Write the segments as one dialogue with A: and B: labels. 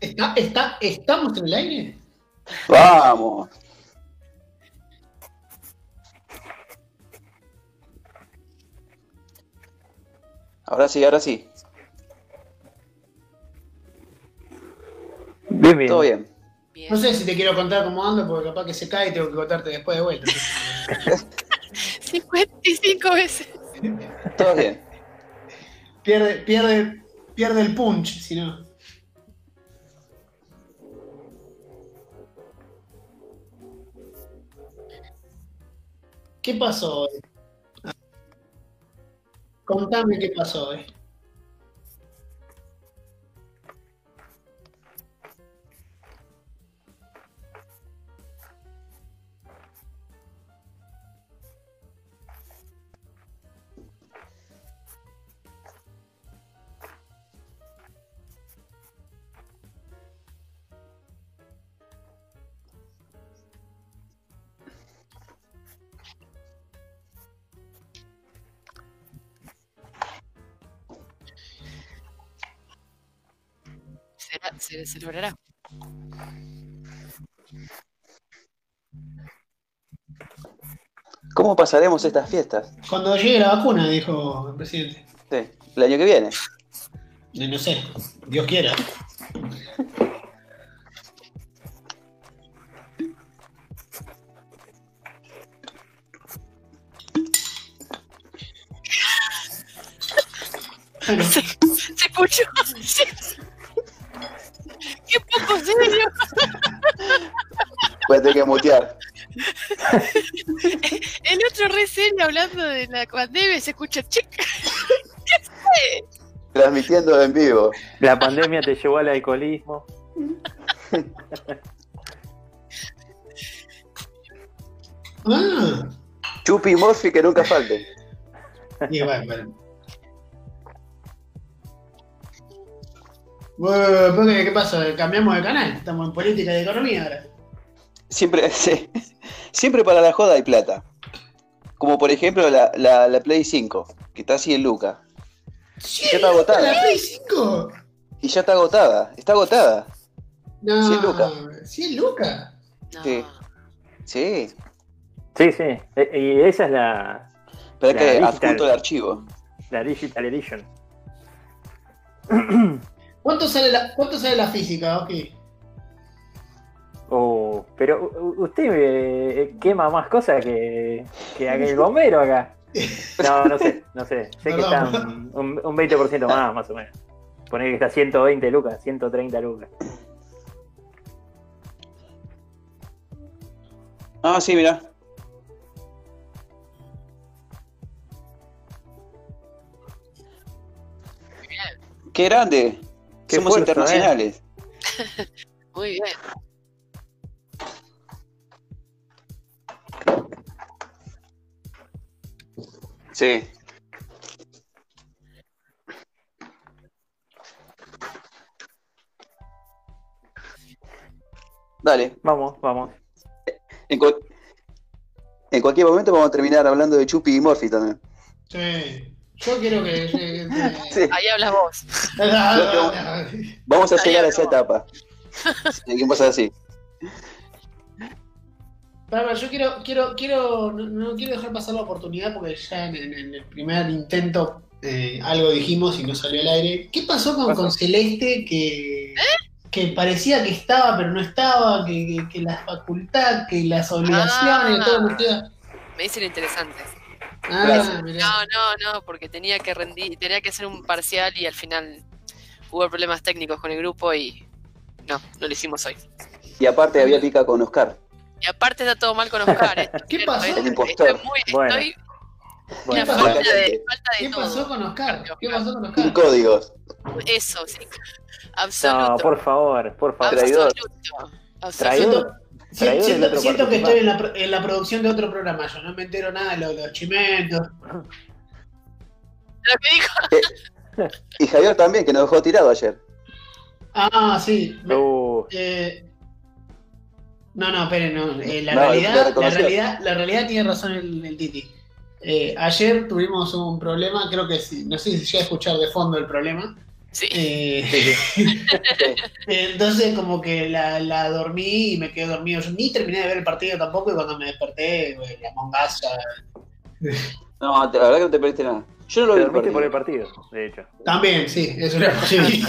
A: ¿Está, está, ¿Estamos en el aire?
B: Vamos. Ahora sí, ahora sí.
C: Bien, bien.
B: Todo bien.
A: No
D: Pues,
A: sé si te quiero contar cómo ando, porque capaz que se cae y tengo que contarte después de vuelta.
D: 55 veces.
B: Todo bien.
A: Pierde, pierde, pierde el punch, si no. ¿Qué pasó hoy? Contame qué pasó hoy.
D: Será- se celebrará.
B: ¿Cómo pasaremos estas fiestas?
A: Cuando llegue la vacuna, dijo el presidente.
B: Sí, el año que viene.
A: Eh, No sé, Dios quiera. Bueno,
D: Se, se escuchó. Sí. Qué poco serio.
B: Voy a tener que mutear.
D: El otro re serio hablando de la pandemia y se escucha chica.
B: Transmitiendo en vivo.
C: La pandemia te llevó al alcoholismo.
A: ah,
B: Chupi y Morphy que nunca falten.
A: y bueno, bueno. Bueno, ¿por ¿Qué qué pasa? Cambiamos de canal. Estamos en política de economía ahora.
B: Siempre, sí. siempre para la joda hay plata. Como por ejemplo la, la- la Play 5, que está así en Luca.
A: ¿Qué
B: está agotada.
A: ¿La Play 5?
B: Y ya está agotada, está agotada.
A: No,
B: Cien
A: 100
B: lucas.
A: lucas. 100 lucas.
D: No.
B: Sí. Sí.
C: Sí, sí. E- Y esa es la,
B: Espera
C: La
B: que
C: digital.
B: adjunto el archivo.
C: la Digital Edition.
A: ¿Cuánto sale la, cuánto sale la física, ok?
C: Oh, pero u- u- usted eh, quema más cosas que, que aquel bombero acá. No, no sé, no sé. Sé que está un, un- un 20% más, más o menos. Poner que está 120 lucas, 130 lucas.
B: Ah, sí, mirá. ¡Qué grande!
C: Qué
B: Somos
C: fuerza,
B: internacionales.
D: Muy bien.
B: Sí. Dale,
C: Vamos, vamos.
B: en, cual- en cualquier momento vamos a terminar hablando de Chupi y Morphy también.
A: Sí. Yo quiero que. eh, que- que-
B: Sí,
D: Ahí hablas vos.
B: vamos a
D: Está
B: llegar a
D: bien,
B: esa etapa. Seguimos así.
A: Bárbara, yo quiero, quiero, quiero, no, no quiero dejar pasar la oportunidad porque ya en, en- en el primer intento eh, algo dijimos y no salió al aire. ¿Qué pasó con, con Celeste que, que parecía que estaba pero no estaba, que, que- que la facultad, que las obligaciones,
D: Ah.
A: todo lo que sea?
D: Me dicen interesantes.
A: Ah,
B: Gracias.
A: mirá.
D: No, no, no, porque tenía que rendir, tenía que hacer un parcial y al final hubo problemas técnicos con el grupo y no, no lo hicimos hoy.
B: Y aparte había pica con Oscar.
D: Y aparte está todo mal con Oscar. ¿eh?
A: ¿Qué
D: ¿Cierto?
A: pasó?
D: Es-
B: El impostor.
D: Estoy muy,
C: Bueno,
D: estoy
C: Bueno,
A: pasó?
D: falta de,
B: Bueno.
D: falta de
A: ¿Qué
D: todo.
A: pasó con Oscar? ¿Qué pasó con
B: Sin
A: Oscar?
B: códigos.
D: Eso, sí.
C: no,
D: Absoluto.
C: por favor, por favor.
B: traidor.
D: Absoluto.
C: Traidor.
D: Absoluto.
A: Siento, siento-
C: Traidor el
A: siento-
C: otro
A: siento que estoy
C: participante.
A: en la, pro- en la producción de otro programa, yo no me entero nada de lo- los chimentos.
D: Lo que dijo.
B: Y Javier también, que nos dejó tirado ayer.
A: Ah, sí. me-
C: Uh,
A: Eh, no, no, esperen, no. eh, la,
B: No, lo
A: realidad, la,
B: reconoció.
A: realidad, la realidad tiene razón el, el Titi. Eh, ayer tuvimos un problema, creo que sí, no sé si llega a escuchar de fondo el problema,
D: Sí.
A: Eh, entonces como que la, la dormí y me quedé dormido. Yo ni terminé de ver el partido tampoco y cuando me desperté, güey, la mongaza.
B: No, te- la verdad que no te perdiste nada. Yo no lo
C: Te
B: vi.
C: dormiste
B: partido.
C: por el partido, de hecho.
A: También, sí, eso era posible.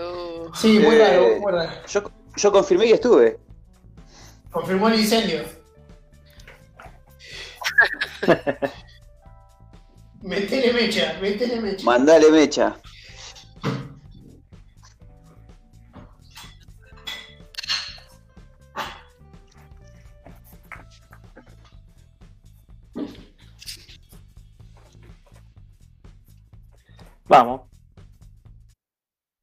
D: Uh,
A: Sí, muy
B: Eh,
A: raro, muy raro.
B: Yo, yo confirmé y estuve.
A: Confirmó el incendio. metele mecha, metele mecha.
B: Mandale mecha.
C: Vamos,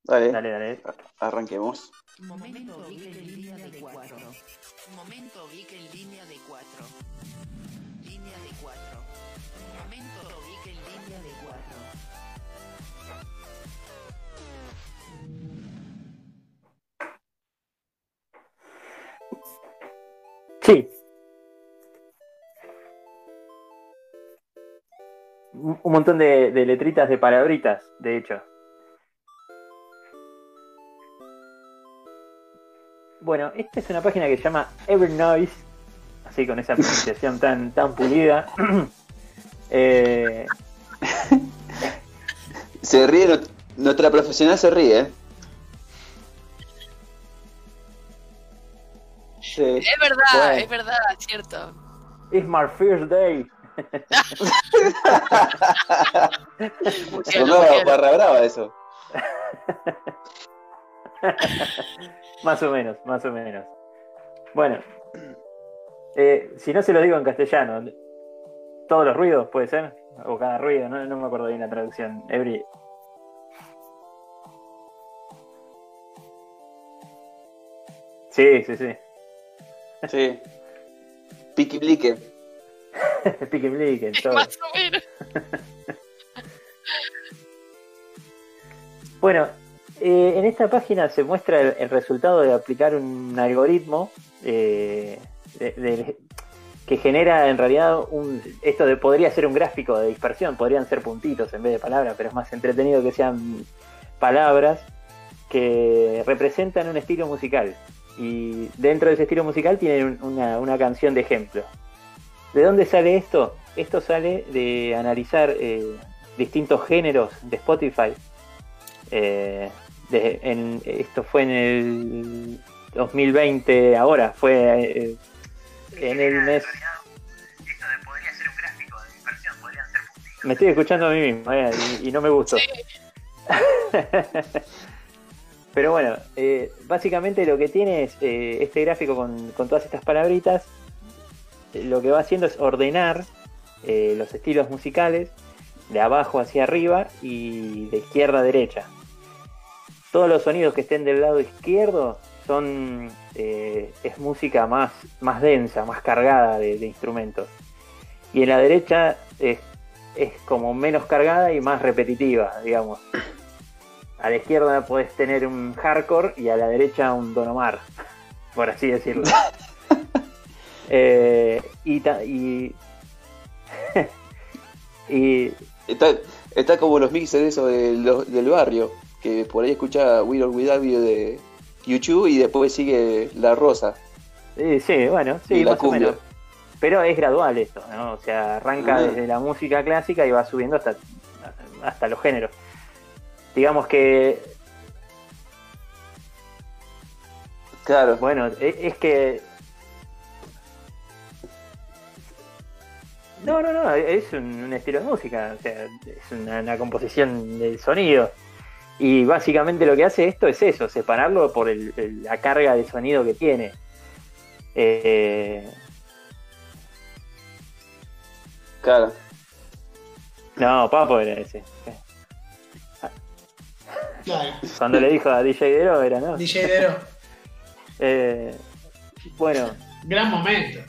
B: Dale,
C: dale, dale.
B: arranquemos.
E: Momento geek en línea de cuatro. Momento geek en línea de cuatro. Línea de cuatro. Momento geek en línea de cuatro.
C: Sí. Un un montón de, de letritas de palabritas, de hecho. Bueno, esta es una página que se llama Evernoise, así con esa pronunciación tan, tan pulida. Eh,
B: Se ríe, nu- nuestra profesional se ríe. ¿eh? Sí.
D: es verdad,
C: Bueno.
D: es verdad, es cierto.
C: it's my first day.
B: Sonaba
D: bueno.
B: barra brava eso.
C: Más o menos, más o menos. Bueno, eh, si no se lo digo en castellano, todos los ruidos puede ser, o cada ruido, no, no me acuerdo bien la traducción. Every... Sí, sí, sí.
B: Sí. Piqui plique.
C: Pique blique, todo.
D: Más o menos.
C: Bueno, eh, en esta página se muestra el, el resultado de aplicar un algoritmo eh, de- de- que genera en realidad un, esto de podría ser un gráfico de dispersión, podrían ser puntitos en vez de palabras, pero es más entretenido que sean palabras que representan un estilo musical. Y dentro de ese estilo musical tienen un- una, una canción de ejemplo. ¿De dónde sale esto? Esto sale de analizar eh, distintos géneros de Spotify eh, de- en- esto fue en el 2020, ahora fue eh, en el mes. Me estoy escuchando a mí mismo eh, y, y no me gustó. Pero bueno, eh, básicamente lo que tiene es eh, este gráfico con, con todas estas palabritas. eh, Lo que va haciendo es ordenar eh, los estilos musicales de abajo hacia arriba y de izquierda a derecha. Todos los sonidos que estén del lado izquierdo son eh, es música más, más densa, más cargada de, de instrumentos. Y en la derecha es, es como menos cargada y más repetitiva, digamos. A la izquierda podés tener un hardcore y a la derecha un donomar, por así decirlo. Eh, y, ta- y- y
B: Está, está como los mixes de eso de los- del barrio. Que por ahí escucha We Don't We Love You de YouTube y después sigue La Rosa.
C: Eh, sí, bueno, sí,
B: y la
C: más o
B: cumbia.
C: menos. Pero es gradual esto, ¿no? O sea, arranca
B: Ah.
C: desde la música clásica y va subiendo hasta, hasta los géneros. Digamos que,
B: Claro.
C: bueno, e- es que... No, no, no, es un, un estilo de música, o sea, es una, una composición de sonido. Y básicamente lo que hace esto es eso, separarlo por el- el- la carga de sonido que tiene. Eh,
B: Claro.
C: no, Papo era ese.
A: Claro,
C: Cuando le dijo a DJ Dero era, ¿no?
A: DJ Dero,
C: Eh, bueno,
A: gran momento.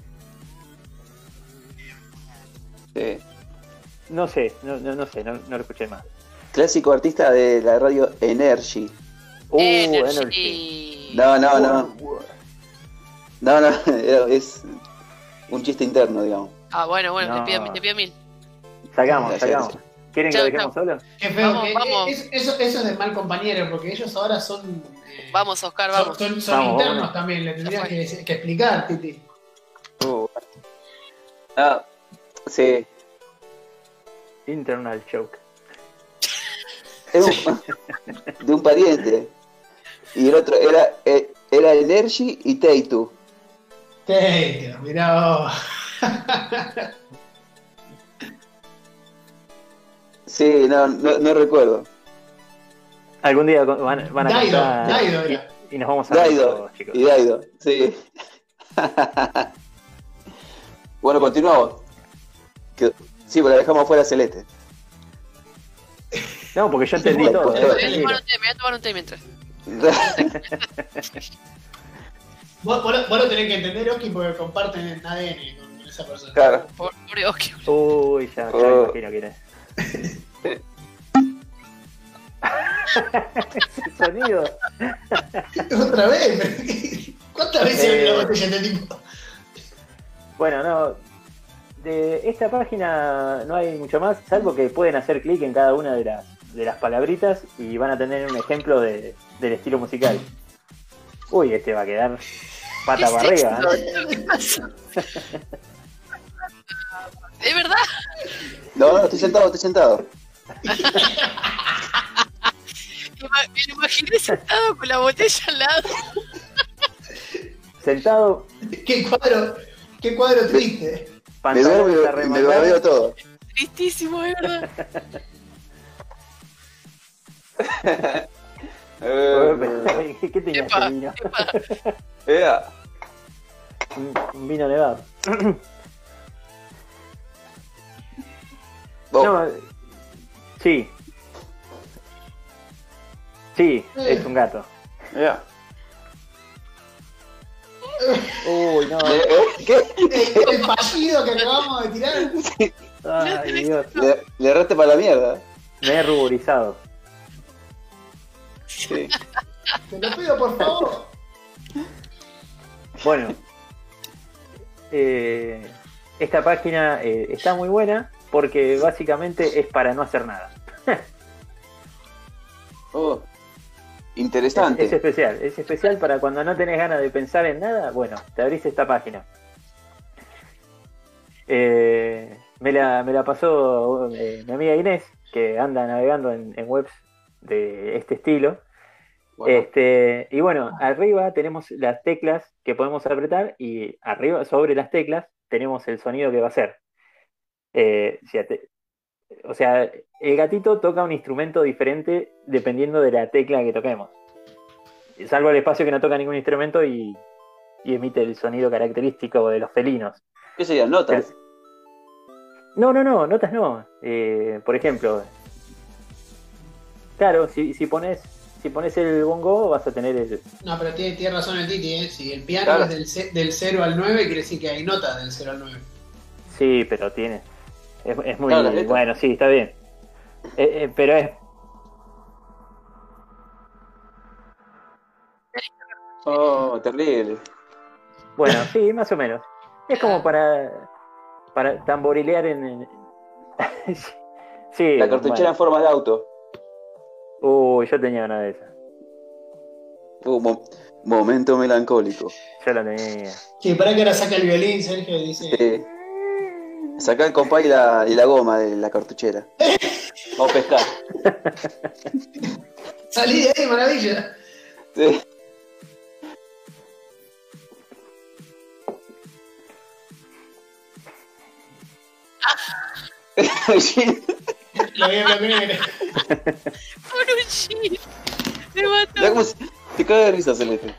B: Sí.
C: No sé, no, no, no sé, no, no lo escuché más.
B: Clásico artista de la radio Energy.
C: Uh,
D: Energy.
C: Energy.
B: No, no, no. No, no, era- es un chiste interno, digamos.
D: Ah, bueno, bueno,
C: No.
D: te, pido, te pido mil.
C: Sacamos,
B: Gracias.
C: sacamos. ¿Quieren que
D: Chau,
C: lo dejemos solo?
A: Qué feo
D: Vamos,
A: que-
D: vamos.
A: es- eso, eso es de mal compañero, porque ellos ahora son. eh,
D: Vamos, Oscar,
A: son-
D: vamos.
A: Son, son
C: Vamos,
A: internos
C: vamos.
A: también, le tendrías
D: fue.
A: que, decir- que explicar, Titi.
B: Uh. Ah, sí.
C: Uh, Internal joke.
B: Era un- de un pariente. Y el otro era, eh, era Energy y Teitu.
A: Te, mirá vos.
B: Sí, no, no, no recuerdo.
C: Algún día con- van, van a
A: Daido,
C: contar-
A: Daido
C: y-
A: era.
C: y, nos vamos a ver
B: Daido.
C: todos, chicos.
B: Y Daido, sí. bueno, continuamos. Que- Sí, pero la dejamos fuera Celeste.
C: No, porque yo entendí
B: Bueno,
C: todo.
B: pues,
D: Me
C: todo,
B: bueno.
D: voy a
C: tranquilo.
D: tomar un té, me voy a tomar un té mientras.
A: Vos, vos lo- vos lo tenés que entender, Oski, porque comparten el ADN con, con esa persona.
B: Claro.
D: Por- Pobre Oki.
C: Uy, ya, ya me
B: Oh.
C: imagino quién es. Ese sonido.
A: Otra vez, pero- ¿cuántas veces
C: Eh.
A: abrió la botella este tipo?
C: Bueno, no. De esta página no hay mucho más, salvo que pueden hacer clic en cada una de las, de las palabritas y van a tener un ejemplo de- del estilo musical. Uy, este va a quedar pata para
D: ¿Qué es
C: arriba. ¿eh?
D: esto? ¿Qué pasa? ¿Es verdad?
B: No, no, estoy sentado, estoy sentado.
D: Ima- Me lo imaginé sentado con la botella al lado.
C: Sentado,
A: ¿Qué cuadro, qué cuadro triste?
B: Me duermo
C: pantalón
B: y me barbeo
C: arremangado.
B: todo.
D: Tristísimo, es verdad.
C: ¿Qué tenías,
D: Epa.
C: el vino?
B: Ea.
C: Un- Un vino nevado.
B: Vos.
C: No, sí. Sí, es un gato.
B: Ea.
C: Uy, no.
B: Eh, eh, ¿Qué?
A: El, el fallido que acabamos de tirar.
C: Ay, Dios.
B: Le, le erraste para la mierda.
C: Me he ruborizado.
B: Sí.
A: Te lo pido, por favor.
C: Bueno, eh, esta página eh, está muy buena porque básicamente es para no hacer nada.
B: Oh.
C: Es, es
B: Interesante.
C: especial, es especial para cuando no tenés ganas de pensar en nada. Bueno, te abrís esta página. Eh, me, la, me la pasó eh, mi amiga Inés, que anda navegando en, en webs de este estilo.
B: Bueno,
C: Este, y bueno, arriba tenemos las teclas que podemos apretar y arriba, sobre las teclas, tenemos el sonido que va a hacer. Eh, si ate- o sea, el gatito toca un instrumento diferente dependiendo de la tecla que toquemos. Salvo el espacio que no toca ningún instrumento y, y emite el sonido característico de los felinos.
B: ¿Qué serían? ¿Notas?
C: No, no, no, notas no. Eh, por ejemplo, claro, si, si pones si pones el bongo vas a tener el,
A: No, pero tiene, tiene razón el Titi, ¿eh? Si el piano
B: Claro.
A: es del, ce- del 0 al 9, quiere decir que hay notas del 0 al 9.
C: Sí, pero tiene. Es, es muy.
B: Claro, las letras.
C: bueno, sí, está bien. Eh, eh, pero es.
B: Oh, terrible.
C: Bueno, sí, más o menos. Es como para. Para tamborilear en. en- sí.
B: La cartuchera en
C: bueno.
B: forma de auto.
C: Uy, yo tenía una de esas.
B: Uh, mo- momento melancólico.
C: Yo la tenía.
A: Sí, para que ahora saca el violín, Sergio, y dice.
B: Eh, sacá el compás y la, y la goma de la cartuchera. Vamos a pescar.
A: Salí de ahí, maravilla.
B: Sí.
A: Lo vi en la primera.
D: Por un shit. Me mató.
B: Mirá cómo se- te cae de risa, Celeste.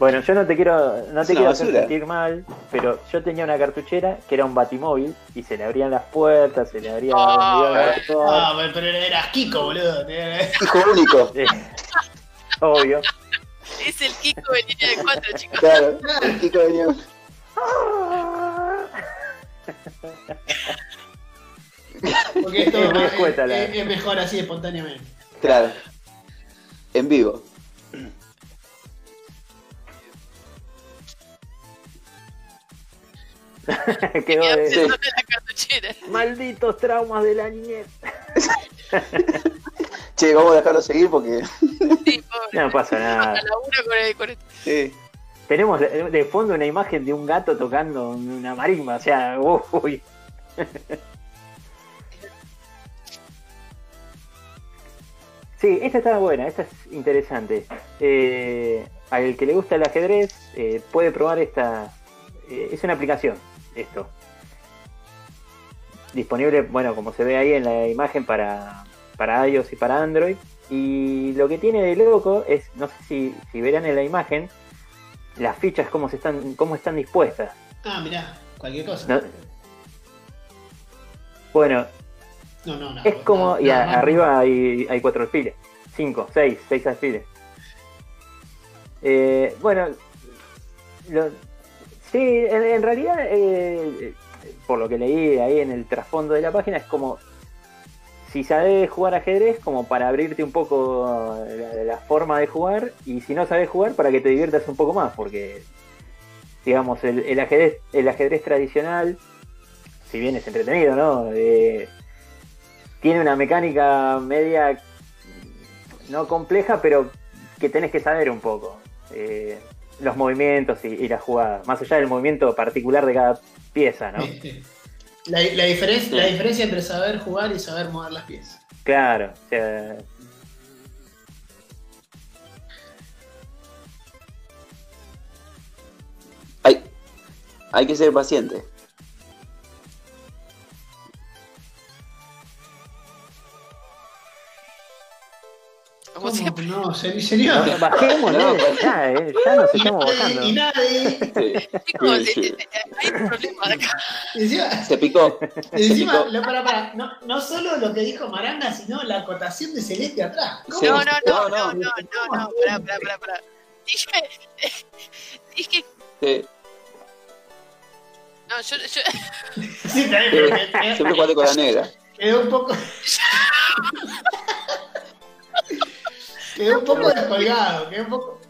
C: Bueno, yo no te quiero, no
B: Es
C: te
B: una
C: quiero hacer
B: basura.
C: sentir mal, pero yo tenía una cartuchera que era un batimóvil y se le abrían las puertas, se le abría
D: Ah,
A: Ah, pero- pero eras Kiko, boludo. Tenía-
B: Hijo único.
C: Eh, Obvio.
D: Es el Kiko de línea de cuatro, chicos.
B: Claro. El Kiko venía-
A: Porque esto
C: Es muy
A: es,
C: escueta la-
A: es- es mejor así espontáneamente.
B: Claro. En vivo.
C: Quedó de-
B: Sí.
D: la cartuchera.
C: Malditos traumas de la niñez.
B: Che, vamos a dejarlo seguir porque.
D: Sí, pobre.
C: No pasa nada.
D: Hasta laburo con el- con el-
B: Sí.
C: Tenemos de de fondo una imagen de un gato tocando una marimba, o sea, uy. Sí, esta está buena, esta es interesante. Eh, al que le gusta el ajedrez eh, puede probar esta... eh, es una aplicación, esto. Disponible, bueno, como se ve ahí en la imagen para, para iOS y para Android. Y lo que tiene de loco es, no sé si, si verán en la imagen, las fichas cómo se están cómo están dispuestas.
A: Ah, mirá, cualquier cosa.
C: ¿no? Bueno,
A: No, no, no.
C: es como
A: no,
C: y a-
A: no,
C: arriba hay, hay cuatro alfiles, cinco, seis, seis alfiles. Eh, bueno, lo- sí, en, en realidad eh, por lo que leí ahí en el trasfondo de la página es como si sabes jugar ajedrez como para abrirte un poco la, la forma de jugar y si no sabes jugar para que te diviertas un poco más porque digamos el, el ajedrez el ajedrez tradicional si bien es entretenido no Eh, tiene una mecánica media no compleja pero que tenés que saber un poco eh, los movimientos y, y las jugadas más allá del movimiento particular de cada pieza no
A: Este, La, la diferencia, la diferencia entre saber jugar y saber mover las piezas.
C: Claro, o sea.
B: Hay, hay que ser paciente.
D: Como
A: ¿Cómo?
D: siempre.
A: No, se-
C: No,
A: señor.
C: no, bajémosle,
B: No,
C: ya, eh, ya nos
A: Y
C: estamos bajando.
A: nadie- y nadie.
B: Sí.
D: Chicos,
B: Sí, sí.
D: eh, eh, hay un problema acá.
A: Encima,
B: Se picó.
A: encima, lo- pará, pará, No, no solo lo que dijo Maranga, sino la acotación de Celeste atrás. ¿Cómo?
B: Sí.
D: No, no,
B: No, no.
D: no, no, no, no, no, pará, pará, pará, pará. Dije, dije,
B: Sí.
D: no, yo, yo,
A: Sí, está bien, pero me- me-
B: Siempre jugaste con la negra.
A: Quedó un poco. quedó un poco descolgado, quedó un poco.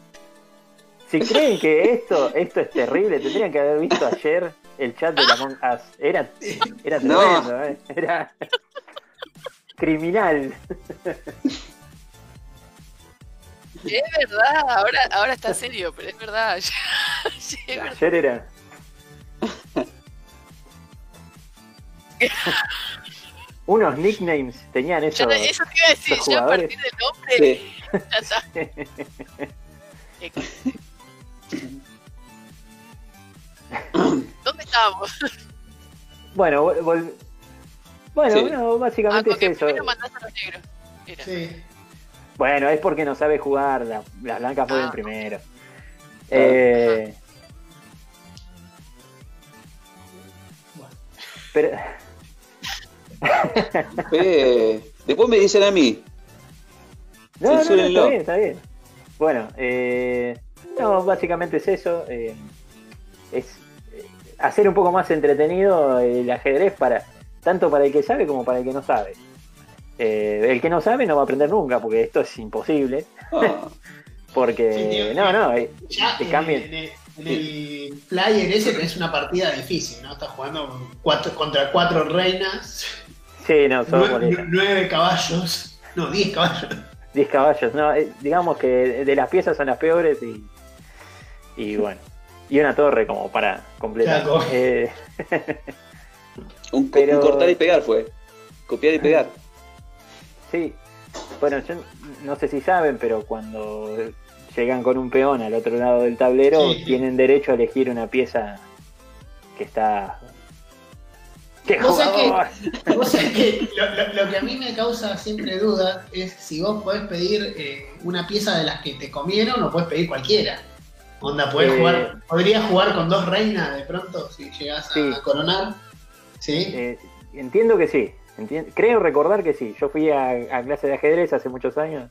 C: Si creen que esto, esto es terrible, tendrían que haber visto ayer el chat de la Among Us. Era, era
B: No.
C: tremendo, eh, era criminal.
D: es verdad, ahora, ahora está serio, pero es verdad. Sí, es verdad.
C: Ayer era. Unos nicknames tenían
D: Ya,
C: eso.
D: eso te iba a decir,
C: los
D: ya a
C: jugadores.
D: partir del nombre,
B: Sí.
D: ya está. Eh, ¿Dónde estábamos?
C: Bueno, vol- vol- bueno,
B: Sí.
C: no,
D: Ah,
C: básicamente
D: con que
C: es eso.
D: primero mandaste a los negros. Era.
A: Sí.
C: Bueno, es porque no sabe jugar. la- las blancas fueron
D: Ah.
C: primero. Eh,
A: Bueno.
C: pero
B: Eh, después me dicen a mí.
C: no, no, no,
B: Censúrenlo.
C: está bien, está bien. Bueno, eh, no, básicamente es eso. eh, es eh, hacer un poco más entretenido el ajedrez para tanto para el que sabe como para el que no sabe. Eh, el que no sabe no va a aprender nunca porque esto es imposible.
B: Ah,
C: Porque
A: Sí, tío.
C: no, no. eh,
A: Ya
C: Te
A: en,
C: cambian.
A: en el- en el player ese tenés una partida difícil, ¿no? Estás jugando con cuatro- contra cuatro reinas,
C: sí, no, somos
A: nue-
C: boletas.
A: nueve, caballos, no, diez caballos.
C: 10 caballos, no, eh, digamos que de las piezas son las peores y, y bueno, y una torre como para completar.
A: Claro.
C: Eh,
B: un, co-
C: Pero-
B: un cortar y pegar fue. Copiar y pegar.
C: sí, bueno, yo no sé si saben, pero cuando llegan con un peón al otro lado del tablero,
A: Sí.
C: tienen derecho a elegir una pieza que está... ¡Qué
A: Vos sabés que-
C: jugador!
A: O sea que lo, lo- lo que a mí me causa siempre duda es si vos podés pedir eh, una pieza de las que te comieron o podés pedir cualquiera. Onda, podés
C: Eh.
A: jugar, podrías jugar con dos reinas de pronto si llegás a,
C: Sí.
A: a coronar. Sí.
C: Eh, entiendo que sí. entien- Creo recordar que sí. Yo fui a, a clase de ajedrez hace muchos años.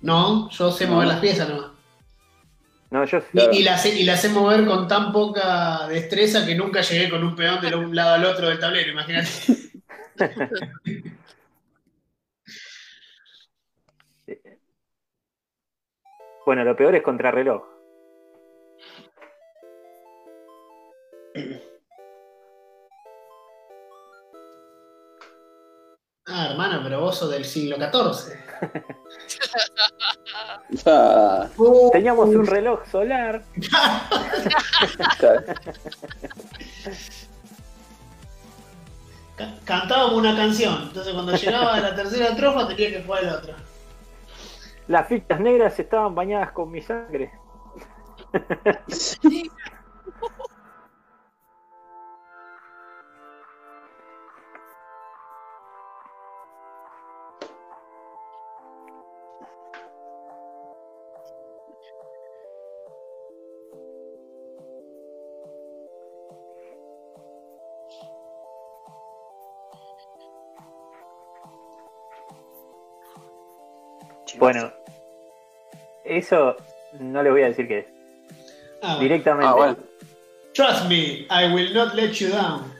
A: No, yo sé mover las piezas nomás.
C: No, yo
B: Claro.
A: Y, y la hace, y la hace mover con tan poca destreza que nunca llegué con un peón de un lado al otro del tablero, imagínate.
C: Bueno, lo peor es contrarreloj.
A: Ah, hermano, pero vos sos del siglo XIV.
B: Ah,
C: Teníamos un reloj solar.
B: claro.
A: Ca- Cantábamos una canción, entonces cuando llegaba a la tercera trofa tenía que jugar la otra.
C: Las fichas negras estaban bañadas con mi sangre. Bueno, eso no les voy a decir qué es.
A: Ah, bueno.
C: Directamente.
B: Ah, bueno.
A: Trust me, I will not let you down.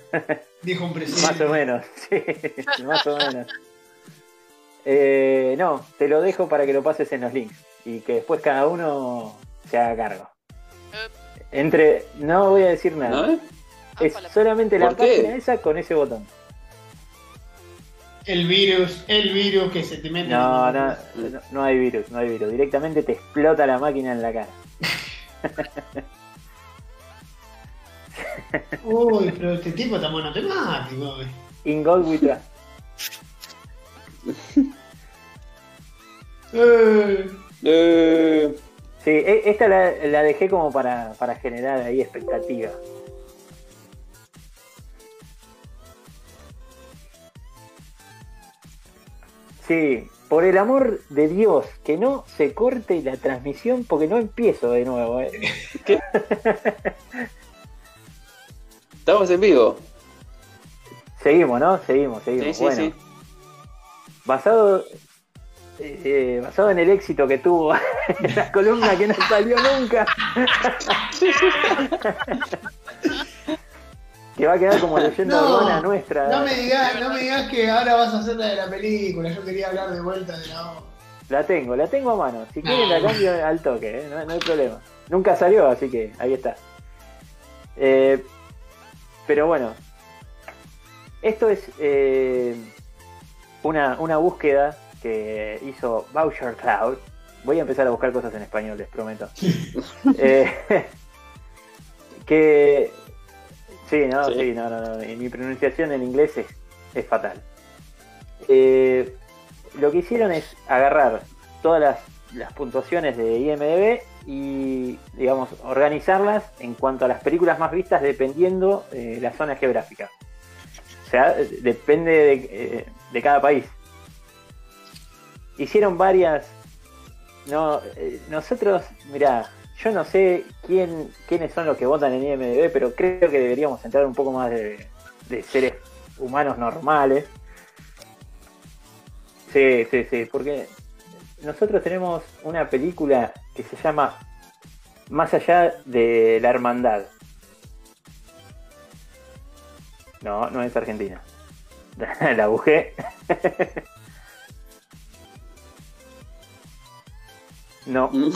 A: Dijo un
C: Más
A: presidente.
C: o menos, sí, más o menos. Eh, no, te lo dejo para que lo pases en los links y que después cada uno se haga cargo. Entre, no voy a decir nada,
B: ¿No?
C: es solamente la
B: ¿Por qué?
C: página esa con ese botón.
A: El virus, el virus que se te mete.
C: No, no, no, no hay virus, no hay virus. Directamente te explota la máquina en la cara.
A: Uy, pero este tipo está monotemático. eh. güey.
C: In God we trust.
A: Eh,
B: Eh,
C: Sí, e- esta la, la dejé como para, para generar ahí expectativa. Sí, por el amor de Dios, que no se corte la transmisión porque no empiezo de nuevo. eh.
B: estamos en vivo.
C: Seguimos, ¿no? Seguimos,
B: Sí,
C: seguimos.
B: sí,
C: bueno,
B: sí.
C: basado eh, eh, basado en el éxito que tuvo la columna que no salió nunca. que va a quedar como leyenda
A: No,
C: urbana nuestra.
A: No me digas, no me digas que ahora vas a hacer la de la película. Yo quería hablar de vuelta de la otra.
C: La tengo, la tengo a mano. Si
A: No.
C: quieren la cambio al toque, eh, no, no hay problema. Nunca salió, así que ahí está. Eh, pero bueno, esto es eh, una, una búsqueda que hizo Voucher Cloud. Voy a empezar a buscar cosas en español, les prometo. Eh, que... Sí, no,
B: Sí.
C: sí, no, no, no, Mi pronunciación en inglés es, es fatal. Eh, lo que hicieron es agarrar todas las, las puntuaciones de IMDB y, digamos, organizarlas en cuanto a las películas más vistas dependiendo eh, la zona geográfica. O sea, eh, depende de, eh, de cada país. Hicieron varias... No, eh, nosotros, mirá, yo no sé quién, quiénes son los que votan en IMDB, pero creo que deberíamos entrar un poco más de, de seres humanos normales. Sí, sí, sí, porque nosotros tenemos una película que se llama Más allá de la hermandad. No, no es Argentina. La busqué. No,
B: Mm.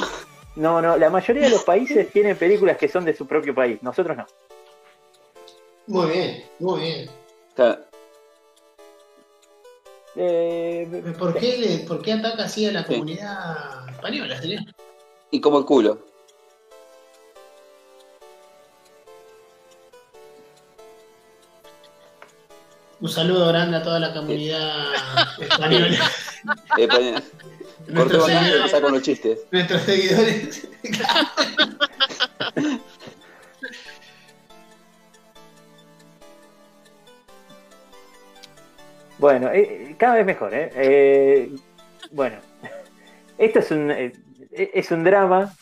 C: no, no. La mayoría de los países tienen películas que son de su propio país. Nosotros no.
A: Muy bien, muy bien.
B: Claro.
C: Eh,
A: ¿Pero ¿Por qué, le- por qué ataca así a la comunidad española? señor?
B: Y como el culo.
A: Un saludo grande a toda la comunidad española.
B: Eh, pa- Cortemos acá y empezar con los chistes.
A: nuestros seguidores.
C: Bueno, eh, eh, cada vez mejor, ¿eh? Eh, bueno, esto es un, eh, es un drama.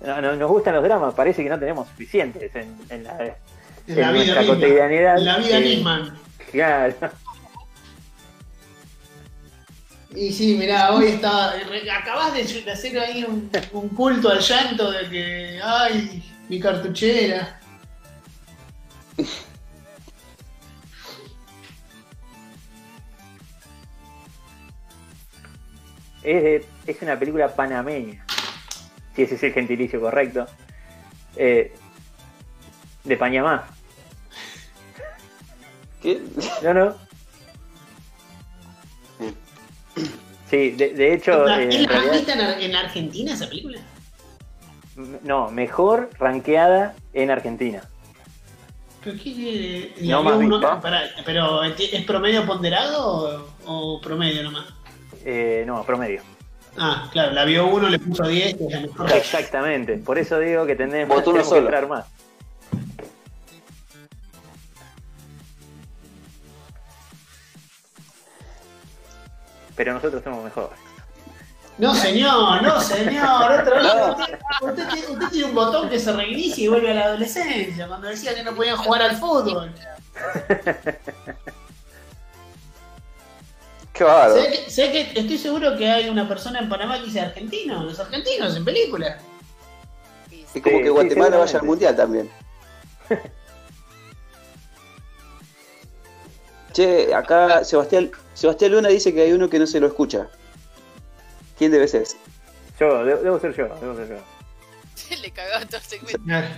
C: No, no- nos gustan los dramas, parece que no tenemos suficientes en, en la, en
A: La vida
C: nuestra
A: misma.
C: cotidianidad.
A: La vida
C: Eh,
A: misma.
C: Claro.
A: Y sí, mirá, hoy estaba. re- Acabás de de hacer ahí un, un culto al llanto de que. ¡Ay! Mi cartuchera.
C: Es, de- es una película panameña. Si ese es el gentilicio correcto. Eh, de Panamá.
B: ¿Qué?
C: No, no. Sí, de, de hecho, eh,
A: ¿Es
C: en
A: la más
C: realidad,
A: vista en, Ar- en Argentina esa película?
C: m- no, mejor rankeada en Argentina.
A: ¿Pero qué?
C: No más vista.
A: pará, ¿Pero este, es promedio ponderado o, o promedio nomás?
C: Eh, no, promedio.
A: Ah, claro, la vio uno, le puso 10, que es la mejor.
C: Exactamente. Por eso digo que tenemos,
B: Votó uno
C: tenemos que
B: solo.
C: entrar más. Pero nosotros somos mejores.
A: No, señor, no, señor, otra vez. Usted, usted tiene- usted tiene un botón que se reinicia y vuelve a la adolescencia, cuando decía que no podían jugar al fútbol.
B: Qué bárbaro.
A: Sé que, sé que estoy seguro que hay una persona en Panamá que dice argentino, los argentinos en películas.
D: Y
B: Es como
C: Sí,
B: que
C: sí,
B: Guatemala vaya al
C: seguramente.
B: mundial también. che, acá Sebastián, Sebastián Luna dice que hay uno que no se lo escucha. ¿Quién debe ser?
C: Yo, de- debo ser yo, debo ser yo.
D: se le cagaba todo el segmento.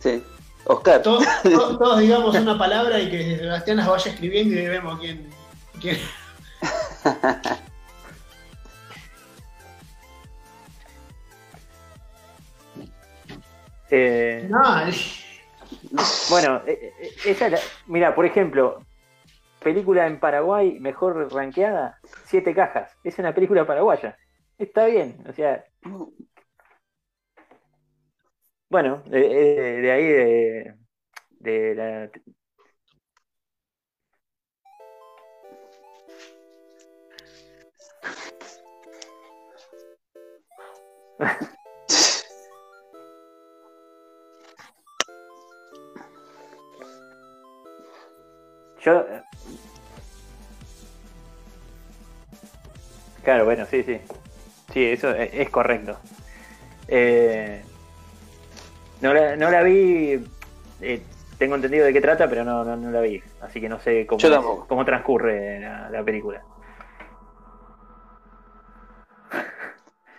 B: Sí. Oscar.
A: Todos, todos- todos digamos una palabra y que Sebastián las vaya escribiendo y vemos quién. quién-
C: Eh,
A: No,
C: Bueno, eh, eh, esa era- mira, por ejemplo, película en Paraguay mejor rankeada, Siete Cajas. Es una película paraguaya. Está bien, o sea, bueno, eh, eh, de ahí de, de la... Yo... eh, Claro, bueno, sí, sí. Sí, eso e- es correcto. Eh, no, la, no la vi, eh, tengo entendido de qué trata, pero no, no, no la vi. Así que no sé cómo,
B: Yo tampoco.
C: cómo transcurre la, la película.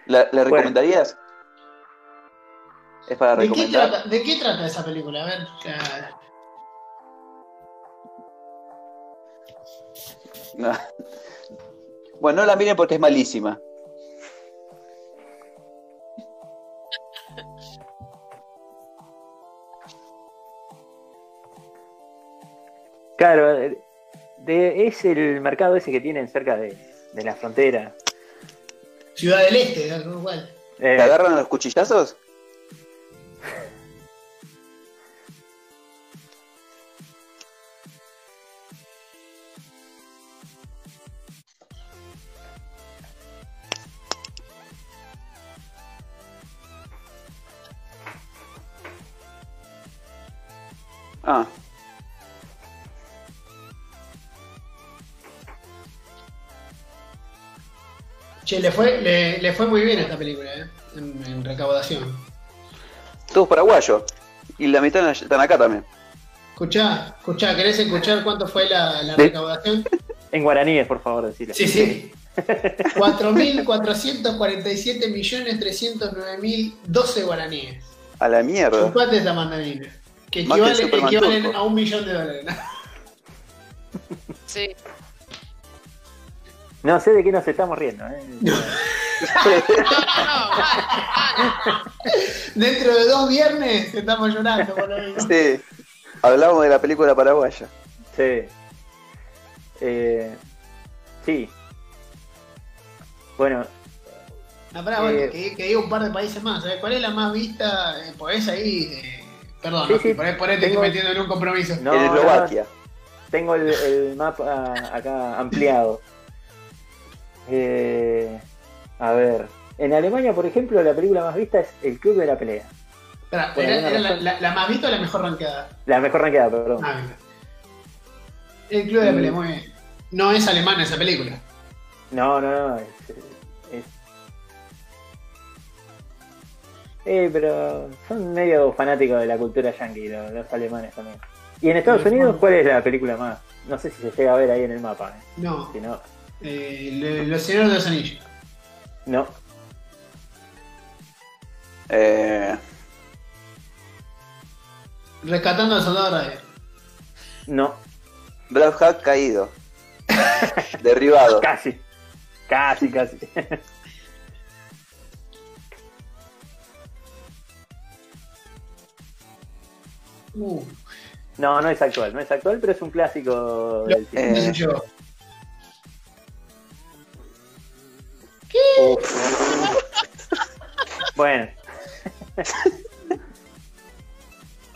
B: ¿La, la recomendarías? Es para
A: ¿de, qué
B: recomendar.
A: trata, de qué trata esa película? A ver. la-
B: No. Bueno, no la miren porque es malísima.
C: Claro, eh, de- es el mercado ese que tienen cerca de, de la frontera.
A: Ciudad del Este, de algún cual.
C: Eh,
B: ¿Te agarran a los cuchillazos? Ah,
A: Che, le fue, le, le fue muy bien a esta película, ¿eh? En, en recaudación.
B: todos paraguayos. Y la mitad están acá también.
A: Escuchá, escuchá, ¿querés escuchar cuánto fue la, la
C: Sí.
A: recaudación?
C: en guaraníes, por favor, decirlo.
A: Sí, sí. 4.447 millones 309.012 guaraníes.
B: A la mierda.
A: Chupate esta mandarina. Que
B: Más que el
A: equivale-
B: Superman
A: equivalen
B: turco.
A: a un millón de dólares.
D: Sí,
C: No sé de qué nos estamos riendo. eh.
D: no, no, no, mal.
A: Dentro de dos viernes estamos llorando por lo mismo.
B: Sí. Este, Hablamos de la película paraguaya.
C: Sí. Eh, sí. Bueno,
A: No, Ah, pará, bueno,
C: Eh,
A: que, que diga un par de países más. ¿sabés? ¿Cuál es la más vista? Eh, Podés ahí. eh, perdón,
C: Sí,
A: no,
C: sí,
A: por ahí, por ahí te
C: tengo-
A: estoy metiendo en un compromiso.
C: no,
B: en
C: no, no,
B: Eslovaquia.
C: tengo el, el mapa acá ampliado. Eh, a ver. En Alemania, por ejemplo, la película más vista es El Club de la Pelea.
A: Pará,
C: Por
A: ¿Era,
C: alguna
A: era la,
C: razón.
A: la- la más vista o la mejor ranqueada?
C: La mejor ranqueada, perdón.
A: Ah, mira. El Club de la
C: Mm.
A: Pelea, muy bien. No es alemana esa película.
C: No, no, no. Es, es- Eh, pero son medio fanáticos de la cultura yankee los, los alemanes también. ¿Y en Estados
A: Sí,
C: Unidos
A: bueno.
C: cuál es la película más? No sé si se llega a ver ahí en el mapa. eh.
A: No,
C: Si no,
A: eh, lo- Los Señores de los Anillos.
C: no.
B: Eh,
A: Rescatando al soldado Ryan.
C: No.
B: Black Hat caído. Derribado.
C: Casi. Casi, casi.
A: Uh,
C: No, no es actual, no es actual, pero es un clásico del cine.
A: no sé
B: Eh.
A: yo.
C: Uf. Bueno.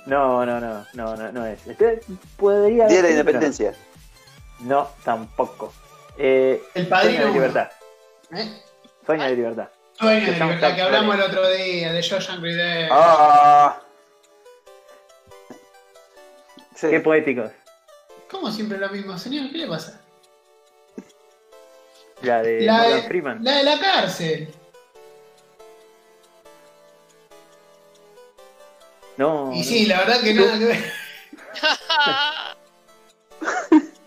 C: No, no, no, no, no, no es. Este podría
B: Día de la
C: haber sido, pero
B: Independencia.
C: No, No, tampoco. Eh,
A: El
C: Sueño
A: padrino.
C: de
A: uno.
C: libertad.
A: ¿Eh?
C: Sueño de libertad.
A: Sueño
C: Que
A: de
C: son
A: libertad, que hablamos el
C: captores.
A: otro día, de Shawshank Redemption.
B: Ah. Sí.
C: Qué poéticos.
A: ¿Cómo siempre lo mismo, señor? ¿Qué le pasa?
C: La de
A: La
C: Eh, Morgan
A: de-
C: Freeman.
A: La de la cárcel.
C: No.
A: Y
C: no.
A: sí, la verdad que nada que ver.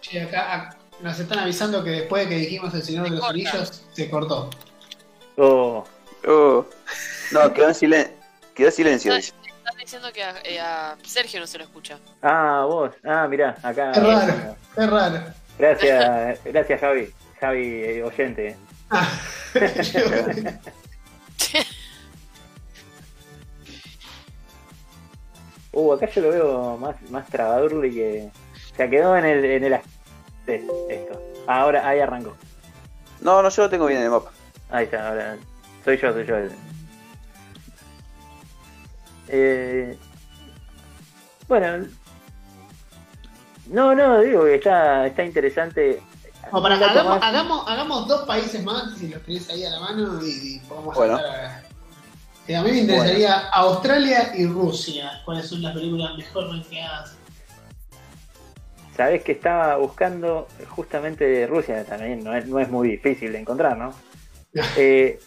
A: Che, acá ah, nos están avisando que después de que dijimos El Señor de los
D: corta.
A: Anillos, se cortó.
C: Oh,
B: Uh. No, quedó en silencio. Quedó silencio. dice.
D: Estás diciendo que a, eh, a Sergio no se lo escucha.
C: Ah, vos. Ah, mirá, acá.
A: Es raro. Es raro.
C: Gracias, gracias Javi. Javi, eh, oyente.
A: Ah,
C: Uh, acá yo lo veo más, más trabadurli que. O sea, quedó en el, en el as- de esto. Ahora, ahí arrancó.
B: No, no, yo lo tengo bien en el mapa.
C: Ahí está, ahora. Soy yo, soy yo el. Eh, bueno. No, no, digo que está, está interesante.
A: o para,
C: Lo
A: hagamos,
C: tomás-
A: hagamos, hagamos dos países más, si los tenés ahí a la mano, y, y podemos
B: Bueno.
A: hablar. Eh, a mí me interesaría Australia y Rusia. ¿Cuáles son las películas mejor rankeadas?
C: Sabés que estaba buscando justamente de Rusia también, no es, no es muy difícil de encontrar, ¿no? Eh,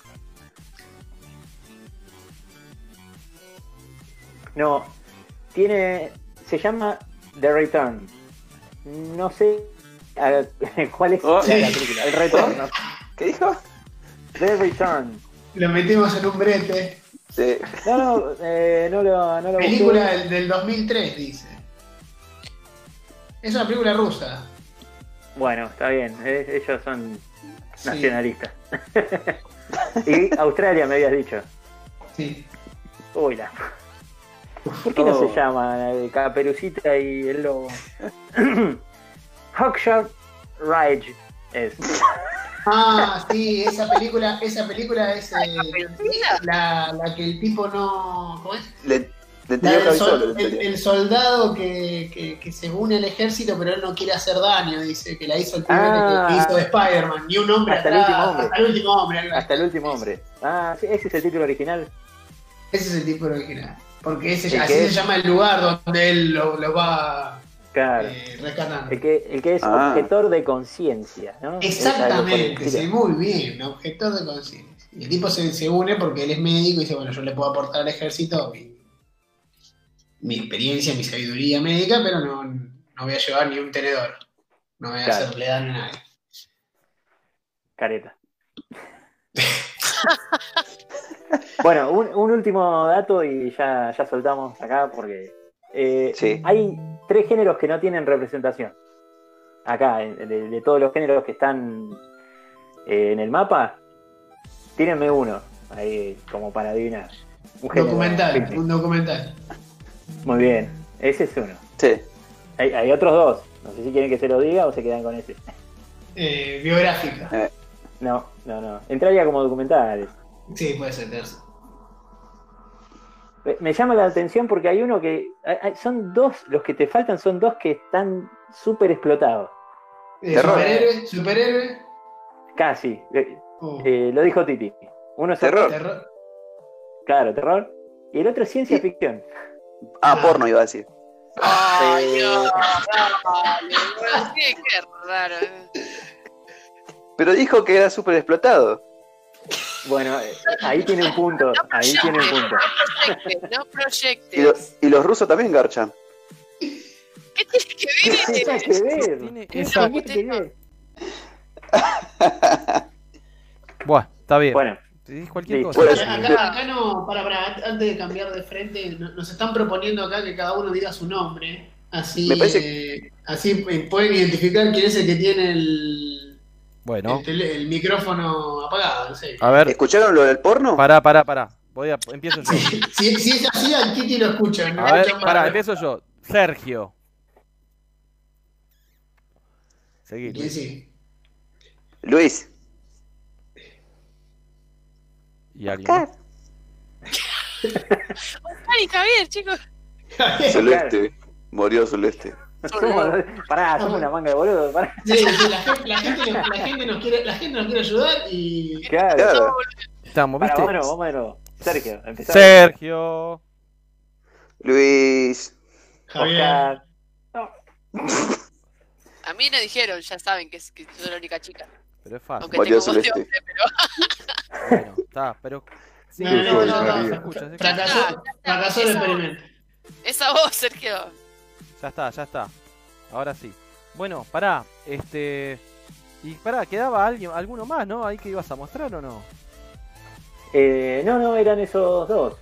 C: no, tiene. Se llama The Return. No sé a- cuál es
B: Oh.
C: la, la película. El retorno.
B: ¿Qué dijo?
C: The Return.
A: Lo metimos en un brete.
B: Sí.
C: No, no, eh, no lo, no lo busqué.
A: Película del, del 2003, dice. Es una película rusa.
C: Bueno, está bien. eh, ellos son
A: Sí,
C: nacionalistas. y Australia, me habías dicho.
A: sí.
C: Uy, la- ¿Por qué no
B: Oh.
C: se llama la de Caperucita y el lobo? Hawkshot Ridge es.
A: Ah, sí, esa película, esa película es eh,
D: ¿Argentina?
A: la, la que el tipo no. ¿Cómo es?
B: Le, le
A: La
B: tenía
A: del sol-
B: cabezón, le
A: el,
B: tenía.
A: el soldado que, que, que se une al ejército, pero él no quiere hacer daño, dice, que la hizo el pibe
C: Ah.
A: que, que hizo de Spider-Man, ni un hombre
C: Hasta el
A: atrás,
C: último hombre.
A: hasta el último hombre. algo así.
C: Hasta el último hombre. Ah, sí, ese es el título original.
A: Ese es el tipo original. Porque ese,
C: ¿El
A: así
C: qué?
A: se llama el lugar donde él lo, lo va
C: Claro.
A: eh, rescatando.
C: El que, el que es
B: Ah.
C: objetor de conciencia, ¿no? Es algo por el
A: Exactamente, sí,
C: estilo.
A: muy bien, objetor de conciencia. Y el tipo se, se une porque él es médico y dice, bueno, yo le puedo aportar al ejército mi, mi experiencia, mi sabiduría médica, pero no, no voy a llevar ni un tenedor. No voy a
C: Claro.
A: hacerle daño a nadie.
C: Careta. bueno, un, un último dato y ya, ya soltamos acá porque eh,
B: Sí.
C: hay tres géneros que no tienen representación. Acá, en- de, de todos los géneros que están eh, en el mapa, tírenme uno, ahí como para adivinar. Un género
A: Documental,
C: ficticio.
A: un documental.
C: Muy bien, ese es uno.
B: Sí.
C: Hay, hay otros dos, no sé si quieren que se lo diga o se quedan con ese.
A: Eh, biográfica.
C: No, no, no. Entraría como documentales.
A: Sí, puede ser terzo.
C: Me- Me llama la atención porque hay uno que. hay- hay- son dos, los que te faltan son dos que están súper explotados.
A: Eh,
B: Terror.
A: superhéroe, superhéroe.
C: Casi. Eh,
A: Uh,
C: eh, lo dijo Titi. Uno es.
B: Terror.
A: terror.
C: Claro, terror. Y el otro es ciencia
B: Sí.
C: ficción.
B: Ah, porno iba a decir.
D: Ay, no, dale, bueno, sí, qué raro. eh.
B: Pero dijo que era súper explotado.
C: Bueno, eh, ahí tiene un punto, ahí tiene un punto.
D: Proyectes, No
B: Y, lo-
D: proyectes.
B: y los rusos también garchan.
D: ¿Qué tiene que
C: ¿Qué
D: ver? este
C: tiene que ver?
F: Tiene-
C: ¿Qué
F: Exacto.
C: tiene que ver?
F: Buah, está bien.
C: Bueno,
F: Decís cualquier
C: listo.
F: cosa.
B: Bueno,
A: Acá, acá no, para, para, antes de cambiar de frente, no- nos están proponiendo acá que cada uno diga su nombre. Así,
B: Me parece
A: eh, así eh, pueden identificar quién es el que tiene el,
F: Bueno,
A: el, tele- el micrófono apagado. No sé.
F: a ver,
B: ¿Escucharon lo del porno?
F: pará, pará, pará. Voy a, empiezo yo.
A: Si, si es así, al Titi lo escuchan. no
F: A ver,
A: escuchan
F: pará,
A: más.
F: empiezo yo. Sergio.
A: Sí,
F: Seguí.
A: sí.
B: Luis.
F: Y alguien. más.
D: Ay, Javier, chicos.
B: Celeste. Murió Celeste.
C: somos, pará, somos una manga de boludo. Pará.
A: Sí, sí, la, gente, la, gente, nos- la gente nos quiere, la gente nos quiere ayudar y.
C: Claro.
B: Claro.
F: Estamos,
C: Pará,
F: ¿viste?
C: vamos de nuevo, vamos de nuevo. Sergio, empezá.
F: Sergio.
B: Luis.
A: Javier.
C: Oscar.
D: A mí me dijeron, ya saben que, es- que soy la única chica.
F: Pero es fácil.
D: Aunque
B: María
D: tengo voz de
B: Celeste.
D: hombre, pero
F: Bueno, está, pero. Sí,
A: No, no,
F: se
A: no,
F: escucha,
A: no,
F: se
A: no.
F: escucha, se escucha.
A: Fracasó, fracasó el
D: Esa-
A: experimento.
D: esa voz, Sergio.
F: Ya está, ya está. Ahora sí. Bueno, pará, este. Y pará, quedaba alguien, alguno más, ¿no? Ahí que ibas a mostrar o no.
C: Eh, no, no, eran esos dos.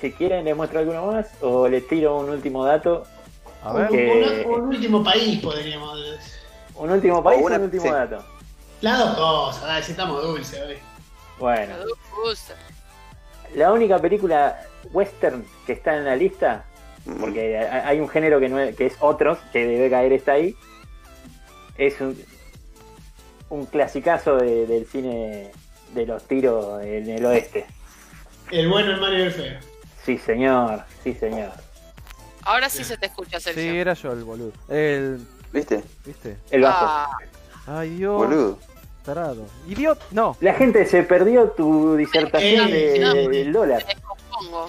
C: Si quieren, les muestro alguno más o les tiro un último dato.
F: A
A: Un,
F: ver.
C: Ok.
A: un- un último país podríamos decir.
C: Un último país
B: una-
C: o un último
B: sí.
C: dato.
A: Las dos cosas, dale, si estamos dulces hoy.
C: Bueno,
D: Me gusta.
C: la única película western que está en la lista,
B: Mm,
C: porque ha- hay un género que, no es, que es otros, que debe caer está ahí, es un, un clasicazo de- del cine de los tiros en el oeste.
A: El bueno, el malo y el feo.
C: Sí, señor, sí, señor.
D: Ahora sí se te escucha, Sergio.
F: Sí, era yo el boludo. El.
B: ¿Viste?
F: ¿Viste?
C: El bajo.
D: Ah,
F: Ay, Dios.
B: Boludo.
F: Tarado. Idiot. No.
C: La gente se perdió tu disertación de-
A: no.
C: del dólar.
D: me descompongo.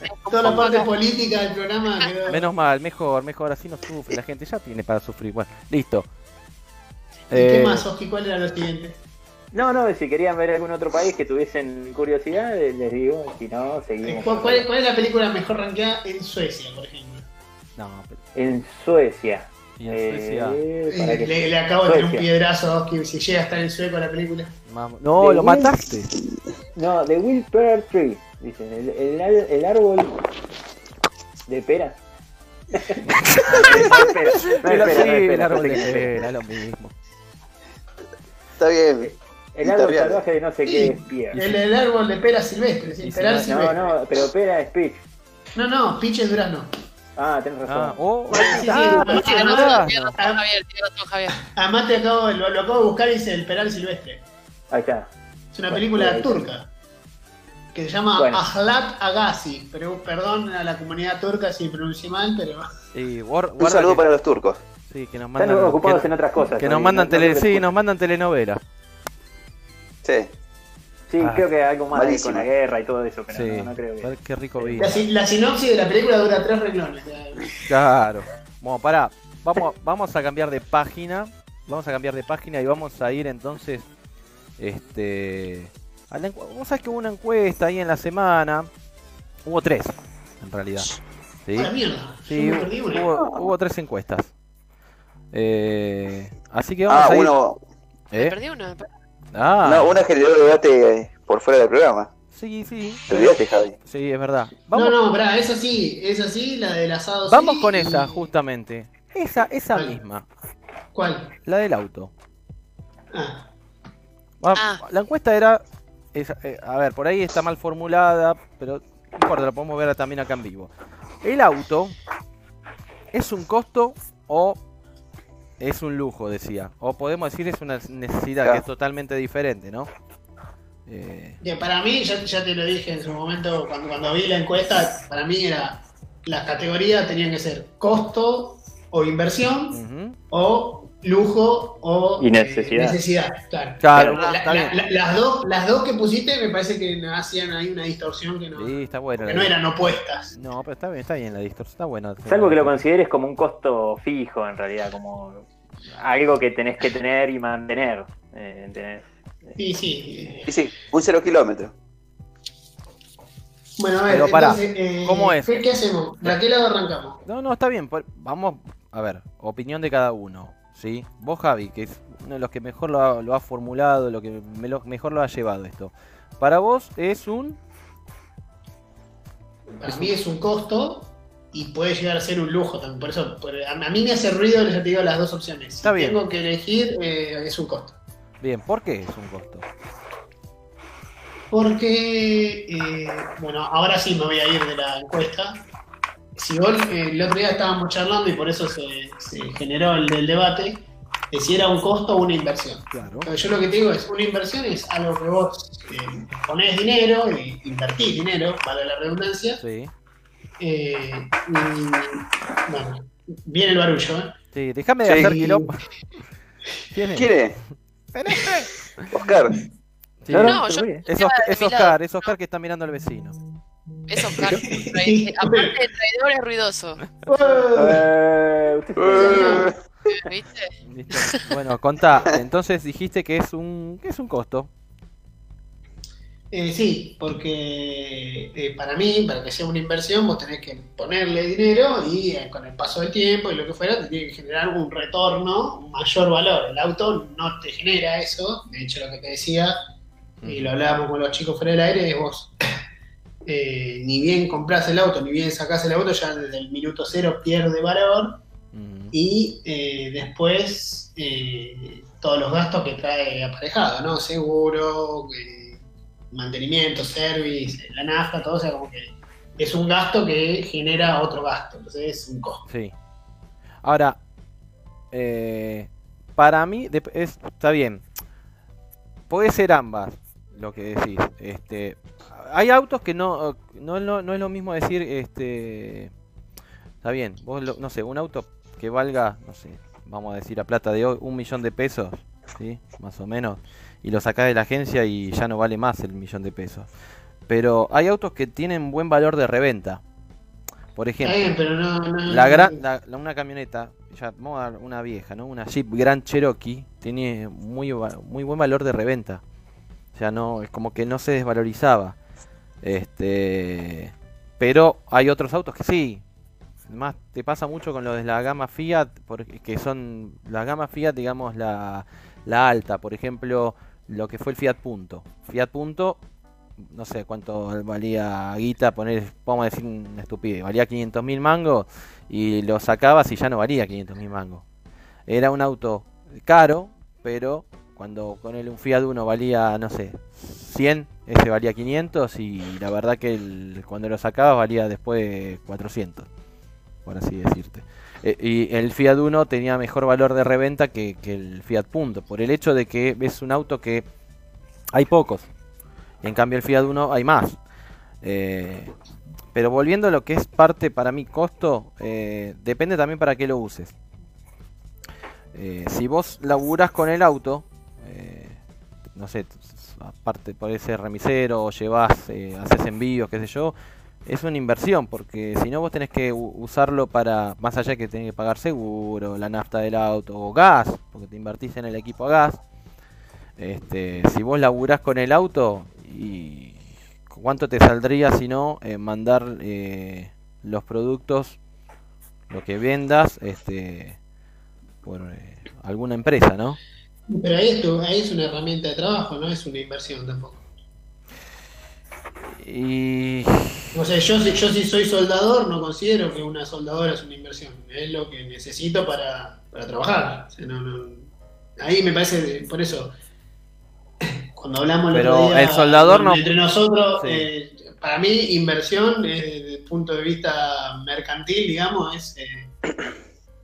D: Me
A: Toda la parte
D: descompongo.
A: política del programa quedó.
F: Menos mal, mejor, mejor. Así no sufre. La gente ya tiene para sufrir. Bueno, listo.
A: ¿Y qué
F: Eh,
A: más, Oski? ¿Cuál era lo siguiente?
C: No, no, si querían ver algún otro país que tuviesen curiosidad, eh, les digo, si no,
A: Eh,
C: seguimos.
A: ¿Cuál, cuál es- cuál es la película mejor rankeada en Suecia, por ejemplo?
F: No, pero-
C: En Suecia.
F: y en
C: Eh,
F: Suecia.
C: para
A: Eh,
C: que-
A: Le, le acabo de tirar un
C: Suecia.
A: piedrazo a Oski si llega a estar en sueco la película.
F: mam- No,
C: ¿De
F: lo
C: Will?
F: mataste.
C: No, The Will Pear Tree, dicen, el, el ar- el árbol de pera. no, espera, no,
F: Pero
C: espera,
F: sí,
C: no, espera,
F: el árbol
C: no,
F: de
C: espera.
F: pera, lo mismo.
B: Está bien.
F: eh,
C: El árbol
B: Italiano.
C: salvaje de no sé qué es pier.
A: El, el árbol de pera silvestre, sí,
F: Y si
A: peral
C: No,
A: silvestre.
C: no, pero pera es peach.
A: No, no, piches durazno.
C: Ah, tenés
F: Ah,
C: razón.
F: oh,
A: Sí, sí, sí,
F: ah,
A: pero
F: piche de
A: no,
F: durazno.
D: Tienes razón, Javier, tienes razón, Javier.
A: Además te acabo, lo, lo acabo de buscar y dice el peral silvestre.
C: Ahí está.
A: Es una
C: Bueno,
A: película
C: ahí está.
A: turca que se llama
C: Bueno.
A: Ahlat Agassi. Pero perdón a la comunidad turca si pronuncié mal, pero
F: Y guar-
B: Un
F: guarda
B: saludo
F: que-
B: para los turcos.
F: Sí, que nos
C: Están
F: mandan.
C: ocupados
F: que,
C: en otras cosas.
F: que nos
C: Javi,
F: mandan
C: no- no
F: tele,
C: te
F: sí,
C: preocupes.
F: nos mandan telenovelas.
B: Sí.
C: Sí,
F: Ah.
C: creo que algo más de-
B: Malísimo.
C: con la guerra y todo eso, pero
F: sí.
C: no, no creo que. Eh,
F: Ver Qué rico vino.
A: la, si- la sinopsis de la película dura tres renglones. o sea,
F: Claro. Bueno, pará. Vamos, vamos a cambiar de página. Vamos a cambiar de página y vamos a ir entonces. Este. A la, encu- vos sabés que hubo una encuesta ahí en la semana. Hubo tres, en realidad. ¿Sí?
A: ¡Para mierda!
F: Sí,
A: Yo me perdí una.
F: hubo, hubo tres encuestas. Eh, así que vamos
B: Ah,
F: a ir.
B: uno,
F: ¿Eh?
D: Perdí una.
F: Ah,
B: no, una generó debate eh, por fuera del programa.
F: sí, sí,
B: Olvídate, Javi.
F: sí, es verdad. Vamos,
A: No, no, pará, es así, es así, la del asado.
F: vamos
A: sí,
F: con
A: y-
F: esa, justamente. Esa, esa
A: Vale.
F: misma,
A: ¿Cuál?
F: la del auto.
A: Ah,
F: Va-
D: Ah.
F: La encuesta era. esa- eh, a ver, por ahí está mal formulada, pero no importa, la podemos ver también acá en vivo. ¿El auto es un costo o es un lujo? Decía. O podemos decir es una necesidad,
B: Claro.
F: que es totalmente diferente, ¿no? Eh,
A: bien, para mí, ya, ya te lo dije en su momento cuando, cuando vi la encuesta, para mí era.
F: Mm.
A: Las categorías tenían que ser costo o inversión
F: ujú.
A: o lujo o eh,
C: Y necesidad.
A: necesidad, claro.
F: Claro,
A: La-
F: está
A: la-
F: bien.
A: la- las, dos, las dos que pusiste me parece que hacían ahí una distorsión que no,
F: Sí, está bueno.
A: que no eran opuestas.
F: No, pero está bien, está bien la distorsión, está buena.
C: Salvo que lo consideres como un costo fijo, en realidad, como algo que tenés que tener y mantener. eh, ¿entendés?
A: Sí, sí. eh,
B: Y sí, un cero kilómetro.
A: Bueno, a ver,
F: Pero pará,
A: entonces, eh,
F: ¿cómo es?
A: ¿qué, qué hacemos? ¿De qué lado arrancamos?
F: No, no, está bien. por- Vamos, a ver, opinión de cada uno, ¿sí? Vos, Javi, que es uno de los que mejor lo ha, lo ha formulado, lo que me lo- mejor lo ha llevado esto. Para vos es un...
A: Para mí es un costo y puede llegar a ser un lujo también. Por eso, por- a, a mí me hace ruido, ya te digo, las dos opciones. Si
F: Está bien.
A: tengo que elegir, eh, es un costo.
F: Bien, ¿por qué es un costo?
A: Porque, eh, bueno, ahora sí me voy a ir de la encuesta. Si vos, eh, el otro día estábamos charlando y por eso se, se generó el, el debate, de si era un costo o una inversión.
F: Claro.
A: Pero Yo lo que te digo es, una inversión es algo que vos eh, ponés dinero, y invertís dinero, para la redundancia,
F: Sí.
A: eh, y, bueno, viene el barullo, ¿eh?
F: Sí, déjame de
B: Sí.
F: hacer quilombo. ¿Quién es?
B: ¿Quién es? Oscar.
F: Sí.
C: Claro,
D: No, yo-
C: mire.
F: Es,
D: Lleva
F: Oscar,
D: de
F: es
D: mi lado.
F: Oscar, es Oscar que está mirando al vecino.
D: Eso, claro. traid- Aparte de traidor es ruidoso.
C: Eh, usted-
B: Eh,
D: ¿Viste?
F: Listo. Bueno, contá. Entonces dijiste que es un que es un costo.
A: Eh, sí, porque eh, para mí, para que sea una inversión, vos tenés que ponerle dinero y eh, con el paso del tiempo y lo que fuera, te tiene que generar un retorno, un mayor valor. El auto no te genera eso. De hecho, lo que te decía, y lo hablábamos con los chicos fuera del aire, es vos. eh, ni bien compras el auto, ni bien sacás el auto, ya desde el minuto cero pierde valor
F: Mm.
A: y eh, después eh, todos los gastos que trae aparejado, ¿no? Seguro, eh, mantenimiento, service, la nafta, todo, o sea, como que es un gasto que genera otro gasto, entonces es un costo.
F: Sí. Ahora, eh, para mí dep- es- está bien. Puede ser ambas, lo que decís. Este, hay autos que no, eh, no, es lo- no es lo mismo decir, este, está bien. Vos lo- no sé, un auto que valga, no sé, vamos a decir a plata de hoy, un millón de pesos, sí, más o menos, y lo sacás de la agencia y ya no vale más el millón de pesos. Pero hay autos que tienen buen valor de reventa. Por
A: Está
F: ejemplo,
A: bien, pero no, no-
F: la
A: no-
F: gran, la- la- una camioneta, ya vamos a dar una vieja, ¿no? Una Jeep Grand Cherokee tiene muy, va- muy buen valor de reventa. O sea, no, es como que no se desvalorizaba. Este, pero hay otros autos que sí. Más te pasa mucho con los de la gama Fiat, porque que son la gama Fiat, digamos la, la alta, por ejemplo, lo que fue el Fiat Punto. Fiat Punto, no sé cuánto valía guita, poner, vamos a decir una estupidez, valía 500 mil mangos y lo sacabas y ya no valía 500 mil mangos. Era un auto caro, pero cuando con el un Fiat Uno valía, no sé, 100, ese valía 500 y la verdad que el- cuando lo sacabas valía después 400, por así decirte. E- Y el Fiat Uno tenía mejor valor de reventa que, que el Fiat Punto, por el hecho de que es un auto que hay pocos. En cambio el Fiat Uno hay más. Eh, pero volviendo a lo que es parte para mí costo, eh, depende también para qué lo uses. Eh, si vos laburás con el auto, eh, no sé, t- s- aparte podés ser remisero o llevas, haces envíos, qué sé yo, es una inversión porque si no vos tenés que u- usarlo para, más allá que tenés que pagar seguro, la nafta del auto o gas, porque te invertís en el equipo a gas. Este, si vos laburás con el auto y ¿Cuánto te saldría si no eh, mandar eh, los productos, lo que vendas, este, por eh, alguna empresa, no?
A: Pero ahí es, tu- ahí es una herramienta de trabajo, no es una inversión tampoco.
F: Y
A: O sea, yo, si- yo si soy soldador, no considero que una soldadora es una inversión, es lo que necesito para, para trabajar. O sea, no- no- ahí me parece, de- por eso, cuando hablamos el
F: Pero
A: otro día
F: el soldador no-
A: entre nosotros,
F: Sí.
A: eh, para mí inversión, eh, desde el punto de vista mercantil, digamos, es eh,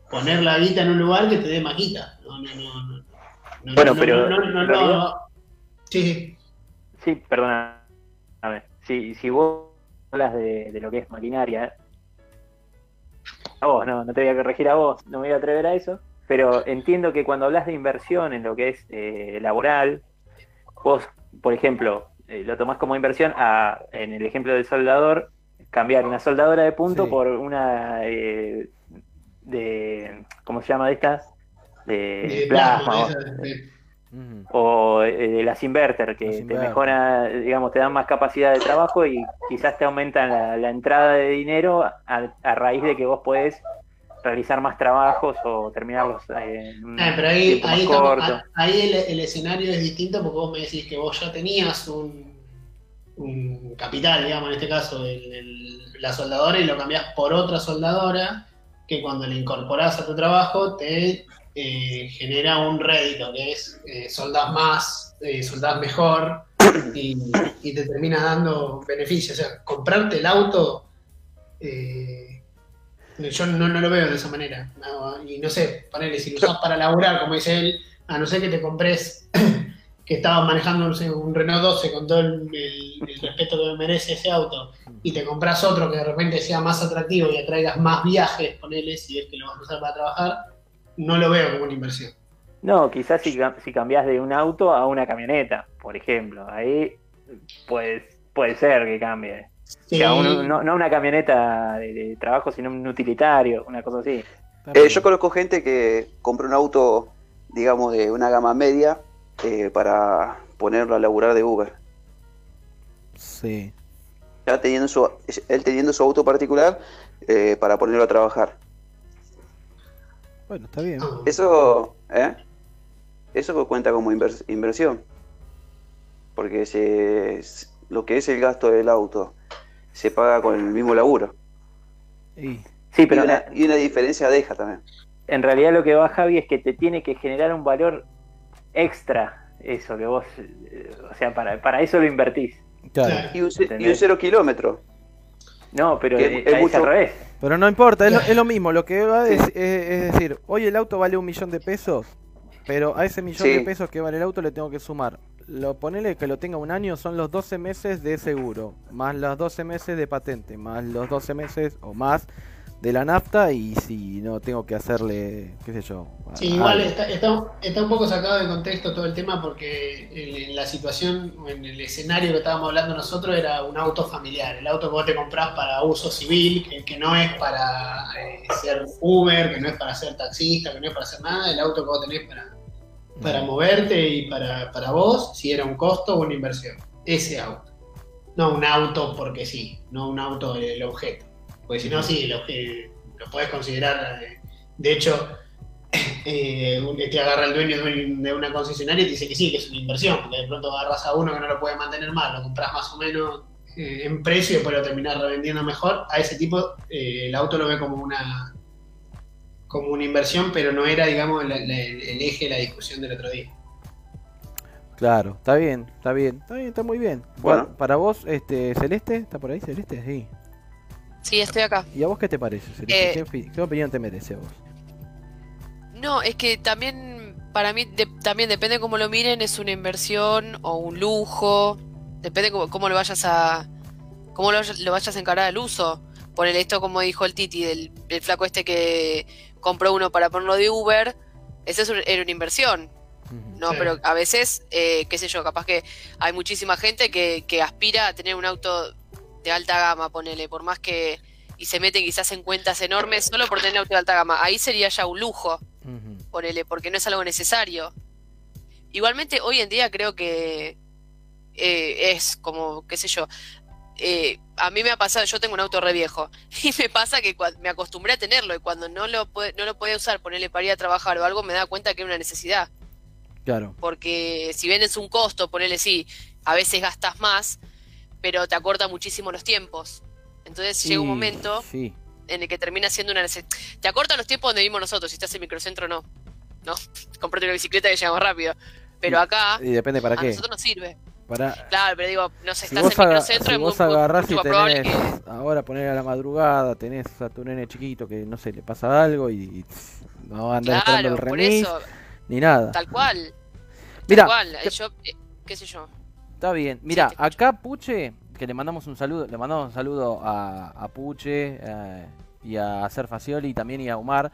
A: poner la guita en un lugar que te dé más guita. No, no, no, no, no,
C: Bueno,
A: no,
C: pero,
A: no, no, no,
C: Rodrigo.
A: no. Sí, sí.
C: Sí, perdona. A ver, si, si vos hablas de, de lo que es eh. maquinaria, a vos, no, no te voy a corregir a vos, no me voy a atrever a eso. pero entiendo que cuando hablas de inversión en lo que es eh, laboral, vos, por ejemplo, eh, lo tomás como inversión a, en el ejemplo del soldador, cambiar una soldadora de punto
F: Sí.
C: por una eh, de, ¿cómo se llama de estas? De
A: Eh,
C: plasma.
A: plasma,
C: o-
A: esa, eh.
F: Ujú.
C: o eh, las inverter que
F: Las
C: te
F: inverter.
C: mejora, digamos, te dan más capacidad de trabajo y quizás te aumentan la, la entrada de dinero a, a raíz de que vos podés realizar más trabajos o terminarlos eh, en un
A: Ah, pero ahí,
C: tiempo más
A: ahí, estamos-
C: corto.
A: ah, ahí el, el escenario es distinto porque vos me decís que vos ya tenías un, un capital, digamos, en este caso, el- el- la soldadora y lo cambiás por otra soldadora que cuando la incorporás a tu trabajo te eh, genera un rédito, que es eh, soldás más, eh, soldás mejor y, y te termina dando beneficios. O sea, comprarte el auto... eh, yo no, no lo veo de esa manera. No, y no sé, ponele, si lo usás para laburar, como dice él, a no ser que te compres que estabas manejando no sé, un Renault 12 con todo el, el- el respeto que merece ese auto y te compras otro que de repente sea más atractivo y atraigas más viajes, ponele, si es que lo vas a usar para trabajar, no lo veo como una inversión.
C: No, quizás si, cam- si cambiás de un auto a una camioneta, por ejemplo, ahí pues, puede ser que cambie. O sea, un- no, no una camioneta de, de trabajo, sino un utilitario, una cosa así.
F: Está
B: Eh,
F: bien.
B: yo conozco gente que compró un auto, digamos, de una gama media eh, para ponerlo a laburar de Uber.
F: Sí.
B: Ya teniendo su, él teniendo su auto particular eh, para ponerlo a trabajar.
F: Bueno, está bien.
A: No.
B: Eso, ¿eh? Eso cuenta como invers- inversión. Porque se, s- lo que es el gasto del auto se paga con el mismo laburo.
F: Y,
C: Sí, pero
B: y, una, y una diferencia deja también.
C: en realidad lo que va Javi es que te tiene que generar un valor extra eso que vos eh, o sea para, para eso lo invertís
F: claro.
B: Y un, ce- y un
C: Entendés.
B: cero kilómetro.
C: no pero
B: Que
C: eh,
B: es
C: es,
B: mucho-
C: al revés
F: Pero no importa, es lo, es lo mismo. Lo que va es, es- es decir, hoy el auto vale un millón de pesos, pero a ese millón
B: Sí.
F: de pesos que vale el auto le tengo que sumar. Lo ponele que lo tenga un año, son los 12 meses de seguro, más los 12 meses de patente, más los 12 meses o más de la nafta y si no tengo que hacerle, qué sé yo. a-
A: Sí, igual
F: algo.
A: está, está- está un poco sacado de contexto todo el tema porque en, en la situación, o en el escenario que estábamos hablando nosotros era un auto familiar, el auto que vos te comprás para uso civil, que, que no es para eh, ser Uber, que no es para ser taxista, que no es para hacer nada, el auto que vos tenés para,
F: Mm.
A: para moverte y para, para vos, si era un costo o una inversión, ese auto. No un auto porque sí, no un auto el objeto, porque si no, sí, lo, eh, lo puedes considerar, eh, de hecho eh, un- te agarra el dueño de un- de una concesionaria y te dice que sí, que es una inversión, porque de pronto agarras a uno que no lo puede mantener más, lo compras más o menos eh, en precio y después lo terminás revendiendo mejor. A ese tipo eh, el auto lo ve como una como una inversión, pero no era, digamos, la- la- el eje de la discusión del otro día.
F: Claro, está bien, está bien, está bien, está muy bien.
B: Bueno.
F: Pa- Para vos, este, Celeste, ¿está por ahí Celeste? Sí.
D: Sí, estoy acá.
F: ¿Y a vos qué te parece, Celeste?
D: Eh.
F: ¿Qué opi- ¿Qué opinión te merece a vos?
D: No, es que también, para mí, de- también depende cómo lo miren, es una inversión o un lujo, depende cómo, cómo lo vayas a, cómo lo, vayas- lo vayas a encarar al uso. Poner esto, como dijo el Titi, del, del flaco este que compró uno para ponerlo de Uber, esa es un- era una inversión,
F: Ujú.
D: ¿no?
A: Sí.
D: Pero a veces, eh, qué sé yo, capaz que hay muchísima gente que, que aspira a tener un auto de alta gama, ponele, por más que... Y se mete quizás en cuentas enormes solo por tener un auto de alta gama. Ahí sería ya un lujo
F: Ujú.
D: ponele, porque no es algo necesario. Igualmente, hoy en día creo que eh, es como, qué sé yo, eh, a mí me ha pasado, yo tengo un auto re viejo, y me pasa que cua- me acostumbré a tenerlo, y cuando no lo, pue- no lo podía usar, ponerle para ir a trabajar o algo, me daba cuenta que era una necesidad,
F: Claro.
D: porque si bien es un costo, ponerle sí, a veces gastas más, pero te acorta muchísimo los tiempos. Entonces llega un
F: Y-
D: momento
F: Sí.
D: en el que termina siendo una necesidad. Te acortan los tiempos donde vivimos nosotros, si estás en microcentro no. No, comprate una bicicleta que llegamos rápido. Pero acá
F: Y depende para
D: a
F: qué.
D: Ah, nosotros nos sirve.
F: Para...
D: Claro, pero digo, no sé,
F: Si
D: estás
F: vos,
D: en
F: aga-
D: microcentro
F: si
D: es
F: vos
D: muy, muy-
F: agarrás
D: mucho
F: y
D: más probable
F: tenés,
D: que
F: ahora poner a la madrugada, tenés a tu nene chiquito que no sé, le pasa algo y, y no va a andar esperando
D: Claro,
F: el
D: por
F: remis
D: eso,
F: ni nada.
D: tal cual, tal
F: Mira,
D: cual. Yo, eh, qué sé yo.
F: Está bien. Mira,
D: te escucho.
F: acá Puche, que le mandamos un saludo, le mandamos un saludo a, a Puche eh, y a Ser Facioli y también y a Omar.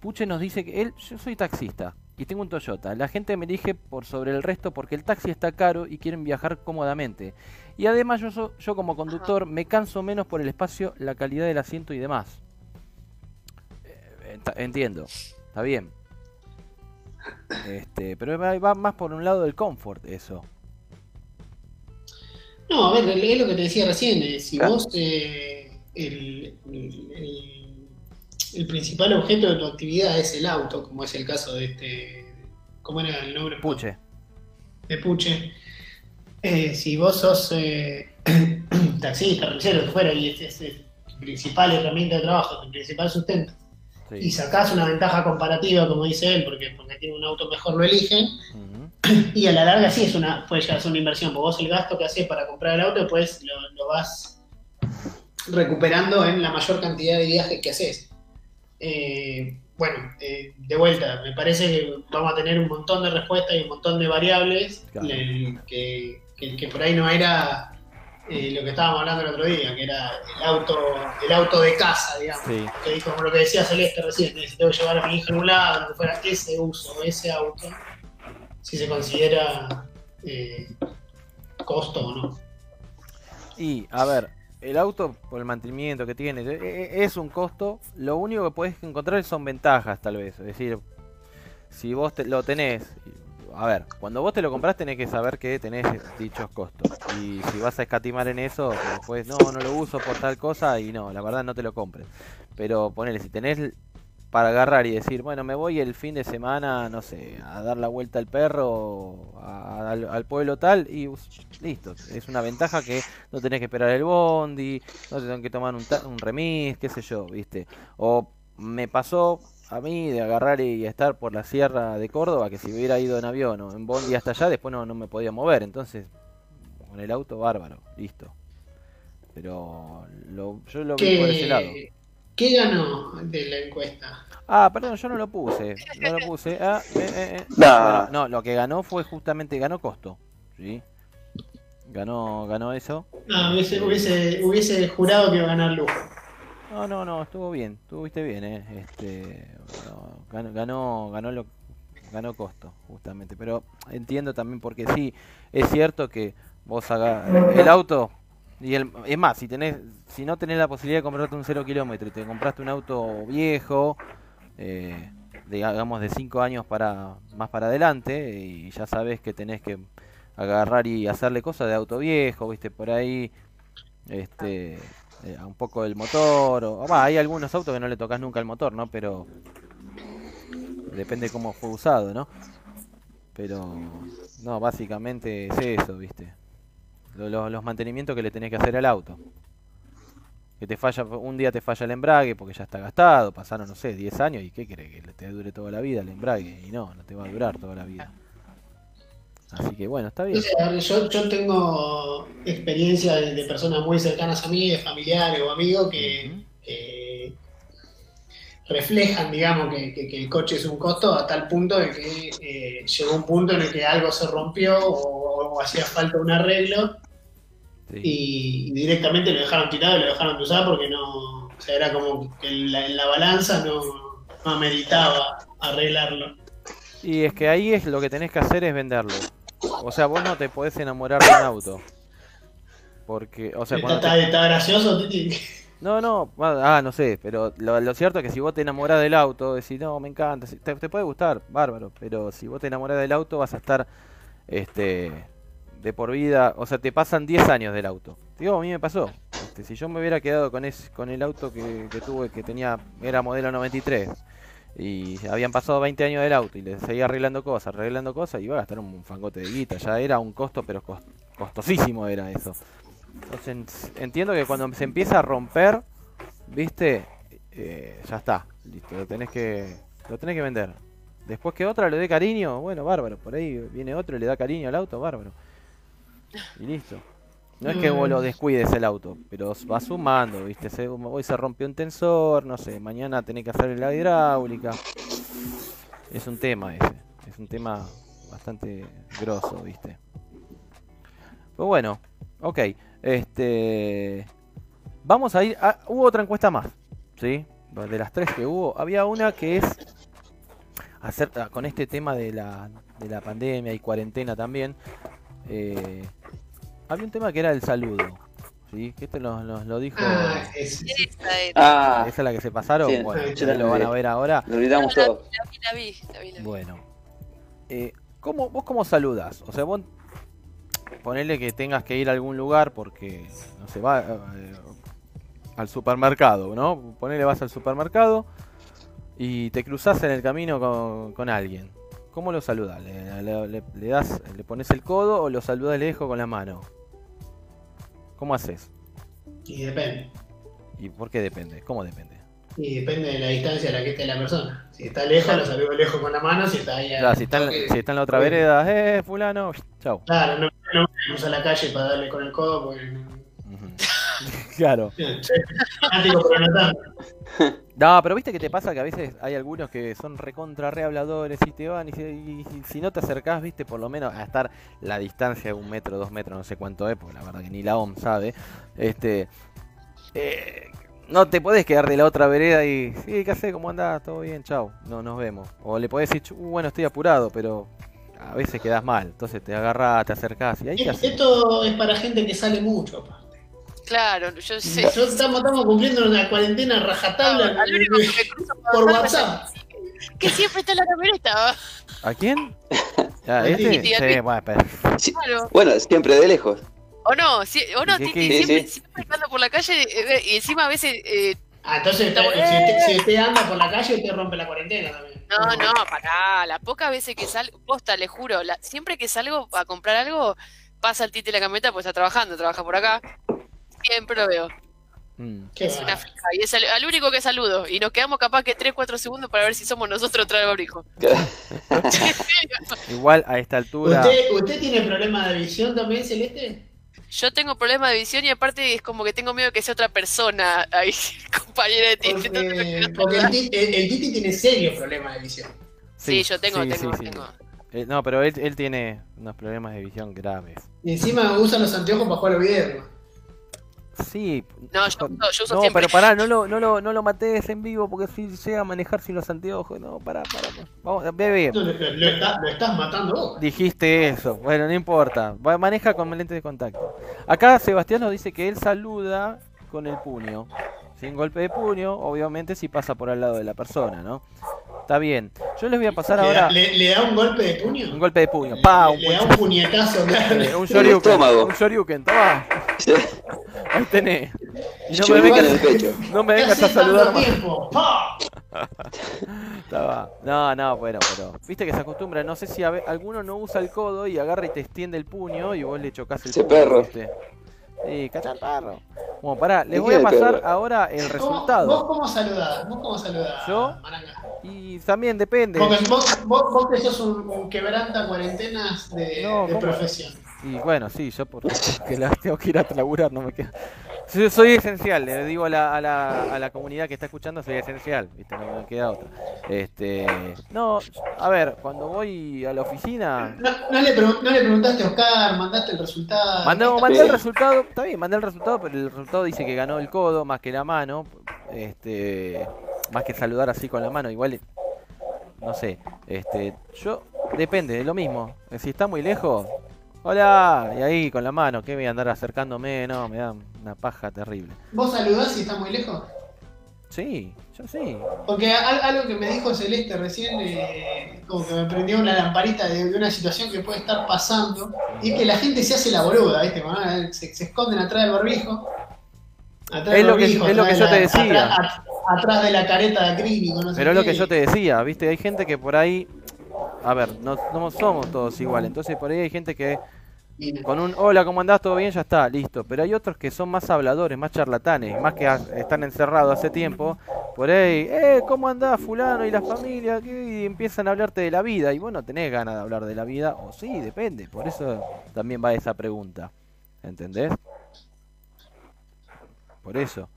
F: Puche nos dice que él, yo soy taxista y tengo un Toyota. La gente me elige por sobre el resto porque el taxi está caro y quieren viajar cómodamente. Y además yo, so- yo como conductor me canso menos por el espacio, la calidad del asiento y demás. Eh, ent- Entiendo, está bien. Este, pero va, va más por un lado del confort eso.
A: No, a ver, es lo que te decía recién. eh, si
B: Claro.
A: vos eh, el, el- el- el principal objeto de tu actividad es el auto, como es el caso de este. ¿Cómo era el nombre?
F: Puche.
A: De Puche. Eh, si vos sos eh, taxista, revisero, lo que fuera, y es, es- es tu principal herramienta de trabajo, tu principal sustento, y
F: Sí.
A: sacás una ventaja comparativa, como dice él, porque, porque tiene un auto mejor lo eligen,
F: Ujú.
A: y a la larga sí es una, puede llegar a ser una inversión, porque vos el gasto que haces para comprar el auto, pues lo, lo vas recuperando en la mayor cantidad de viajes que haces. Eh, bueno, eh, de vuelta, me parece que vamos a tener un montón de respuestas y un montón de variables
F: Claro.
A: eh, que, que- que por ahí no era eh, lo que estábamos hablando el otro día, que era el auto, el auto de casa, digamos
F: Sí.
A: que dijo, como lo que decía Celeste recién, eh, si tengo que llevar a mi hija a un lado, lo que fuera, ese uso, ese auto, si se considera eh, costo o no.
F: Y, a ver, el auto, por el mantenimiento que tiene, e- e- es un costo. Lo único que podés encontrar son ventajas, tal vez. Es decir, si vos te- lo tenés. A ver, cuando vos te lo comprás tenés que saber que tenés dichos costos. Y si vas a escatimar en eso, después no, no lo uso por tal cosa y no, la verdad no te lo compres. Pero ponele, si tenés para agarrar y decir, bueno, me voy el fin de semana, no sé, a dar la vuelta al perro, a- al, al pueblo tal, y us- listo. Es una ventaja que no tenés que esperar el bondi, no te tenés que tomar un, ta- un remis, qué sé yo, ¿viste? O me pasó a mí de agarrar y estar por la sierra de Córdoba, que si hubiera ido en avión o en bondi hasta allá, después no, no me podía mover, entonces con el auto bárbaro, listo. Pero lo- yo lo vi por ese lado.
A: ¿Qué, qué ganó de la encuesta?
F: Ah, perdón, yo no lo puse. No lo puse. Ah, eh, eh, eh.
B: Nah.
F: Bueno, no, lo que ganó fue justamente, ganó costo. ¿Sí? Ganó, ganó eso.
A: No, Ah, hubiese, hubiese, hubiese jurado que iba a ganar lujo.
F: No, no, no, estuvo bien, estuviste bien, eh. Este, no, ganó, ganó, ganó lo, ganó costo, justamente. Pero entiendo también porque sí, es cierto que vos hagas el auto y el, es más, si tenés, si no tenés la posibilidad de comprarte un cero kilómetro y te compraste un auto viejo, eh, digamos de cinco años para más para adelante y ya sabes que tenés que agarrar y hacerle cosas de auto viejo, viste por ahí, este eh, a un poco del motor. O, o va, hay algunos autos que no le tocas nunca el motor, ¿no? Pero depende cómo fue usado, ¿no? Pero no, básicamente es eso, ¿viste? Lo- lo- los mantenimientos que le tenés que hacer al auto. Que te falla, un día te falla el embrague porque ya está gastado, pasaron, no sé, 10 años y ¿qué crees? Que te dure toda la vida el embrague. Y no, no te va a durar toda la vida. Así que bueno, está
A: O
F: bien.
A: sea, yo, yo tengo experiencia de, de personas muy cercanas a mí, de familiares o amigos que,
F: Ujú.
A: que reflejan, digamos, que, que- que el coche es un costo a tal punto de que eh, llegó un punto en el que algo se rompió o, o hacía falta un arreglo
F: Sí.
A: y directamente lo dejaron tirado y lo dejaron de usar porque no, o sea, era como que en la, en la balanza no, no ameritaba arreglarlo.
F: Y es que ahí es lo que tenés que hacer es venderlo. O sea, vos no te podés enamorar de un auto. Porque, o sea,
A: ¿Está,
F: cuando te-
A: está- está gracioso, Titi?
F: No, no, ah, no sé, pero lo, lo cierto es que si vos te enamorás del auto, decís, no, me encanta, sí, te, te puede gustar, bárbaro, pero si vos te enamorás del auto vas a estar, este, de por vida, o sea, te pasan 10 años del auto. Te Digo, a mí me pasó, este, si yo me hubiera quedado con, es, con el auto que, que tuve, que tenía, era modelo 93, y habían pasado 20 años del auto y le seguía arreglando cosas, arreglando cosas, iba a gastar un fangote de guita, ya era un costo, pero cos- costosísimo era eso. Entonces en- entiendo que cuando se empieza a romper, viste, Eh, ya está, listo, lo tenés que, lo tenés que vender. Después que otra le dé cariño, bueno, bárbaro, por ahí viene otro y le da cariño al auto, bárbaro. Y listo. No es que vos lo descuides el auto, pero va sumando, viste, se, hoy se rompió un tensor, no sé, mañana tenés que hacer la hidráulica. Es un tema ese, es un tema bastante grosso, viste. Pero bueno, ok, este... Vamos a ir. a- hubo otra encuesta más. ¿Sí? De las tres que hubo. Había una que es acerca, con este tema de la, de la pandemia y cuarentena también, eh, había un tema que era el saludo. ¿sí? Que esto nos nos lo dijo.
A: Ah, es, es-
D: Esa era.
B: Ah,
F: ¿Esa es la que se pasaron?
B: Sí,
F: bueno,
A: sí,
F: ya lo van a ver ahora.
B: lo olvidamos
D: la,
B: todos.
D: la vi, la vi, la vi, la vi.
F: Bueno. Eh, ¿cómo, ¿Vos cómo saludas? O sea, vos ponele que tengas que ir a algún lugar porque, no sé, va eh, al supermercado, ¿no? Ponele vas al supermercado y te cruzas en el camino con, con alguien. ¿Cómo lo saludas? ¿Le, le- le- le das, ¿Le pones el codo o lo saludas lejos con la mano? ¿Cómo haces?
A: Y depende.
F: ¿Y por qué depende? ¿Cómo depende?
A: Y depende de la distancia a la que esté la persona. Si está lejos, lo saludo lejos con la mano. Si está ahí. al
F: Claro, si, está en,
A: toque-
F: si está en la otra vereda, ¡eh, fulano! ¡Chao!
A: Claro, no, no me cruzo la calle para darle con el codo porque. no-
F: Claro.
A: Fanático, pero no tanto.
F: No, pero viste que te pasa que a veces hay algunos que son recontra rehabladores y te van y si, y- y si no te acercás, viste, por lo menos a estar la distancia de un metro, dos metros, no sé cuánto es, porque la verdad que ni la OM sabe, este, eh, no te podés quedar de la otra vereda y, sí, ¿qué haces? ¿Cómo andás? ¿Todo bien? Chao, no, nos vemos. O le podés decir, "Chu, bueno, estoy apurado, pero a veces quedás mal, entonces te agarrás, te acercás y ahí te haces.
A: Esto es para gente que sale mucho, aparte.
D: Claro, yo sé.
A: Yo estamos, estamos cumpliendo una cuarentena rajatabla
D: Ah, Al único que me cruzo
A: eh, por
D: pasar es
A: WhatsApp.
D: a- Que siempre está en la camioneta.
F: ¿A quién? ¿A
A: Al
F: este?
A: Titi,
D: al Titi.
F: Sí, bueno, pero-
B: Sí,
D: Claro.
B: Bueno, siempre de lejos.
D: O no, sí, o no,
F: ¿Qué-
D: Titi,
F: qué-
D: siempre,
B: sí, sí.
D: siempre ando por la calle eh, y encima a veces. eh,
A: Ah, entonces
D: Está bueno.
A: si, usted, si usted anda por la calle, usted rompe la cuarentena también.
D: no, no, pará. Las pocas veces que salgo, posta, le juro, la- siempre que salgo a comprar algo, pasa el Titi en la camioneta pues está trabajando, trabaja por acá. Siempre lo veo.
F: Mm.
A: Qué
D: Es una
A: bárbaro.
D: fija. Y es al, al único que saludo. Y nos quedamos capaz que 3-4 segundos para ver si somos nosotros otra vez abrigo.
F: Igual a esta altura...
A: ¿Usted, ¿Usted tiene problema de visión también, Celeste?
D: Yo tengo problema de visión y aparte es como que tengo miedo que sea otra persona ahí, compañera de Titi. entonces me
A: Porque,
D: quiero
A: porque el,
D: saludar.
A: Titi- el- el Titi tiene serios problemas de visión.
D: Sí, yo tengo,
F: sí,
D: tengo,
F: sí, sí.
D: tengo.
F: Eh, no, pero él, él tiene unos problemas de visión graves.
A: Y encima usa los anteojos para jugar al video.
F: Sí.
D: No, yo uso- yo uso
F: no,
D: siempre.
F: pero pará, no lo, no, lo, no lo mates en vivo porque si llega a manejar sin los anteojos. No, pará, pará. pará. Vamos, bebé,
A: No, lo, lo- lo está- lo estás matando vos.
F: dijiste eso. Bueno, no importa. Va- Maneja con lentes de contacto. Acá Sebastián nos dice que él saluda con el puño. Sin golpe de puño, obviamente si pasa por al lado de la persona, ¿no? Está bien. Yo les voy a pasar
A: Le da,
F: ahora
A: le- le da un golpe de puño.
F: un golpe de puño. Pa,
A: Le-
F: un
A: le, da un puñetazo, claro.
F: Eh, un
B: En el
F: shoryuken,
B: estómago.
F: un shoryuken, toma. Ahí tenés. Y no
B: Yo
F: me
B: me en el
F: vengas,
B: pecho.
F: no me vengas
A: Casi
F: a saludar
A: tanto
F: más.
A: tiempo. ¡Pa!
F: Estaba- No, no, bueno, pero viste que se acostumbra. No sé si a ve- alguno no usa el codo y agarra y te extiende el puño y vos le chocás el
B: Ese
F: puño,
B: perro.
F: ¿viste? Sí, cachá el perro. Bueno, pará, les
B: ¿Y
F: voy
B: qué
F: a
B: de
F: pasar
B: perro?
F: ahora el
A: ¿Cómo- ¿Vos
F: resultado.
A: cómo saludás? ¿Vos cómo saludás?
F: Yo,
A: Maranga?
F: Y también depende.
A: Porque vos, vos, vos que sos un, un quebranta cuarentenas de,
F: No,
A: de
F: ¿cómo?
A: profesión.
F: Y bueno, sí, yo porque que la tengo que ir a laburar, no me queda. Yo soy esencial, le digo a la, a la, a la comunidad que está escuchando, soy esencial, ¿viste? no me queda otra. Este, no, a ver, cuando voy a la oficina,
A: No, no le pregun- no le preguntaste a Oscar, mandaste el resultado.
F: mandé,
A: ¿Qué
F: mandé
A: tal?
F: el resultado, está bien, mandé el resultado, pero el resultado dice que ganó el codo más que la mano, este, más que saludar así con la mano, igual, no sé, este, yo, depende, es lo mismo, si está muy lejos, hola, y ahí con la mano, que voy a andar acercándome, no, me da una paja terrible.
A: ¿Vos saludás si está muy lejos?
F: Sí, yo sí.
A: Porque al- algo que me dijo Celeste recién, eh, como que me prendió una lamparita de, de una situación que puede estar pasando, y es que la gente se hace la boluda, ¿viste? Como, ah, Se, se esconden atrás del barbijo. Atrás
F: Es lo que- es lo
A: atrás
F: que yo
A: de
F: te decía.
A: Atrás, at- atrás de la careta de acrílico, no sé
F: Pero es lo que
A: qué.
F: yo te decía, viste, hay gente que por ahí, a ver, no, no somos todos iguales, entonces por ahí hay gente que
A: Y no.
F: con un hola, ¿cómo andás? ¿Todo bien? Ya está, listo. Pero hay otros que son más habladores, más charlatanes, más que ha- están encerrados hace tiempo, por ahí, eh, ¿cómo andás fulano y la familia? ¿Qué? Y empiezan a hablarte de la vida y vos no tenés ganas de hablar de la vida, o sí, depende, por eso también va esa pregunta, ¿entendés? Por eso.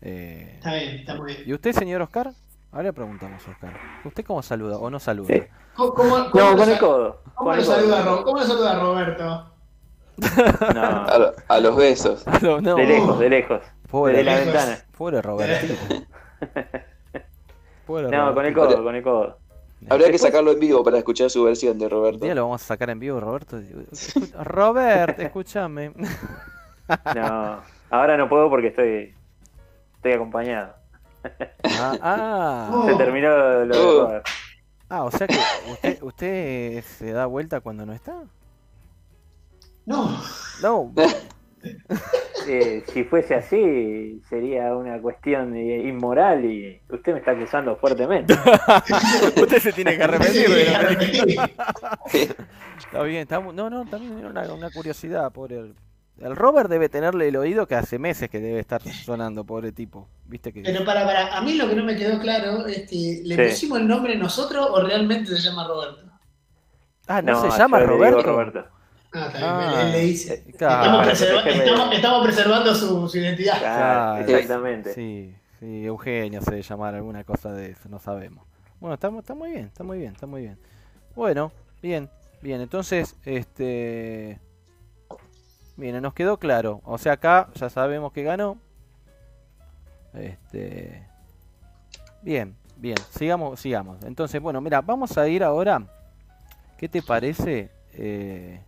F: Eh,
A: Está bien, está muy bien.
F: ¿Y usted, señor Oscar? Ahora preguntamos, Oscar. ¿Usted cómo saluda o no saluda?
C: Sí.
A: ¿Cómo, cómo- cómo
C: No,
A: lo
C: con el
A: sal-
C: codo.
A: ¿Cómo
C: Con
A: lo
C: el
A: saluda,
C: codo.
A: Ro- cómo lo saluda Roberto?
C: No,
B: A, lo- a los besos.
F: No, no.
C: de lejos, de lejos.
F: Pobre,
C: De la
A: lejos.
C: ventana.
F: pobre Robertito. Pobre
C: No, con el
F: Robertito.
C: codo, con el codo.
B: Habría que sacarlo en vivo para escuchar su versión de
F: Un
B: Roberto.
F: día lo vamos a sacar en vivo, Roberto. Escu- Robert, escúchame.
C: No, ahora no puedo porque estoy, estoy acompañado.
F: Ah, ah,
C: Se terminó lo de
B: Oh.
C: Robert.
F: Ah, o sea que usted, usted se da vuelta cuando no está.
A: No,
F: No,
C: Eh, si fuese así, sería una cuestión eh, inmoral y usted me está acusando fuertemente.
F: usted se tiene que arrepentir. de lo que dijo.
A: Sí,
F: Está bien, está mu- no, no, también era una, una curiosidad por el... El Robert debe tenerle el oído que hace meses que debe estar sonando, pobre tipo. Viste que...
A: Pero para, para, a mí lo que no me quedó claro es que le
C: Sí.
A: pusimos el nombre nosotros o realmente se llama Roberto.
F: Ah, ¿no,
C: yo
F: se llama
C: le digo
F: Roberto?
A: Ah, está bien,
F: Ah,
A: él, él le dice.
F: eh,
A: Estamos,
F: claro,
C: pero
A: preserva-
C: déjeme-
A: estamos- estamos preservando su, su identidad.
C: Claro,
F: Claro.
C: Ah, exactamente.
F: Sí, sí, Eugenio se debe llamar alguna cosa de eso, no sabemos. Bueno, está, mu- está muy bien, está muy bien, está muy bien. Bueno, bien, bien, entonces, este... Bien, nos quedó claro. O sea, acá ya sabemos que ganó. Este... Bien, bien, sigamos, sigamos. Entonces, bueno, mira, vamos a ir ahora. ¿Qué te parece eh,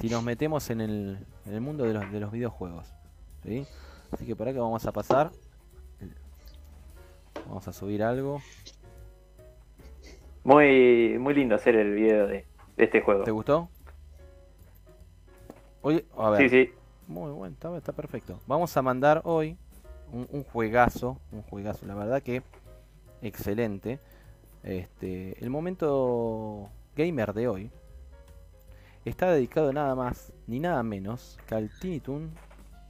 F: si nos metemos en el, en el mundo de los, de los videojuegos? ¿Sí? Así que para que vamos a pasar. Vamos a subir algo.
C: Muy, muy lindo hacer el video de, de este
F: ¿Te
C: juego.
F: gustó? Oye, a
C: Sí,
F: ver.
C: sí.
F: Muy bueno, está, está perfecto. Vamos a mandar hoy un, un juegazo, un juegazo, la verdad que excelente. Este, el momento gamer de hoy está dedicado nada más ni nada menos que al Tiny Toon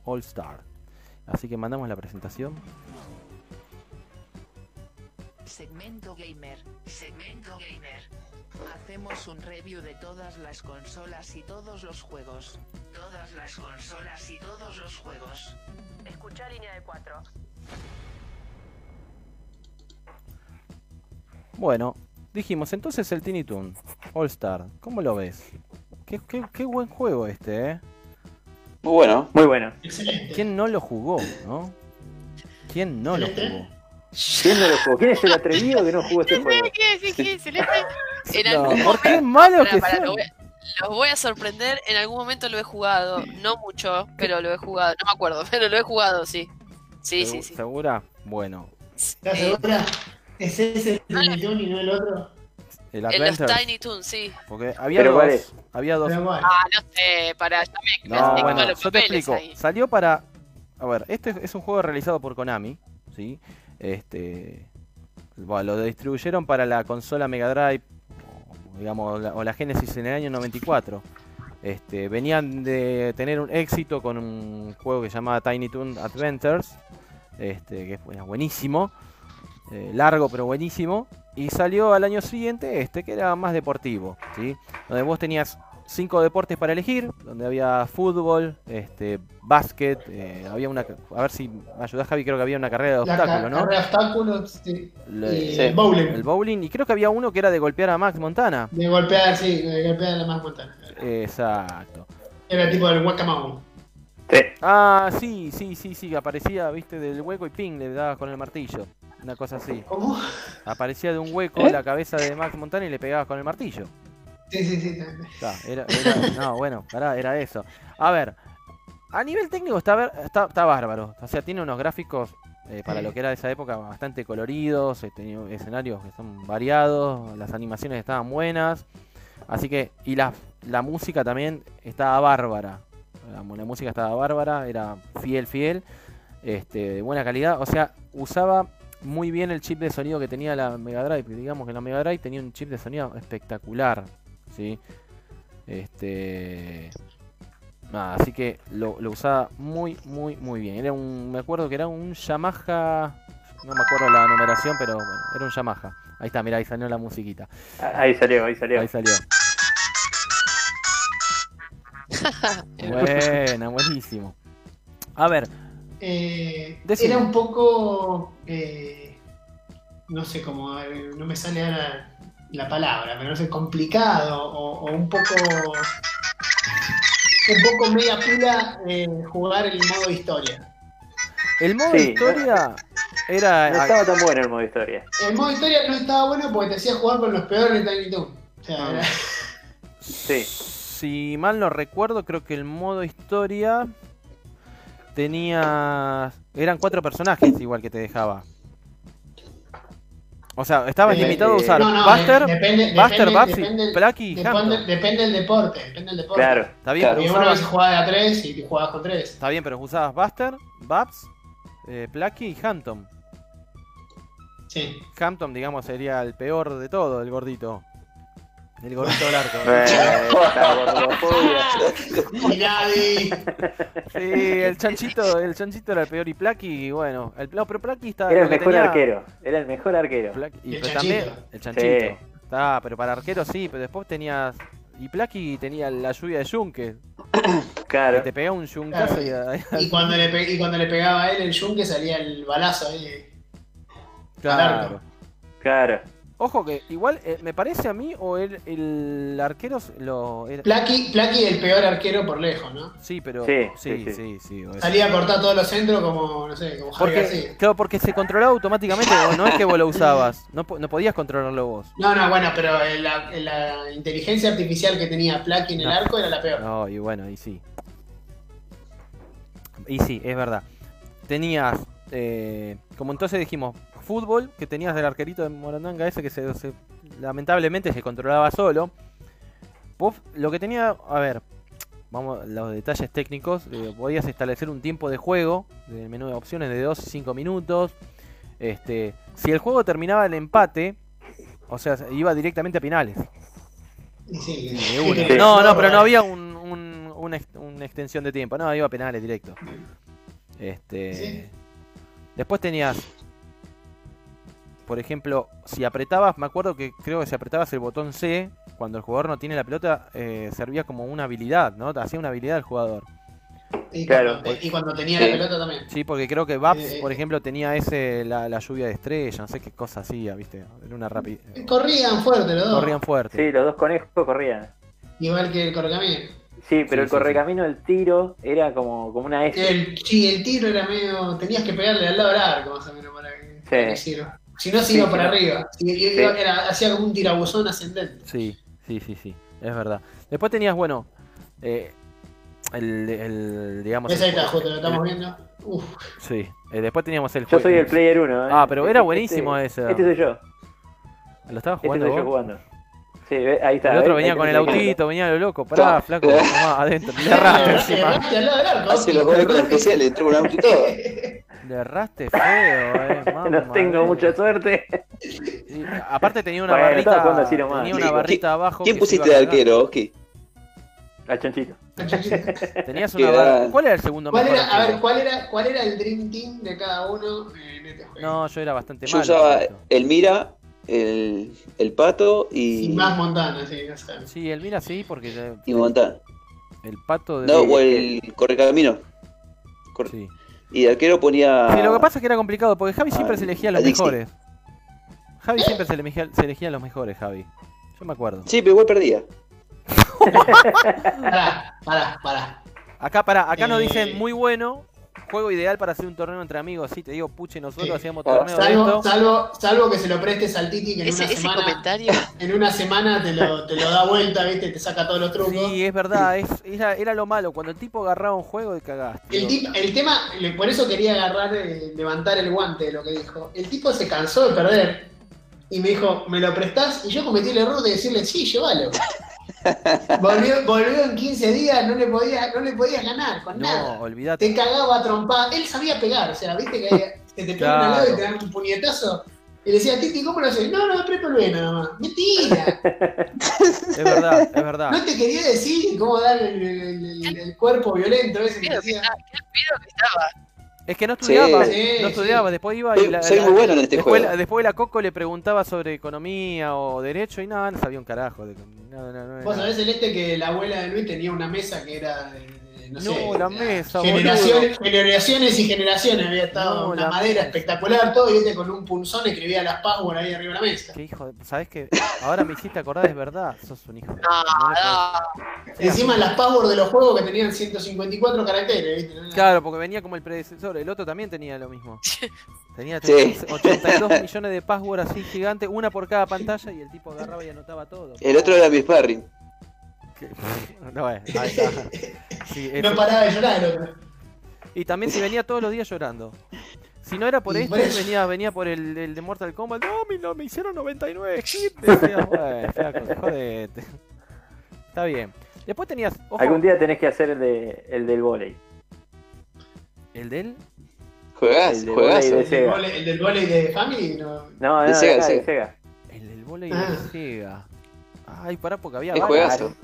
F: All Star. Así que mandamos la presentación.
E: Segmento gamer, segmento gamer. Hacemos un review de todas las consolas y todos los juegos. Todas las consolas y todos los juegos.
G: Escuchar línea de cuatro.
F: Bueno, dijimos entonces el Tiny Toon All Star, ¿cómo lo ves? Qué, qué- qué buen juego este, ¿eh?
B: Muy bueno.
C: Muy bueno.
A: Excelente.
F: ¿Quién no lo jugó, no? ¿Quién no lo jugó?
C: ¿Quién no lo jugó? ¿Quién es el atrevido que no jugó este juego?
D: ¿Qué, qué, qué, Celeste? En
F: No,
D: algún
F: ¿Por qué
D: momento-
F: malo
D: Pará,
F: que
D: pará,
F: sea?
D: lo voy a- los voy a sorprender. En algún momento lo he jugado. No mucho, pero lo he jugado. No me acuerdo, pero lo he jugado, sí. Sí, sí,
F: ¿Segu-
D: sí.
F: ¿Segura? Bueno,
A: ¿Estás
D: Eh,
A: segura? ¿Es ese el Tintún y no el otro?
F: el
D: en los
F: Adventure.
D: Tiny Toons, sí.
F: Porque había
C: ¿Pero
F: dos.
C: cuál es?
F: Había dos.
A: Pero bueno,
D: Ah, no sé, para. Ya me
F: No,
D: me- me
F: bueno,
D: queman los
F: yo te
D: papeles
F: explico.
D: ahí.
F: Salió para. A ver, este es- es un juego realizado por Konami, ¿sí? Este. Bueno, lo distribuyeron para la consola Mega Drive, o, digamos, la- o la Genesis en el año 94. Este, venían de tener un éxito con un juego que se llamaba Tiny Toon Adventures, este, que era buenísimo, eh, largo pero buenísimo, y salió al año siguiente este, que era más deportivo, ¿sí? donde vos tenías cinco deportes para elegir, donde había fútbol, este, básquet, eh, había una, a ver si me ayudás Javi, creo que había una carrera de
A: la ca-
F: obstáculos, ¿no?
A: carrera de obstáculos, sí.
F: Le-
A: Y
B: Sí.
A: el bowling.
F: el bowling, y creo que había uno que era de golpear a Max Montana.
A: De golpear, sí, de golpear a la más montana.
F: Exacto.
A: Era tipo del guacamole.
C: Sí.
F: Ah, sí, sí, sí, sí, aparecía, viste, del hueco y ping, le dabas con el martillo. Una cosa así.
A: ¿Cómo?
F: Aparecía de un hueco
B: ¿Eh?
F: la cabeza de Max Montana y le pegabas con el martillo.
A: Sí, sí, sí. también.
F: Ta, era- era- no, bueno, pará, era eso. A ver, a nivel técnico está, ver- está, está bárbaro. O sea, tiene unos gráficos eh, para
A: Sí.
F: lo que era de esa época bastante coloridos, eh, tenía escenarios que son variados, las animaciones estaban buenas. Así que, y la, la música también estaba bárbara. La, mu- la música estaba bárbara, era fiel, fiel, este, de buena calidad. O sea, usaba muy bien el chip de sonido que tenía la Mega Drive. Digamos que la Mega Drive tenía un chip de sonido espectacular. ¿sí? Este. nada, así que lo, lo usaba muy, muy, muy bien. Era un. Me acuerdo que era un Yamaha. No me acuerdo la numeración, pero bueno, era un Yamaha. Ahí está, mirá, ahí salió la musiquita.
C: Ah, Ahí salió, ahí salió.
F: Ahí salió. Buena, buenísimo. A ver,
A: Eh,
F: Decime.
A: era un poco. eh, no sé cómo. eh, No me sale ahora la palabra, pero no sé, complicado o, o un poco. Un poco media pula eh, jugar el modo historia.
F: el modo
C: Sí,
F: historia Era.
C: No estaba tan bueno el modo historia.
A: El modo historia no estaba bueno porque te hacía jugar con los peores de Tiny Toon. O sea, era-
C: Sí.
F: Si mal no recuerdo, creo que el modo historia tenía. Eran cuatro personajes igual que te dejaba. O sea, estabas
A: Eh,
F: limitado a
C: eh,
F: usar
A: no, no,
F: Buster,
A: de- depende,
F: Buster,
A: depende,
F: Baxi,
A: depende,
F: Plucky y
A: depende,
F: Hampton.
A: depende del deporte, depende del deporte.
C: Claro.
F: Está bien,
B: Claro.
F: pero
A: Porque una vez
F: usabas,
A: jugabas a tres y te jugabas con tres.
F: está bien, pero usabas Buster, Babs, eh, Plucky y Hampton.
A: Sí.
F: Hampton, digamos, sería el peor de todo, el gordito. El gordito del arco.
C: Eh, esta gordofobia.
A: Y nadie.
F: Sí, el chanchito, el chanchito era el peor y Plucky, bueno, el no, pero Plucky está
C: Era el
F: lo que
C: mejor
F: tenía-
C: arquero. Era el mejor arquero.
F: Plucky- y
A: El
F: pero también
A: chanchito.
F: el chanchito. Está, pero para arquero sí, pero después tenías y Plucky tenía la lluvia de yunque, que
C: Claro.
F: te pegaba un yuncazo y
A: Y cuando, le pe- y cuando le pegaba a él el yunque salía el balazo ahí.
F: claro.
C: Claro.
F: Ojo que igual eh, me parece a mí o el, el arquero s- lo era-
A: Plaki, Plaki el peor arquero por lejos, ¿no?
F: sí, pero sí,
C: Sí,
F: sí,
C: sí,
F: sí, o eso.
A: Salía a cortar todos los centros como, no sé, como Javi
F: Porque,
A: García.
F: claro, porque se controlaba automáticamente, vos, no es que vos lo usabas, no, po- no podías controlarlo vos.
A: No, no, bueno, pero la, la inteligencia artificial que tenía Plaki en el
F: No.
A: arco era la peor.
F: No, y bueno, y sí. Y sí, es verdad. Tenías, eh, como entonces dijimos, fútbol, que tenías del arquerito de Morandanga ese que se, se- lamentablemente se controlaba solo. Vos, lo que tenía, a ver, vamos los detalles técnicos, eh, podías establecer un tiempo de juego del menú de opciones de 2 y 5 minutos. Este, si el juego terminaba el empate, o sea, iba directamente a penales.
A: Y sí,
F: De
A: sí,
F: una.
A: sí. eh.
F: No, no, pero no había un, un- una, ex- una extensión de tiempo. No, iba a penales directo. Este.
A: Sí.
F: Después tenías. Por ejemplo, si apretabas, me acuerdo que creo que si apretabas el botón C, cuando el jugador no tiene la pelota, eh, servía como una habilidad, ¿no? Hacía una habilidad al jugador.
A: Y
C: Claro.
A: cuando, y cuando tenía
B: Sí.
A: la pelota también.
F: Sí, porque creo que Babs,
A: Eh,
F: por ejemplo, tenía ese la, la lluvia de estrellas, no sé qué cosa hacía, ¿viste? Era una rápida.
A: Corrían fuerte los dos.
F: Corrían fuerte.
C: Sí, los dos conejos corrían.
A: Igual que el correcamino.
C: Sí,
F: Sí,
C: pero
F: sí,
C: el correcamino del tiro era como, como una S.
A: El, sí, el tiro era medio. Tenías que pegarle al lado del arco, más o menos, para que, para que sirva. Si no, se
C: Sí,
A: iba para
C: pero-
A: arriba. Y- y-
C: Sí.
A: era- hacía como un tirabuzón ascendente.
F: Sí, sí, sí, sí, es verdad. Después tenías, bueno, eh, el, el- digamos...
A: Esa
F: el-
A: está, justo, lo estamos
F: el-
A: viendo. Uf,
F: Sí, eh, después teníamos el
C: Yo
F: juego.
C: soy el player 1.
F: Ah, pero era buenísimo ese. Ah,
C: Este soy yo.
F: Lo estabas
C: Este soy
F: jugando
C: yo
F: vos.
C: jugando. Este Sí, ve- ahí está.
F: El otro
C: ¿ves?
F: venía
C: Ahí
F: con el
C: tenés que-
F: autito, venía lo loco, pará, flaco, tomá, adentro, le erraste
A: Le
F: encima.
A: erraste al lado del arco.
B: Hace los goles con especial, entró un auto y todo.
F: Le erraste feo, eh,
C: No
F: mamá
C: tengo
F: mía.
C: mucha suerte.
F: Y aparte tenía una
C: Bueno, estaba jugando
F: barrita,
C: así nomás.
F: tenía
B: Sí,
F: una barrita abajo.
B: ¿Quién
F: que se iba
B: pusiste de
F: cargando.
B: arquero, Oski?
C: Al chanchito.
F: Tenías
B: Qué
F: una barra.
B: grande.
F: ¿Cuál era el segundo
A: ¿Cuál
F: mejor
A: era, a ver,
F: arquero?
A: ¿cuál era, ¿cuál era el Dream Team de cada uno en este juego?
F: No, yo era bastante
B: Yo
F: malo.
B: usaba
F: para esto.
B: el Mira, el, el Pato
A: Y
B: y,
A: más Montana, sí, ya sabes.
F: Sí, el mira sí, porque eh,
B: y Montán.
F: el pato de...
B: No, o el Correcamino. Cor-
F: Sí.
B: Y de arquero ponía.
F: Sí, lo que pasa es que era complicado, porque Javi siempre
B: Ah,
F: se elegía a los
B: a Dixie.
F: mejores. Javi siempre se elegía, se elegía a los mejores, Javi. Yo me acuerdo.
B: Sí, pero igual perdía.
A: Pará, pará, pará.
F: Acá, para, acá nos dicen
A: Eh.
F: muy bueno, juego ideal para hacer un torneo entre amigos. Sí, te digo, puche, nosotros
A: Sí.
F: hacíamos
B: Ah.
F: torneo de
A: Salvo,
F: esto.
A: salvo, salvo que se lo prestes al Titi, que en,
D: Ese,
A: una,
D: ese
A: semana,
D: comentario.
A: en una semana te lo, te lo da vuelta, ¿viste? Te saca todos los trucos.
F: Sí, es verdad, es, era, era lo malo. Cuando el tipo agarraba un juego y cagaste.
A: El, tip- el tema, le- por eso quería agarrar, eh, levantar el guante de lo que dijo. El tipo se cansó de perder y me dijo, ¿me lo prestás? Y yo cometí el error de decirle, sí, llévalo. volvió, volvió en 15 días, no le podías no le podías ganar con
F: No,
A: nada.
F: olvídate.
A: Te cagaba a trompada. Él sabía pegar, o sea, viste que se te pega un
F: Claro.
A: lado y te dan un puñetazo. Y le decía, Titi, ¿cómo lo haces? No, no, aprieto el nada más. Mentira.
F: Es verdad, es verdad.
A: No te quería decir cómo dar el, el- el- el cuerpo violento ese que
D: Miedo que
A: decía.
D: estaba, qué miedo que estaba.
F: Es que no estudiaba,
A: Sí,
F: no
A: sí.
F: estudiaba, después iba Ah, y
B: Soy,
F: la,
B: soy
F: la-
B: muy bueno en este
F: después,
B: juego.
F: la- después la Coco le preguntaba sobre economía o derecho y nada, no sabía un carajo. de- no, no, no,
A: Vos
F: no.
A: sabés, Celeste, que la abuela de Luis tenía una mesa que era de, de- eh, no, sé.
F: No, la mesa,
A: generaciones, generaciones y generaciones había
F: No,
A: estado una
F: la
A: madera
F: mesa.
A: espectacular, todo, y este con un punzón escribía las password ahí arriba de la mesa.
F: Qué hijo de... ¿Sabés qué? Ahora me hiciste acordar, es verdad, sos un hijo. de- no le podés-
D: Ah,
A: Encima las password de los juegos que tenían 154 caracteres, ¿viste?
F: Claro, porque venía como el predecesor, el otro también tenía lo mismo. Tenía
B: Sí.
F: 82 millones de password así gigantes, una por cada pantalla y el tipo agarraba y anotaba todo.
B: El otro era mi sparring.
F: No, eh, ahí está. Sí, eso.
A: No paraba de llorar el otro.
F: Y también se venía todos los días llorando. Si no era por
A: Y
F: esto,
A: por eso.
F: venía, venía por el, el de Mortal Kombat. No, mi- no, me hicieron 99 hits. Decía, "Bueno, flaco, jodete". Está bien. Después tenías, ojo,
C: Algún día tenés que hacer el, de, el del volei.
F: el del
B: Juegás,
C: El de
B: juegás.
C: volei
A: El del
C: Sega.
A: vole- el del volei de Family, no.
C: No, no,
B: De Sega,
C: de acá,
B: de
C: de Sega.
F: El del volei
A: Ah.
F: de Sega. Ay, pará, porque había
B: Es
F: varios.
B: juegazo.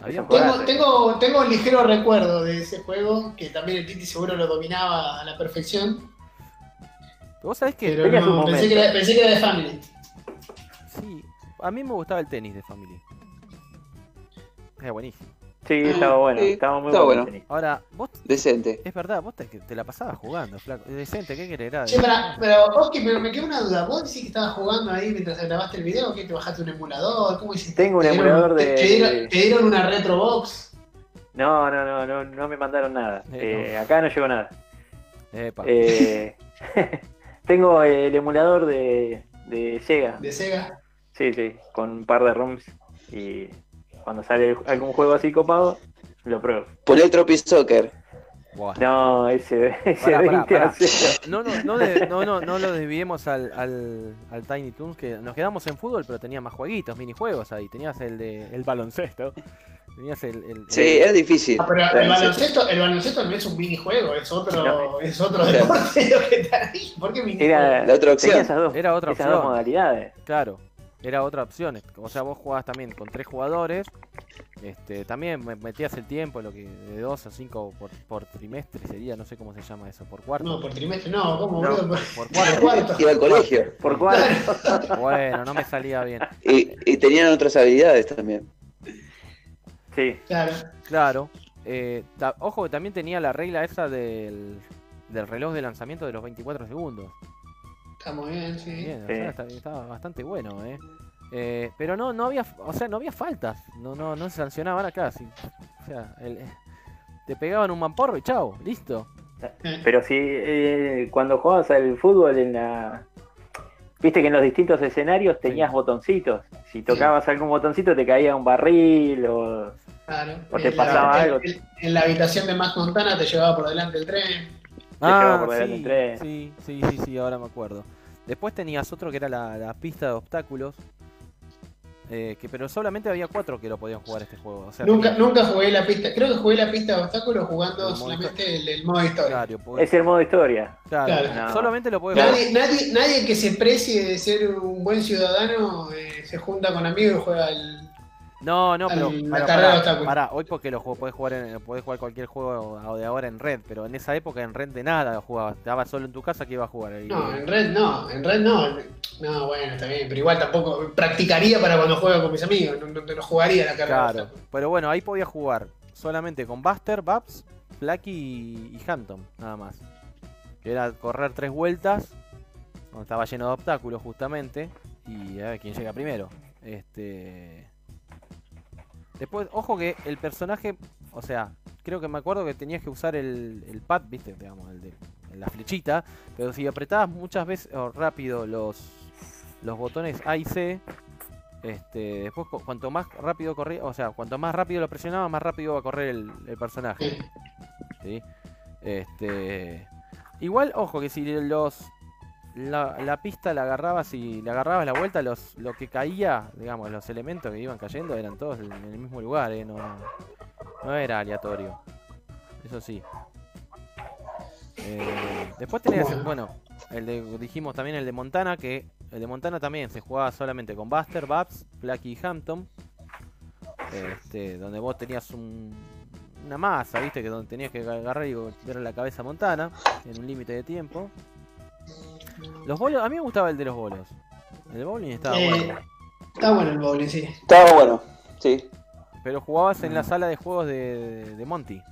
F: Había
C: Tengo-
A: Tengo,
F: varios.
A: tengo, tengo un ligero recuerdo de ese juego, que también el Titi seguro lo dominaba a la perfección,
F: Vos sabés que
A: pero
C: Tenía su
A: no, pensé,
C: momento.
A: que era, pensé que era de Family.
F: sí, a mí me gustaba el tenis de Family. Era buenísimo.
C: Sí, estaba bueno,
B: Sí,
C: estaba muy
B: estaba
C: bueno.
B: bueno.
F: Ahora, vos
B: Decente.
F: es verdad, vos te, te la pasabas jugando, flaco. Es Decente, ¿qué querés? Era de-
A: Che, pará, pero Oski, me, me quedó una duda. ¿Vos decís que estabas jugando ahí mientras grabaste el video? ¿Qué? ¿Te bajaste un emulador? ¿Cómo hiciste?
C: Tengo un
A: ¿Te dieron-
C: emulador de-
A: Te, te dieron, te dieron una Retrobox?
C: No, no, no, no, no me mandaron nada.
F: Eh,
C: Eh, Acá no llegó nada.
F: Epa.
C: Eh, tengo el emulador de, de Sega.
A: de Sega.
C: Sí, sí, con un par de ROMs. Y cuando sale algún juego así copado, lo pruebo.
B: Poné el Tropi Soccer.
F: Buah.
C: No, ese, ese
F: Pará, pará,
C: 20
F: pará.
C: a cero.
F: No, no, no, de- no, no, no lo desviemos al, al, al Tiny Toons, que nos quedamos en fútbol, pero tenía más jueguitos, minijuegos ahí. Tenías el de el baloncesto. Tenías el. el-
B: Sí,
F: el-
B: es difícil.
A: Ah, pero el
B: Claro, sí.
A: baloncesto, el baloncesto no es un minijuego, es otro,
C: No.
A: es otro
B: Claro.
A: deporte lo que está ahí. ¿Por qué minijuego?
C: Era,
B: La otra opción.
C: tenía esas dos,
F: Era otra
C: esas
F: opción.
C: dos modalidades.
F: Claro, era otra opción. O sea, vos jugabas también con tres jugadores. Este, también me- metías el tiempo, lo que de dos a cinco por, por trimestre sería, no sé cómo se llama eso, por cuarto.
A: No, por trimestre, no, ¿cómo,
C: No.
A: boludo?
F: Por
A: Por
F: cuarto.
A: cuarto.
B: Iba al colegio.
C: Por cuatro.
F: Bueno, no me salía bien.
B: Y, y tenían otras habilidades también.
C: Sí,
A: Claro.
F: Claro. eh, ta- ojo que también tenía la regla esa del, del reloj de lanzamiento de los 24 segundos.
A: Está muy bien, sí.
F: Bien, o
C: Sí.
F: sea, está- estaba bastante bueno, eh. Eh, pero no, no había, o sea, no había faltas, no, no, no se sancionaban acá, sí. o sea, el- eh, te pegaban un mamporro y chao, listo.
C: pero sí, eh, cuando jugabas al fútbol en la... Viste que en los distintos escenarios tenías
F: Sí.
C: botoncitos. Si tocabas algún botoncito te caía un barril o...
A: Claro.
C: O te
A: En la-
C: pasaba
A: en-
C: algo.
A: En, en la habitación de Max Montana te llevaba por delante el tren.
C: llevaba
F: Ah,
C: por delante
F: sí,
C: el tren.
F: sí, sí, sí, sí, ahora me acuerdo. Después tenías otro que era la, la pista de obstáculos. eh, que, pero solamente había cuatro que lo podían jugar este juego. O sea,
A: Nunca,
F: tenías-
A: nunca jugué la pista, creo que jugué la pista de obstáculos jugando
F: El modo
A: solamente el, el modo historia.
F: Claro, porque-
C: Es el modo historia.
F: claro,
A: claro.
C: No.
F: Solamente lo podés jugar.
A: Nadie, nadie, nadie que se precie de ser un buen ciudadano eh, se junta con amigos y juega al.
F: No, no, pero.
A: Al- la
F: pará,
A: carrera de
F: pará,
A: obstáculos.
F: pará, hoy porque lo jugás- podés jugar, en, podés jugar cualquier juego de ahora en red. Pero en esa época en red de nada lo jugabas. Estabas solo en tu casa que iba a jugar. Y-
A: No, en red no, en red no. No, bueno, está bien, pero igual tampoco practicaría para cuando juego con mis amigos, no, no, no jugaría la carrera. de
F: Claro,
A: obstáculos.
F: pero bueno, ahí podía jugar solamente con Buster, Babs, Flaky y, y Hampton, nada más. Que era correr tres vueltas, donde estaba lleno de obstáculos justamente, y a ver quién llega primero. Este. Después, ojo que el personaje, o sea, creo que me acuerdo que tenías que usar el, el pad, viste, digamos, el de la flechita, pero si apretabas muchas veces o rápido los, los botones A y C, este, después cu- cuanto más rápido corría, o sea, cuanto más rápido lo presionaba, más rápido va a correr el, el personaje.
A: Sí.
F: ¿sí? Este, igual, ojo, que si los la, la pista la agarrabas y le agarrabas la vuelta, los lo que caía, digamos, los elementos que iban cayendo eran todos en el mismo lugar, ¿eh? no, no era aleatorio. Eso sí. Eh, después tenías,
A: Bueno.
F: bueno, el de, dijimos también el de Montana, que el de Montana también se jugaba solamente con Buster, Babs, Flaky y Hampton. Este, donde vos tenías un, una masa, viste, que donde tenías que agarrar y golpear la cabeza a Montana en un límite de tiempo. Los bolos, a mí me gustaba el de los bolos. El bowling estaba
A: Eh,
F: bueno.
A: Está bueno el bowling, sí.
B: Estaba bueno. Sí.
F: Pero jugabas en la sala de juegos de, de Monty.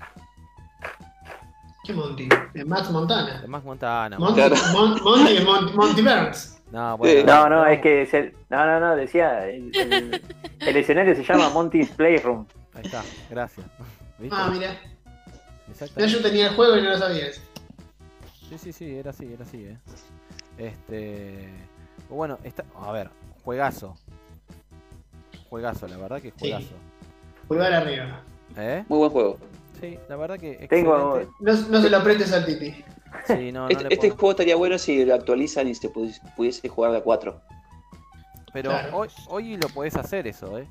A: ¿Qué Monty? Eh, Max Montana.
F: De Max Montana.
A: Monty,
B: Claro.
A: Mon- Monty, Mon- Monty Burns.
F: No,
B: Sí.
F: bueno.
C: No, no, es que. es el- no, no, no, decía. El, el- el escenario se llama Monty's Playroom.
F: Ahí está, gracias. ¿Viste?
A: Ah, mira.
F: Exactamente.
A: Ya yo tenía el juego y no lo sabía. eso.
F: Sí, sí, sí, era así, era así, eh. Este. Bueno, está... a ver, juegazo. Juegazo, la verdad que juegazo.
A: Pulgar arriba.
F: ¿Eh?
B: Muy buen juego.
F: Sí, la verdad que.
C: Tengo-
F: excelente.
A: No, no se lo prestes al Titi.
F: Sí, no, no
B: este
F: le
B: este
F: puedo-
B: juego estaría bueno si lo actualizan y se pudiese, pudiese jugar de a 4.
F: Pero
A: Claro.
F: hoy, hoy lo podés hacer eso, ¿eh?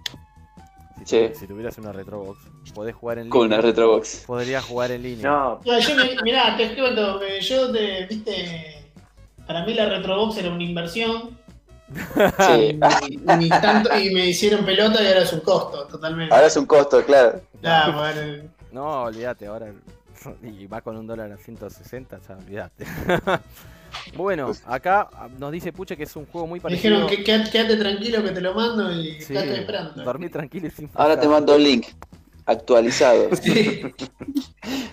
F: Si,
B: Sí.
F: tu- si tuvieras una Retrobox, podés jugar en línea.
B: Con una Retrobox.
F: Podrías jugar en línea.
C: No,
A: No, yo, me- mirá, te cuento que yo, te, viste, para mí la Retrobox era una inversión.
B: Sí.
A: Y, y tanto, y me hicieron pelota y ahora es un costo, totalmente.
B: Ahora es un costo, claro.
A: Ah, bueno.
F: No, olvídate, ahora. Y va con un dólar a 160, ya olvídate. bueno,
B: Pues
F: acá ah, nos dice Puche que es un juego muy
A: Me
F: parecido.
A: dijeron que quédate, quédate tranquilo que te lo mando y
F: Sí,
A: quédate esperando.
F: dormí tranquilo y sin
B: Ahora te
F: pasar.
B: mando el link actualizado.
A: Sí.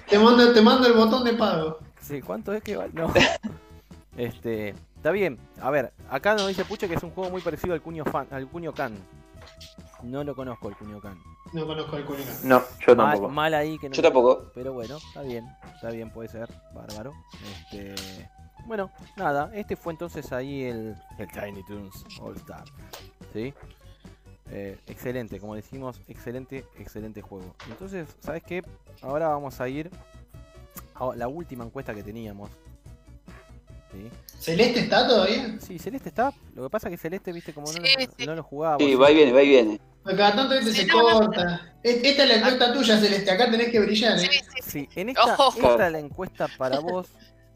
A: te, mando, te mando el botón de pago.
F: Sí, ¿cuánto es que vale? No. este, está bien. A ver, acá nos dice Puche que es un juego muy parecido al Cuño Fan, al Cuño Can. No lo conozco el Cuño Can.
A: No conozco el culiacán.
C: no, yo
F: Mal,
C: tampoco.
F: mal ahí que no.
B: Yo tampoco.
F: Pero bueno, está bien, está bien, puede ser, bárbaro. Este, bueno, nada, este fue entonces ahí el, el Tiny Toons All Star. ¿Sí? Eh, excelente, como decimos, excelente, excelente juego. Entonces, ¿sabes qué? Ahora vamos a ir a la última encuesta que teníamos. ¿Sí?
A: ¿Celeste está todavía?
F: Sí, Celeste está. Lo que pasa es que Celeste, viste, como no, lo-
D: Sí, sí.
F: no lo jugaba.
B: Sí,
F: vos-
B: va y viene, va y viene.
A: Cada tanto viste,
D: Sí,
A: se
D: no, no.
A: corta. Es- Esta es la encuesta tuya, Celeste. Acá tenés que brillar,
D: Sí,
A: ¿eh?
D: sí, sí.
F: Sí, en esta,
D: Ojo.
F: esta es la encuesta para vos.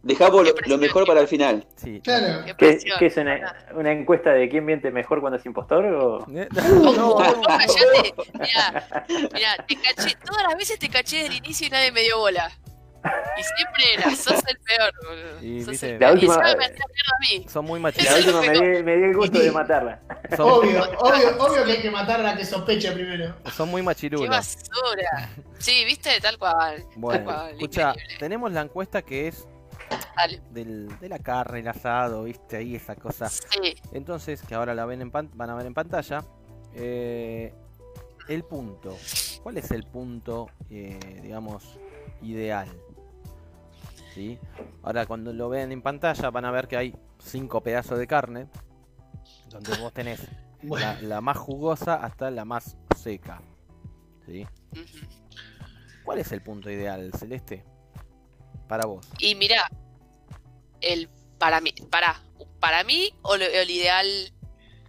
B: Dejamos lo, lo mejor para el final.
F: Sí.
A: Claro.
D: Qué
C: ¿Qué,
D: presión.
C: qué es una, una encuesta de quién miente mejor cuando es impostor? O...
F: No, no.
D: Callate. Mirá, mirá, te caché, todas las veces te caché del inicio y nadie me dio bola. Y siempre era, sos el peor, boludo.
F: Y,
D: Sos
F: viste,
D: el
C: La
D: peor.
C: última-
D: Y encima me hacía mierda a mí.
F: Son muy
C: La
F: machistas.
C: última me di, me di el gusto de matarla.
F: Son,
A: Obvio, obvio, obvio que hay que matar a la que sospecha primero.
F: son muy
D: Qué
F: machirulos.
D: basura. Sí, viste, tal cual. tal
F: Bueno,
D: cual.
F: escucha,
D: increíble.
F: tenemos la encuesta que es
D: Dale.
F: del, de la carne, el asado, viste, ahí esa cosa.
D: Sí,
F: Entonces, que ahora la ven en pan- van a ver en pantalla. eh, el punto. ¿Cuál es el punto, eh, digamos, ideal? ¿Sí? Ahora, cuando lo vean en pantalla, van a ver que hay cinco pedazos de carne. Donde vos tenés la,
A: Bueno,
F: la más jugosa hasta la más seca. ¿Sí?
D: ujú.
F: ¿Cuál es el punto ideal, Celeste? Para vos.
D: Y mirá, el para mí, para, para mí o lo, el ideal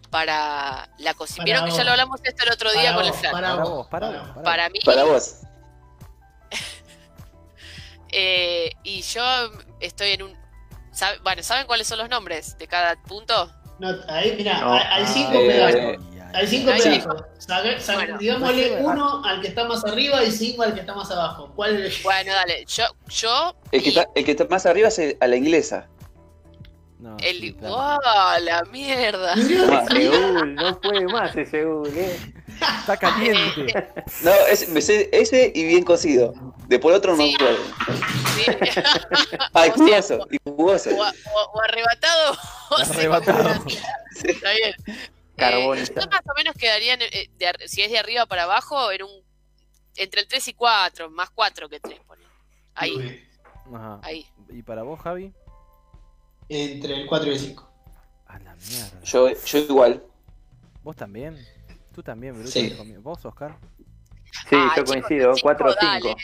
D: para la cocina.
A: Para
D: Vieron que
A: vos.
D: ya lo hablamos esto el otro
A: Para
D: día con
A: vos,
D: el flan.
A: Para vos,
F: para
A: para
F: vos.
A: vos.
F: para
D: Para mí,
B: Para vos.
D: eh, y yo estoy en un... sabe- bueno, ¿saben cuáles son los nombres de cada punto?
A: No, ahí, mirá,
C: No.
A: hay, hay
F: Ah,
A: cinco
B: Eh,
A: pedazos.
B: eh,
A: Hay cinco
D: Hay
A: pedazos. Saca- saca-
D: Bueno.
A: digámosle
F: Bueno.
A: uno al que está más arriba y cinco al que está más abajo. ¿Cuál es?
D: Bueno, dale, yo... yo
B: El que, está, el que está más arriba es el- a la inglesa.
F: No,
D: el-
F: sí, claro.
D: ¡Wow! La mierda.
A: Mirá,
C: Ese Google, no puede más ese Google. ¿eh?
F: Está caliente.
B: No, es, me sé ese y bien cocido. Después el otro no me
D: Sí.
B: acuerdo.
D: Sí.
B: Ah, y
D: O sea,
B: jugoso. Y jugoso.
D: o, o- o arrebatado. o sea,
F: Arrebatado.
D: Está bien.
C: Carbonizado.
D: Eh, yo más o menos quedaría, en, eh, de ar- si es de arriba para abajo, en un entre el 3 y 4, más 4 que 3. Ahí,
F: Ajá.
D: ahí.
F: ¿Y para vos, Javi?
A: Entre el 4 y el 5.
F: A la mierda.
B: Yo, yo igual.
F: ¿Vos también? ¿Tú también, Bruto?
A: Sí.
F: hijo mío? ¿Vos, Oscar?
D: Ah,
C: Sí, yo coincido, 4 o 5.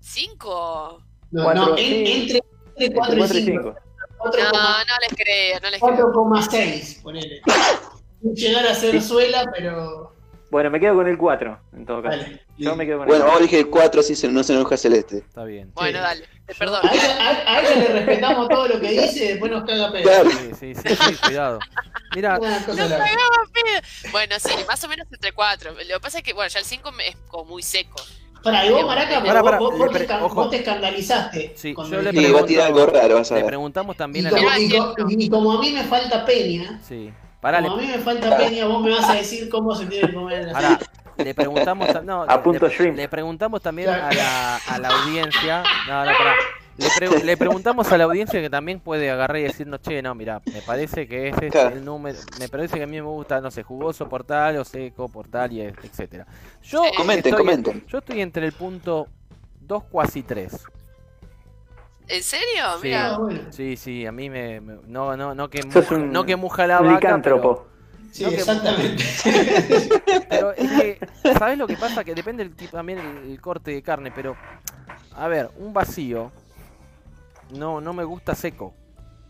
D: 5.
A: No,
C: Cuatro,
A: no, en-
C: sí.
A: entre, entre 4
C: 4
A: y 5.
D: No, no les creo, no les creo.
A: 4,6, ponele. Sin llegar a ser
C: Sí.
A: suela, pero.
C: Bueno, me quedo con el 4, en todo caso.
A: Vale.
C: Yo me quedo con
B: Bueno,
C: el
B: ahora dije el 4, así se- no se enoja Celeste.
F: Está bien.
D: Bueno,
A: Sí.
D: dale, te
F: Yo-
D: perdono.
A: A ella, a- a ella le respetamos todo lo que dice y después nos caga pedo.
B: Claro.
F: Sí, sí, sí, sí, cuidado. Mira,
A: Una cosa
D: No
A: larga.
D: Bueno, sí, más o menos entre 4. Lo que pasa es que, bueno, ya el 5 es como muy seco.
A: Pará, y vos, Maraca,
F: Pará,
A: pero vos-
F: pará,
A: vos, vos
F: le
A: te,
F: pre-
A: escan-
F: ojo.
A: vos te escandalizaste.
F: Sí,
A: cuando
F: yo le
A: dije-
B: Y va a tirar algo raro, vas a
F: le
B: ver.
F: preguntamos también
A: y,
F: a
A: como,
F: la...
D: la-
A: y co- y como a mí me falta peña,
F: Sí. Pará, le,
A: como a mí me falta peña, vos me vas a decir cómo se tiene que comer la
F: pará, le preguntamos... a- No,
C: A punto
F: le,
C: shrimp.
F: le preguntamos también a la, a la audiencia... No, no, pará. Le, pre- le preguntamos a la audiencia que también puede agarrar y decirnos, che, no, mira, me parece que ese es este
B: Claro.
F: el número, me parece que a mí me gusta, no sé, jugoso portal o seco portal y et- etcétera. Yo
A: Eh,
D: Sí.
B: Comenten,
F: estoy-
B: comenten.
F: Yo estoy entre el punto 2 cuasi 3.
D: ¿En serio?
F: Sí.
A: Ah,
D: Mira,
A: bueno.
F: Sí, sí, a mí me, me- no no no que
C: Sos
F: muja-
C: un
F: no que muja la
C: Un
F: vaca, pero,
C: licántropo.
A: Sí,
F: No, que-
A: exactamente.
F: pero es que ¿sabes lo que pasa? Que depende el tipo también el, el corte de carne, pero a ver, un vacío no no me gusta seco.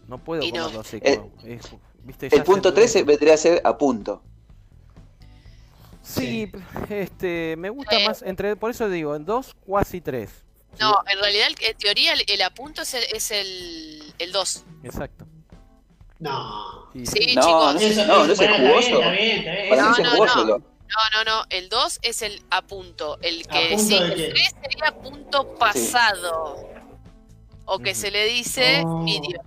F: No puedo
D: Y no.
F: comerlo seco.
B: Eh,
F: Es- ¿viste? Ya
B: El
F: se
B: punto
F: pudre.
B: 13 vendría a ser a punto.
F: Sí, este, me gusta
D: Eh.
F: más entre, por eso digo, en dos cuasi tres.
D: no, en realidad, el- en teoría, el, el apunto es el, es el, 2.
F: Exacto.
A: No.
F: Sí,
D: Sí,
B: No,
D: chicos.
B: no es- no,
A: bueno,
B: no es el
A: está bien,
B: jugoso.
A: está bien, está bien.
B: Para mí
D: No,
B: es el
D: no,
B: jugoso.
D: no.
B: lo-
D: No, no, no. El 2 es el apunto. El que
A: ¿Apunto
D: sí,
A: de
D: el
A: qué?
D: 3 sería punto pasado. O que
F: Ujú.
D: se le dice
A: Oh.
D: medio.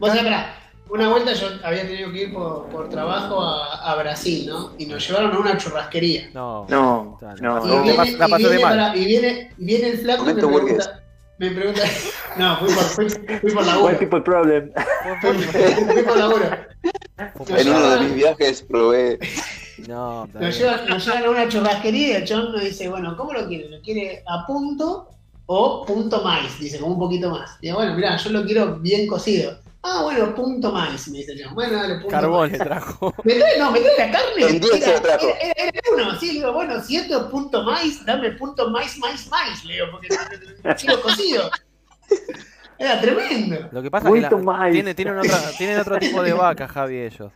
A: Vos
F: Acá,
A: sabés, pará, una vuelta yo había tenido que ir por, por trabajo a, a Brasil, ¿no? Y nos llevaron a una churrasquería.
F: no.
C: No,
F: Dale.
A: Y
C: no,
F: Ah, La
C: no.
F: pas-
A: viene-
F: la
A: y
F: pasé
A: viene
F: de mal.
A: para- Y viene, y viene el flaco y me
B: Momento
A: pregunta, me pregunta. No, fui por, fui, fui por
C: White
A: laburo.
C: people problem.
A: Fui, fui por laburo.
F: Fue
B: En uno de
F: pasado.
B: mis viajes probé.
F: No, está
A: Nos
F: bien.
A: llevan, nos llevan a una churrasquería y el chabón nos dice, bueno, ¿cómo lo quiere? ¿Lo quiere a punto o punto más? Dice, como un poquito más. Y digo, bueno, mirá, yo lo quiero bien cocido. Ah, bueno, punto más, me dice el chabón. Bueno, dale, punto
F: Carbón le
A: más.
F: trajo.
A: ¿Me trae, no, me trae la carne?
B: El diez se lo trajo.
A: Era, era- era uno, sí, le digo, bueno, si esto es punto mais, dame punto mais, mais, mais, le digo, porque quiero cocido. Era tremendo.
F: Lo que pasa es que
C: Muy
F: la-
C: tomado.
F: tiene, tienen, otra- tienen otro tipo de vaca, Javi, ellos.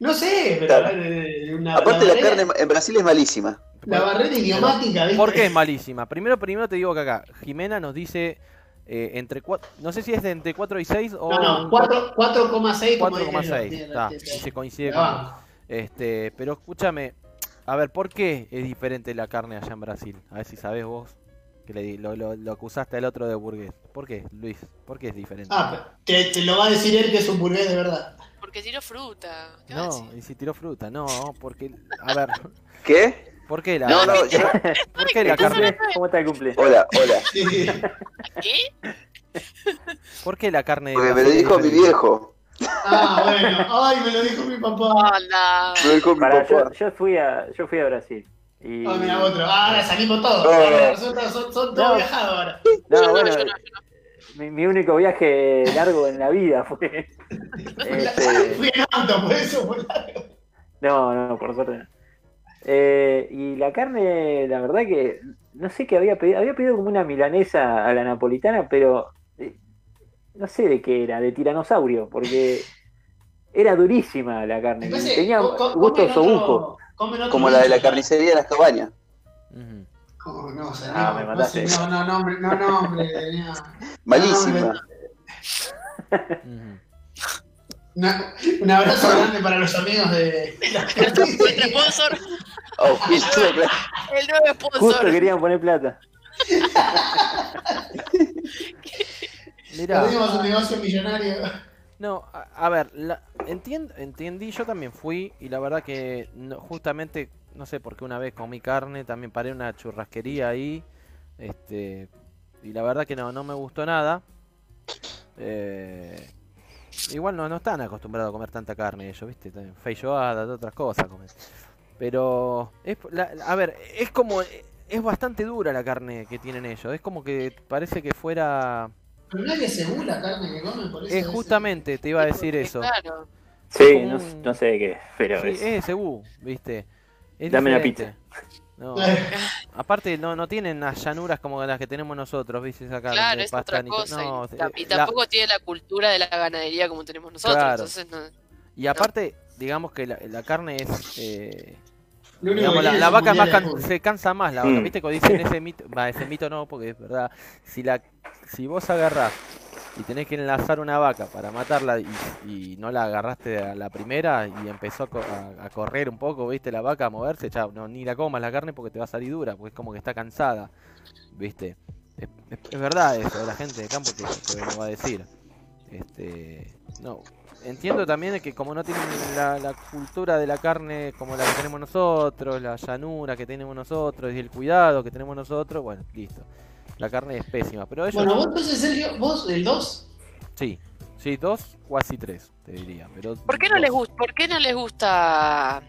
A: No sé, pero
B: Claro.
A: eh, una,
B: Aparte la
A: barrera-
B: carne en Brasil es malísima.
A: La barrera idiomática, ¿viste?
F: ¿Por qué es malísima? Primero, primero te digo que acá, Jimena nos dice eh, entre cuatro, no sé si es de entre 4 y 6 o
A: No, no, 4,6. 4,6. como dije yo.
F: 4,6.
A: Sí,
F: Está,
A: sí, sí.
F: se coincide
A: La
F: con-
A: banco.
F: Este, pero escúchame, a ver, ¿por qué es diferente la carne allá en Brasil? A ver si sabés vos, que le di- lo, lo, lo acusaste al otro de burgués. ¿Por qué, Luis? ¿Por qué es diferente?
A: Ah, pero te, te lo va a decir él que es un burgués de verdad.
D: Porque tiro fruta. ¿Qué va a
F: no,
D: decir?
F: y si tiró fruta, no, porque, a ver,
B: ¿Qué?
F: ¿por qué la,
B: No, no, yo...
F: ¿por qué la
C: ¿Cómo
F: carne,
C: está- ¿Cómo está el cumple?
B: Hola, hola.
A: Sí, sí.
D: ¿Qué?
F: por qué la carne de
B: Porque me lo
F: Brasil es
B: dijo mi
F: diferente?
B: viejo.
A: Ah, bueno. Ay, me lo dijo mi papá.
D: Hola.
B: Me lo dijo mi
C: Para, yo,
B: papá.
C: yo fui a, yo fui a Brasil. Y...
A: Ay, mira otro. Ah, ahora salimos todos.
B: No,
A: Ahora
B: no.
A: nosotros son, son
C: No.
A: todos viajados ahora.
C: No,
D: Yo no,
C: bueno,
D: yo no,
C: Mi, mi único viaje largo en la vida fue. Este,
A: Fui en auto, por eso. Por la...
C: no, no, por suerte no. Eh, y la carne, la verdad que no sé qué había pedido. Había pedido como una milanesa a la napolitana, pero eh, no sé de qué era, de tiranosaurio, porque era durísima la carne. y
A: Entonces,
C: tenía
A: co- co-
C: gusto
A: comen otro-
C: sobujo.
A: comen otro
B: Como la de la
A: bicho.
B: carnicería de las cabañas.
F: Ujú.
A: Oh, no, señor,
C: Ah, me mataste.
A: No, no, no, hombre, no, no, hombre, señor.
B: Malísima.
F: Ujú.
A: Una- un abrazo grande para los amigos de.
D: El sponsor,
B: Auspicio, Oh, claro.
D: el nuevo
C: Justo
D: sponsor.
C: querían poner plata.
F: Mirá,
A: Perdimos un negocio millonario.
F: no, a, a ver, la- entien- entendí, yo también fui y la verdad que no- justamente, no sé por qué una vez comí carne, también paré en una churrasquería ahí, este, y la verdad que no, no me gustó nada. Eh, igual no, no están acostumbrados a comer tanta carne ellos, viste, También feijoada, otras cosas comen. Pero, es, la- a ver, es como, es bastante dura la carne que tienen ellos, es como que parece que fuera...
A: Pero no es que según la carne que comen, por eso.
F: Es Eh, justamente, te iba a decir eso.
D: Claro.
C: Sí,
F: como
C: no,
F: un-
C: no sé de qué, pero
F: Sí, eh.
C: es-
F: es SU, viste. Es
C: Dame la
F: diferente. No,
A: Eh,
F: aparte no, no tienen las llanuras como las que tenemos nosotros, viste, esa carne
D: Claro,
F: de
D: es
F: pasta
D: otra
F: ni-
D: cosa. y
F: no,
D: ta- y,
F: eh, la-
D: tampoco tiene la cultura de la ganadería como tenemos nosotros.
F: Claro.
D: Entonces, no.
F: y aparte, digamos que la, la carne es... eh,
A: lo único
F: digamos,
A: que
F: la,
A: tiene
F: la
A: es un
F: vaca es
A: mundial
F: más
A: de
F: can-
A: fútbol.
F: se cansa más, la vaca,
C: Mm.
F: viste, cuando dicen ese mito, va, ese mito no, porque es verdad, si, la, si vos agarrás y tenés que enlazar una vaca para matarla y, y no la agarraste a la primera y empezó a, co- a- a correr un poco, viste, la vaca a moverse, chao, no, ni la comas la carne porque te va a salir dura, porque es como que está cansada, viste. Es, es- es verdad eso, la gente de campo te, te lo va a decir. Este, no, entiendo también que como no tienen la, la cultura de la carne como la que tenemos nosotros, la llanura que tenemos nosotros y el cuidado que tenemos nosotros, bueno, listo. La carne es pésima. Pero ellos.
A: Bueno, vos entonces, Sergio, vos el 2.
F: Sí, sí, dos, casi tres, te diría. Pero
D: ¿Por qué no
F: dos.
D: les gusta? ¿Por qué no les gusta?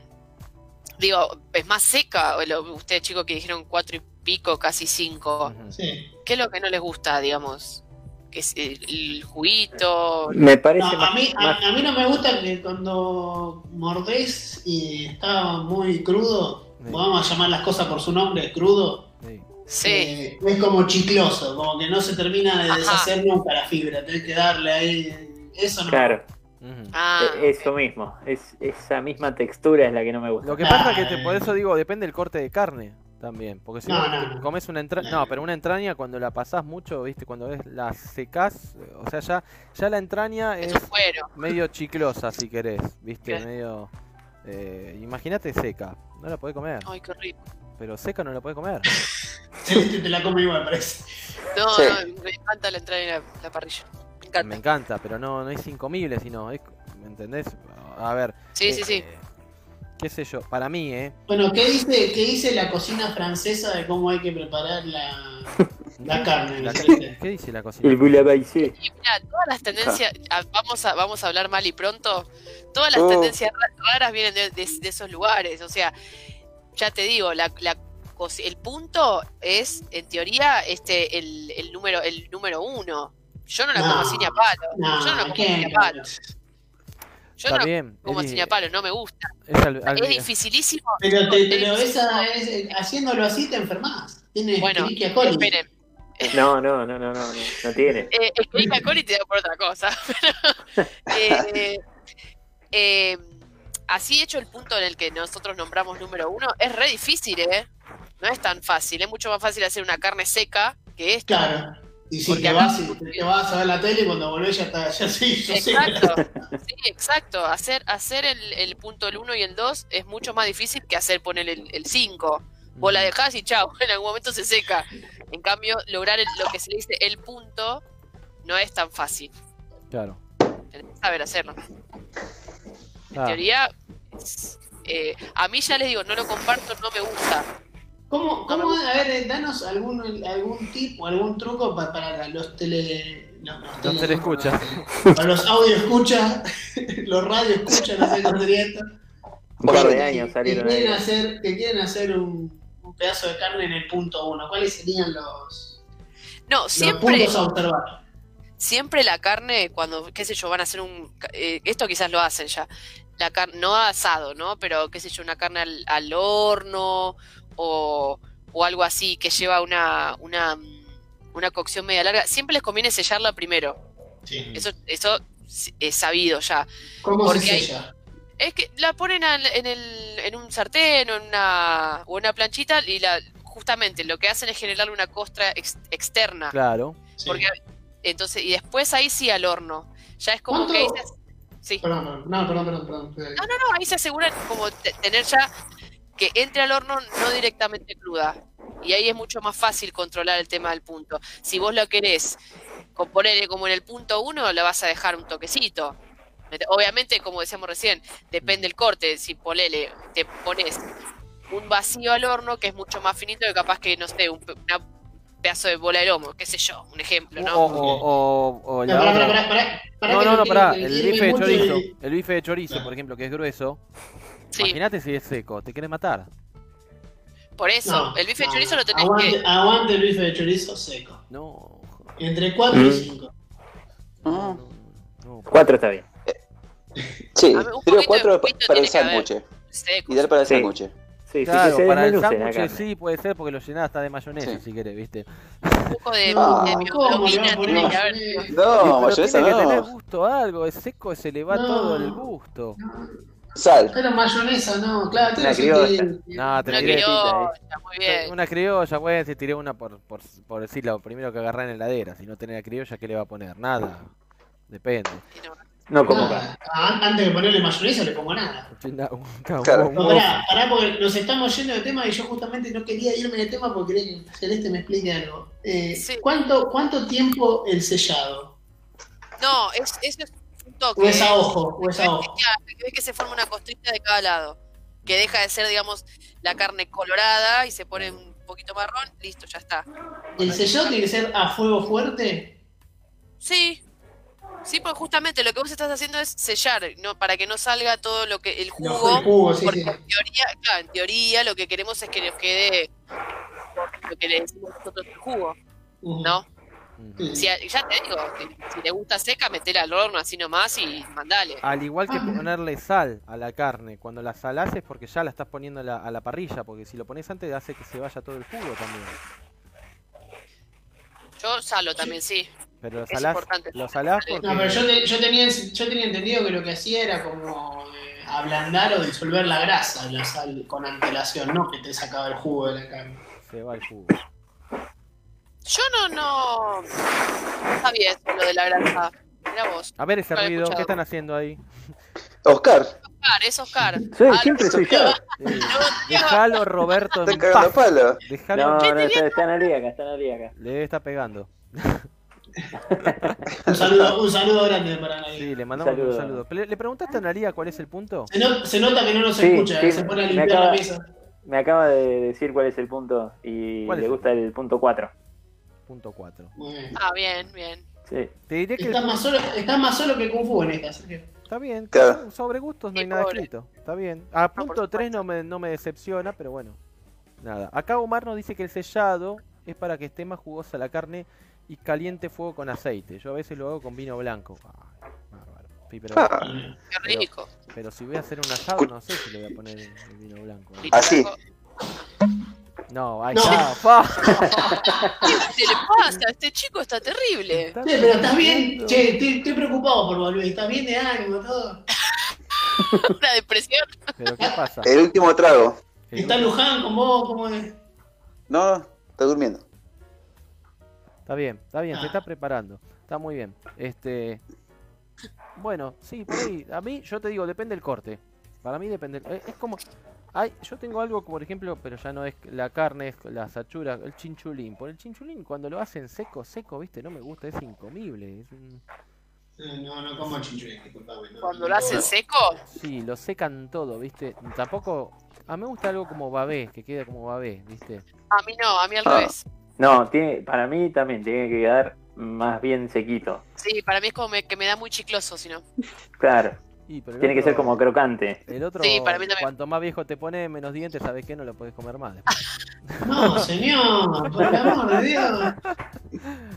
D: Digo, es más seca. o lo- Ustedes chicos que dijeron cuatro y pico, casi cinco.
F: Ujú.
A: Sí.
D: ¿Qué es lo que no les gusta, digamos? Que es el, el juguito.
C: Me parece
A: No,
C: más,
A: a, mí,
C: más-
A: a, a mí no me gusta que cuando mordés y está muy crudo,
F: Sí.
A: vamos a llamar las cosas por su nombre, crudo,
F: Sí.
D: Sí.
A: eh, es como chicloso, como que no se termina de
D: Ajá.
A: deshacer nunca la fibra, tenés que darle ahí, eso no.
C: Claro,
F: Ujú.
D: Ah,
C: e- eso mismo. Es, esa misma textura es la que no me gusta.
F: Lo que pasa es que
A: Ah.
F: te- por eso digo, depende del corte de carne también. Porque si
A: No,
F: vos
A: no, no.
F: comes una entraña. No, pero una entraña cuando la pasás mucho, viste, cuando ves, la secás, eh, o sea, ya, ya la entraña
D: es
F: es
D: un cuero.
F: medio chiclosa si querés, viste,
D: Claro.
F: medio. eh, Imagínate seca, no la podés comer,
D: Ay, qué rico.
F: pero seca no la podés comer.
A: Celeste este te la come igual, parece.
D: No,
B: Sí.
D: no, me encanta la entrada en la, la parrilla. Me encanta.
F: Me encanta, pero no, no es incomible, sino, es, ¿me entendés? A ver.
D: Sí,
F: eh,
D: sí, sí.
F: ¿Qué sé yo? Para mí, ¿eh?
A: Bueno, ¿qué dice, ¿qué dice la cocina francesa de cómo hay que preparar la, la carne?
F: La-
A: Celeste?
F: ¿Qué dice la cocina?
C: El bouillabaisse.
D: Y mira, todas las tendencias, a- vamos a, vamos a hablar mal y pronto, todas las
B: Oh.
D: tendencias ra- raras vienen de, de- de esos lugares. O sea, ya te digo, la, la cos- el punto es, en teoría, este el, el número el número uno. Yo no la
A: No.
D: como sin palo.
A: No,
D: yo no la como
A: ¿quién?
D: sin palo. Yo
F: Está
D: no la
F: bien.
D: como
F: es-
D: sin palo, no me gusta.
F: es al- al-
D: Es dificilísimo.
A: Pero, te,
D: Es
A: pero
D: dificilísimo.
A: esa, es- eh, haciéndolo así te enfermas. Tienes
D: Bueno,
A: Escherichia coli.
D: Esperen,
C: No, no, no, no, no, no, no tiene.
D: Eh, explica Cori te da por otra cosa. pero, eh, eh, así hecho el punto en el que nosotros nombramos número uno, es re difícil, ¿eh? No es tan fácil. Es mucho más fácil hacer una carne seca que esta.
A: Claro. Y si
D: Porque
A: te
D: acá-
A: vas, y te vas a ver la tele y cuando volvés ya está, ya sí, yo sé.
D: Exacto. Sí, exacto. Hacer, hacer el, el punto el uno y el dos es mucho más difícil que hacer poner el, el cinco. Vos la dejás y chao, en algún momento se seca. En cambio, lograr el- lo que se le dice el punto no es tan fácil.
F: Claro.
D: Tenés que saber hacerlo.
F: Ah,
D: teoría, es- eh, a mí ya les digo, no lo comparto, no me gusta.
A: ¿Cómo, cómo, a ver, eh, danos algún, algún tip o algún truco pa- para los tele. No, los
F: No se le escucha.
A: Para los audio escucha, los radio escucha, no sé cómo sería esto.
C: Un par de
A: Que-
C: años
A: que
C: salieron ahí.
A: quieren hacer, que quieren hacer un, un pedazo de carne en el punto uno. ¿Cuáles serían los,
D: No,
A: los
D: siempre,
A: puntos a observar?
D: siempre la carne, cuando, qué sé yo, van a hacer un... eh, esto quizás lo hacen ya. La carne, no asado, ¿no? Pero, qué sé yo, una carne al, al horno o, o algo así que lleva una, una, mm, una cocción media larga. Siempre les conviene sellarla primero.
A: Sí.
D: Eso, eso es sabido ya.
A: ¿Cómo se
D: porque hay-
A: sella?
D: Es que la ponen al- en, el, en un sartén o en una, o en una planchita y la, justamente lo que hacen es generar una costra ex- externa.
F: Claro.
A: Sí.
D: Porque entonces, y después ahí sí al horno. Ya es como
A: ¿Cuánto?
D: que ahí se, sí.
A: Perdón, perdón, no, perdón, perdón, perdón. Eh,
D: No, ahí se aseguran como te- tener ya que entre al horno no directamente cruda. Y ahí es mucho más fácil controlar el tema del punto. Si vos lo querés componer como en el punto uno, la vas a dejar un toquecito. Ent- Obviamente, como decíamos recién, depende el corte. Si ponele, te pones un vacío al horno que es mucho más finito que capaz que, no sé, un pe- una- un pedazo de bola de lomo, qué sé yo, un ejemplo, ¿no?
F: O, o- o- o la
A: No, pará,
F: otra-
A: pará, pará, pará, pará,
F: No,
A: que
F: no, no,
A: quiero-
F: pará.
A: que
F: El
A: quiero
F: bife de
A: mucho y-
F: chorizo. El bife de chorizo,
A: Claro.
F: por ejemplo, que es grueso.
D: Sí,
F: Imagínate si es seco, te quiere matar.
D: por eso,
A: No,
D: el bife de
A: no,
D: chorizo lo tenés
A: aguante,
D: que...
A: Aguante el bife de chorizo seco.
F: No. joder,
A: Entre 4 y
C: Mm.
A: 5.
B: Ah,
F: no, no.
C: Cuatro está bien.
B: sí,
D: A ver,
B: creo
D: un poquito
B: cuatro
D: de
B: pa-
D: poquito
B: para el
D: tiene que haber.
B: sándwich.
D: seco.
B: Ideal para el
C: Sí.
B: sándwich.
C: Sí,
F: Claro,
C: sí, que se
F: para el
C: desmenucen la
F: sándwich
C: carne.
F: sí puede ser porque lo llenás hasta de mayonesa,
B: Sí.
F: si querés, ¿viste?
D: un poco de,
B: No,
A: Ah.
D: de
A: ¿cómo le va a
D: biotina
A: poner
D: tiene que
A: a
D: haber.
A: comer?
B: No,
F: Sí, pero
B: mayonesa
F: tiene que tener
B: no.
F: gusto a algo, es seco, se le va
A: No.
F: todo el gusto.
B: Sal.
A: Pero mayonesa, no, claro,
C: La
A: tenés
C: criolla.
F: No, te
D: Una
F: la tiré. ¿eh?
D: criolla, muy bien.
F: Una criolla, güey, si tiré una por, por, por decir lo primero que agarré en la heladera. Si no tenés la criolla, ¿qué le va a poner? Nada. Depende.
C: No como carne.
A: Nada. Ah, Antes de ponerle mayonesa, le pongo nada.
F: Una- una-
B: Claro.
F: un
A: No,
F: huevo.
A: pará, pará, porque nos estamos yendo de tema y yo justamente no quería irme de tema porque quería que Celeste me explique algo. Eh,
D: Sí.
A: ¿cuánto, ¿Cuánto tiempo el sellado?
D: No, es, eso es un toque.
A: ¿O es a ojo? ¿O es a ojo?
D: Claro, que ves que se forma una costrita de cada lado. Que deja de ser, digamos, la carne colorada y se pone un un poquito marrón, listo, ya está.
A: ¿El sellado tiene que ser a fuego fuerte?
D: Sí. Sí, porque justamente lo que vos estás haciendo es sellar, no para que no salga todo lo que el
A: No,
D: jugo,
A: el jugo, sí,
D: porque
A: sí.
D: en teoría, claro, en teoría lo que queremos es que nos quede lo que le decimos nosotros el jugo,
A: Ujú.
D: ¿no?
F: Mm.
A: Sí.
D: Si a- ya te digo, que si te gusta seca, metela al horno así nomás y mandale.
F: Al igual que
A: Ah, mira.
F: ponerle sal a la carne, cuando la salás es porque ya la estás poniendo a la, a la parrilla, porque si lo pones antes hace que se vaya todo el jugo también.
D: Yo salo también, sí.
F: Pero lo
D: Es
F: salás,
D: importante.
F: lo salás
D: No,
F: porque...
A: No, pero yo, te- yo, tenía, yo tenía entendido que lo que hacía era como eh, ablandar o disolver la grasa, la sal con antelación, no que te sacaba el jugo de la carne.
F: Se va el jugo.
D: Yo no, no. Sabía eso, lo de la granja. Mira vos.
F: A ver ese
D: No lo he
F: ruido, ¿qué
D: escuchado.
F: están haciendo ahí?
B: Oscar,
D: Oscar, es Oscar.
C: Soy-
D: Ah,
C: siempre soy yo.
F: Eh,
D: No,
F: Dejalo, Roberto.
B: está
F: en
B: cagando a
F: paz.
B: palo.
F: Dejalo.
C: No, no, está, está en el día acá, está en el día acá.
F: Le está pegando.
A: Un saludo, un saludo grande para nadie.
F: Sí, le mandamos
C: Saludo.
F: un saludo. ¿Le, le preguntaste a Analia cuál es el punto?
A: Se, no- se nota que no nos
C: Sí,
A: escucha,
C: sí,
A: se pone a
C: me
A: limpiar
C: acaba-
A: la mesa.
C: Me acaba de decir cuál es el punto y
F: ¿Cuál es
C: le
F: el
C: gusta el punto 4.
F: Punto 4.
A: Muy bien.
D: Ah, bien, bien.
C: Sí.
F: Te diré que
A: Estás más solo, estás más solo que Kung Fu en esta, Sergio.
F: está bien.
B: Claro.
F: Sobre gustos no hay
D: Sí,
F: nada
D: pobre.
F: escrito. Está bien. A
D: por
F: punto 3 no me, no me decepciona, pero bueno. Nada. Acá Omar nos dice que el sellado es para que esté más jugosa la carne y caliente fuego con aceite. Yo a veces lo hago con vino blanco. Ay, bárbaro. Sí, pero,
B: Ah,
D: Qué
F: Pero-
D: rico.
F: pero si voy a hacer un asado, no sé si le voy a poner el vino blanco.
D: Vino
B: Así.
D: blanco.
F: No, ahí
A: No.
F: está. pa.
D: ¿Qué le pasa? Este chico está terrible.
A: Che, pero estás bien, che, estoy, estoy preocupado por volver, estás bien de ánimo, todo.
D: Una depresión.
F: Pero ¿qué pasa? Eh,
B: el último trago.
A: Está Luján con vos, ¿cómo es?
B: No, no, está durmiendo.
F: Está bien, está bien, se
A: Ah.
F: está preparando. Está muy bien. Este. Bueno, sí, por ahí. A mí, yo te digo, depende del corte. Para mí depende. eh, Es como. Hay, yo tengo algo, por ejemplo, pero ya no es la carne, es la sachura, el chinchulín. Por el chinchulín, cuando lo hacen seco, seco, viste, no me gusta, es incomible. es un-
A: Eh, No, no como chinchulín, disculpame. no.
D: Cuando lo hacen seco,
F: Sí, lo secan todo, viste. Tampoco. A mí me gusta algo como babé, que quede como babé, viste.
D: a mí no, a mí al
B: Ah.
D: revés.
C: No, tiene, para mí también tiene que quedar más bien sequito.
D: Sí, para mí es como me- que me da muy chicloso, si no.
C: Claro,
F: Y, pero el
C: tiene que
F: otro-
C: ser como crocante.
F: El otro,
D: Sí, para mí también.
F: cuanto más viejo te pone, menos dientes, sabes que no lo podés comer más. después.
A: No, señor, por el amor de Dios.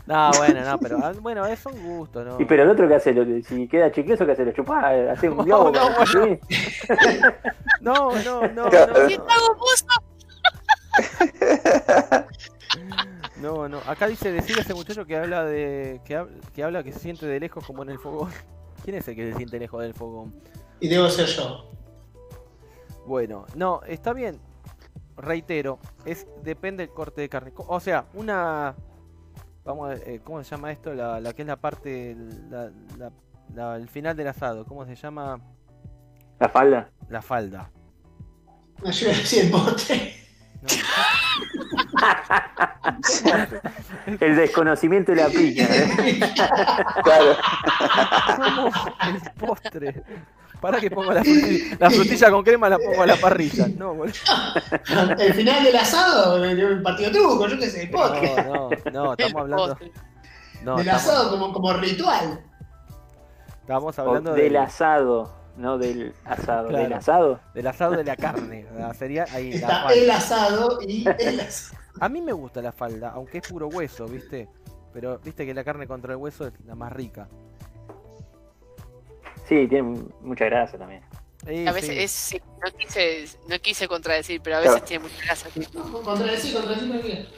F: No, bueno, no, pero ah, bueno, es un gusto, ¿no?
C: Y pero el otro que hace, Lo- si queda chicloso, que hace lo chupá, hace un globo.
F: No, no,
C: ¿sí?
F: No, no, no,
D: ¿Qué
F: no,
D: está gomoso?
F: no, no. Acá dice decir ese muchacho que habla de que, hab- que habla que se siente de lejos como en el fogón. ¿Quién es el que se siente lejos del fogón?
A: Y debo ser yo.
F: Bueno, no, está bien. Reitero, es depende del corte de carne. Co- O sea, una vamos a ver, eh, ¿cómo se llama esto? La, la que es la parte la- la- la- el final del asado, ¿cómo se llama?
C: La falda.
F: La falda.
A: No, yo iba a decir el pote.
F: No.
C: El desconocimiento de la piña. ¿eh?
B: Claro.
F: ¿Cómo? El postre. Para que pongo la frutilla, la frutilla con crema, la pongo a la parrilla. No, boludo.
A: El final del asado, el partido truco, yo qué sé, el pote.
F: No, no, no, estamos hablando.
D: Postre.
F: No,
A: del
F: estamos,
A: asado como, como ritual.
F: estamos
C: O
F: hablando
C: del
F: del,
C: asado, no del asado.
F: Claro.
C: Del asado.
F: del asado de la carne. La- Sería ahí la
A: Está el
F: falda.
A: asado y el asado.
F: A mí me gusta la falda, aunque es puro hueso, ¿viste? Pero viste que la carne contra el hueso es la más rica.
C: Sí, tiene mucha grasa también.
F: Eh,
D: A veces
F: sí.
D: es, sí, no quise, no quise contradecir, pero a veces
B: Claro.
D: tiene mucha grasa.
A: Contradecí, contradecí, tranquilo.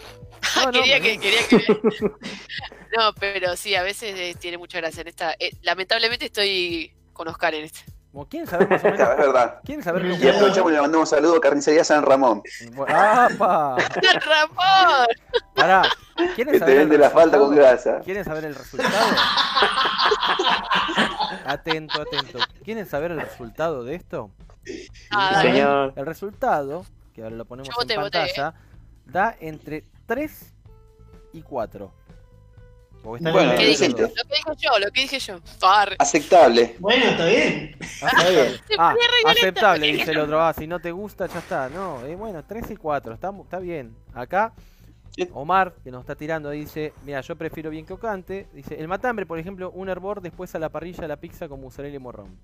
F: No, no,
D: quería,
F: pero
D: que, quería que- No, pero sí, a veces eh, tiene mucha gracia en esta. eh, lamentablemente estoy con Oscar en este.
F: como ¿Quién sabe más o
B: Claro,
F: menos?
B: es verdad.
F: ¿Quién sabe
B: Y aprovechamos y le mandamos un saludo a Carnicería San Ramón,
F: cómo? ¡Apa!
D: ¡Ramón!
F: Pará.
B: que
F: ¿Quieren
B: te
F: saber el
B: vende la falta con
F: resultado?
B: grasa.
F: ¿Quieren saber el resultado? Atento, atento. ¿Quieren saber el resultado de esto?
D: Ah,
A: Sí.
D: dale.
C: Señor.
F: El resultado, que ahora lo ponemos
D: Yo voté, ¿eh?
F: en
D: voté,
F: pantalla, da entre 3 y 4. O están
B: Bueno,
F: en
D: ¿Qué
F: el-
D: dije
B: decente.
D: yo? Lo que dije yo, lo que dije yo. Ah, Par.
B: Aceptable.
A: Bueno, está bien.
F: Ah, está bien. Ah,
D: fui re violenta,
F: aceptable,
D: boludo.
F: dice el otro. Ah, si no te gusta, ya está. No, eh, bueno, 3 y 4, está, mu- está bien. Acá,
B: Sí.
F: Omar, que nos está tirando, dice: Mira, yo prefiero bien que cante. Dice: El matambre, por ejemplo, un hervor, después a la parrilla, la pizza con mozzarella y morrón.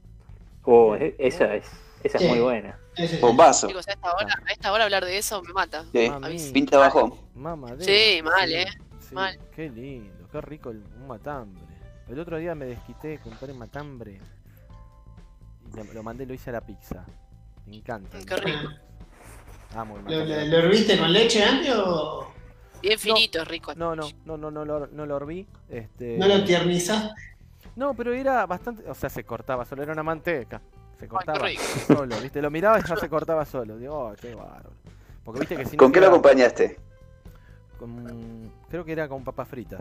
C: Oh, e- esa es, esa es
A: Sí.
C: muy buena.
A: Ese es el-
B: Bombazo.
D: Chicos, a esta hora, a esta hora hablar de eso me mata.
B: Sí.
F: Mami,
B: Pinta bajón.
F: mamadera,
D: Sí, mal, eh,
F: sí.
D: mal.
F: Qué lindo, qué rico el, un matambre. El otro día me desquité con un matambre. Y lo, lo mandé, lo hice a la pizza. Me encanta.
D: Qué rico.
F: Amo el
A: ¿Lo, lo,
F: matambre.
A: lo herviste con leche antes o
D: Bien finito, rico.
F: No, no, no, no, no, lo, no lo herví. Este...
A: no lo tiernizaste?
F: No, pero era bastante. O sea, se cortaba solo, era una manteca. Se cortaba
D: rico.
F: solo, ¿viste? Lo miraba y ya se cortaba solo. Digo, oh, qué bárbaro. Porque viste que si no.
B: ¿Con qué lo
F: queda-
B: acompañaste?
F: con- Creo que era con papas fritas.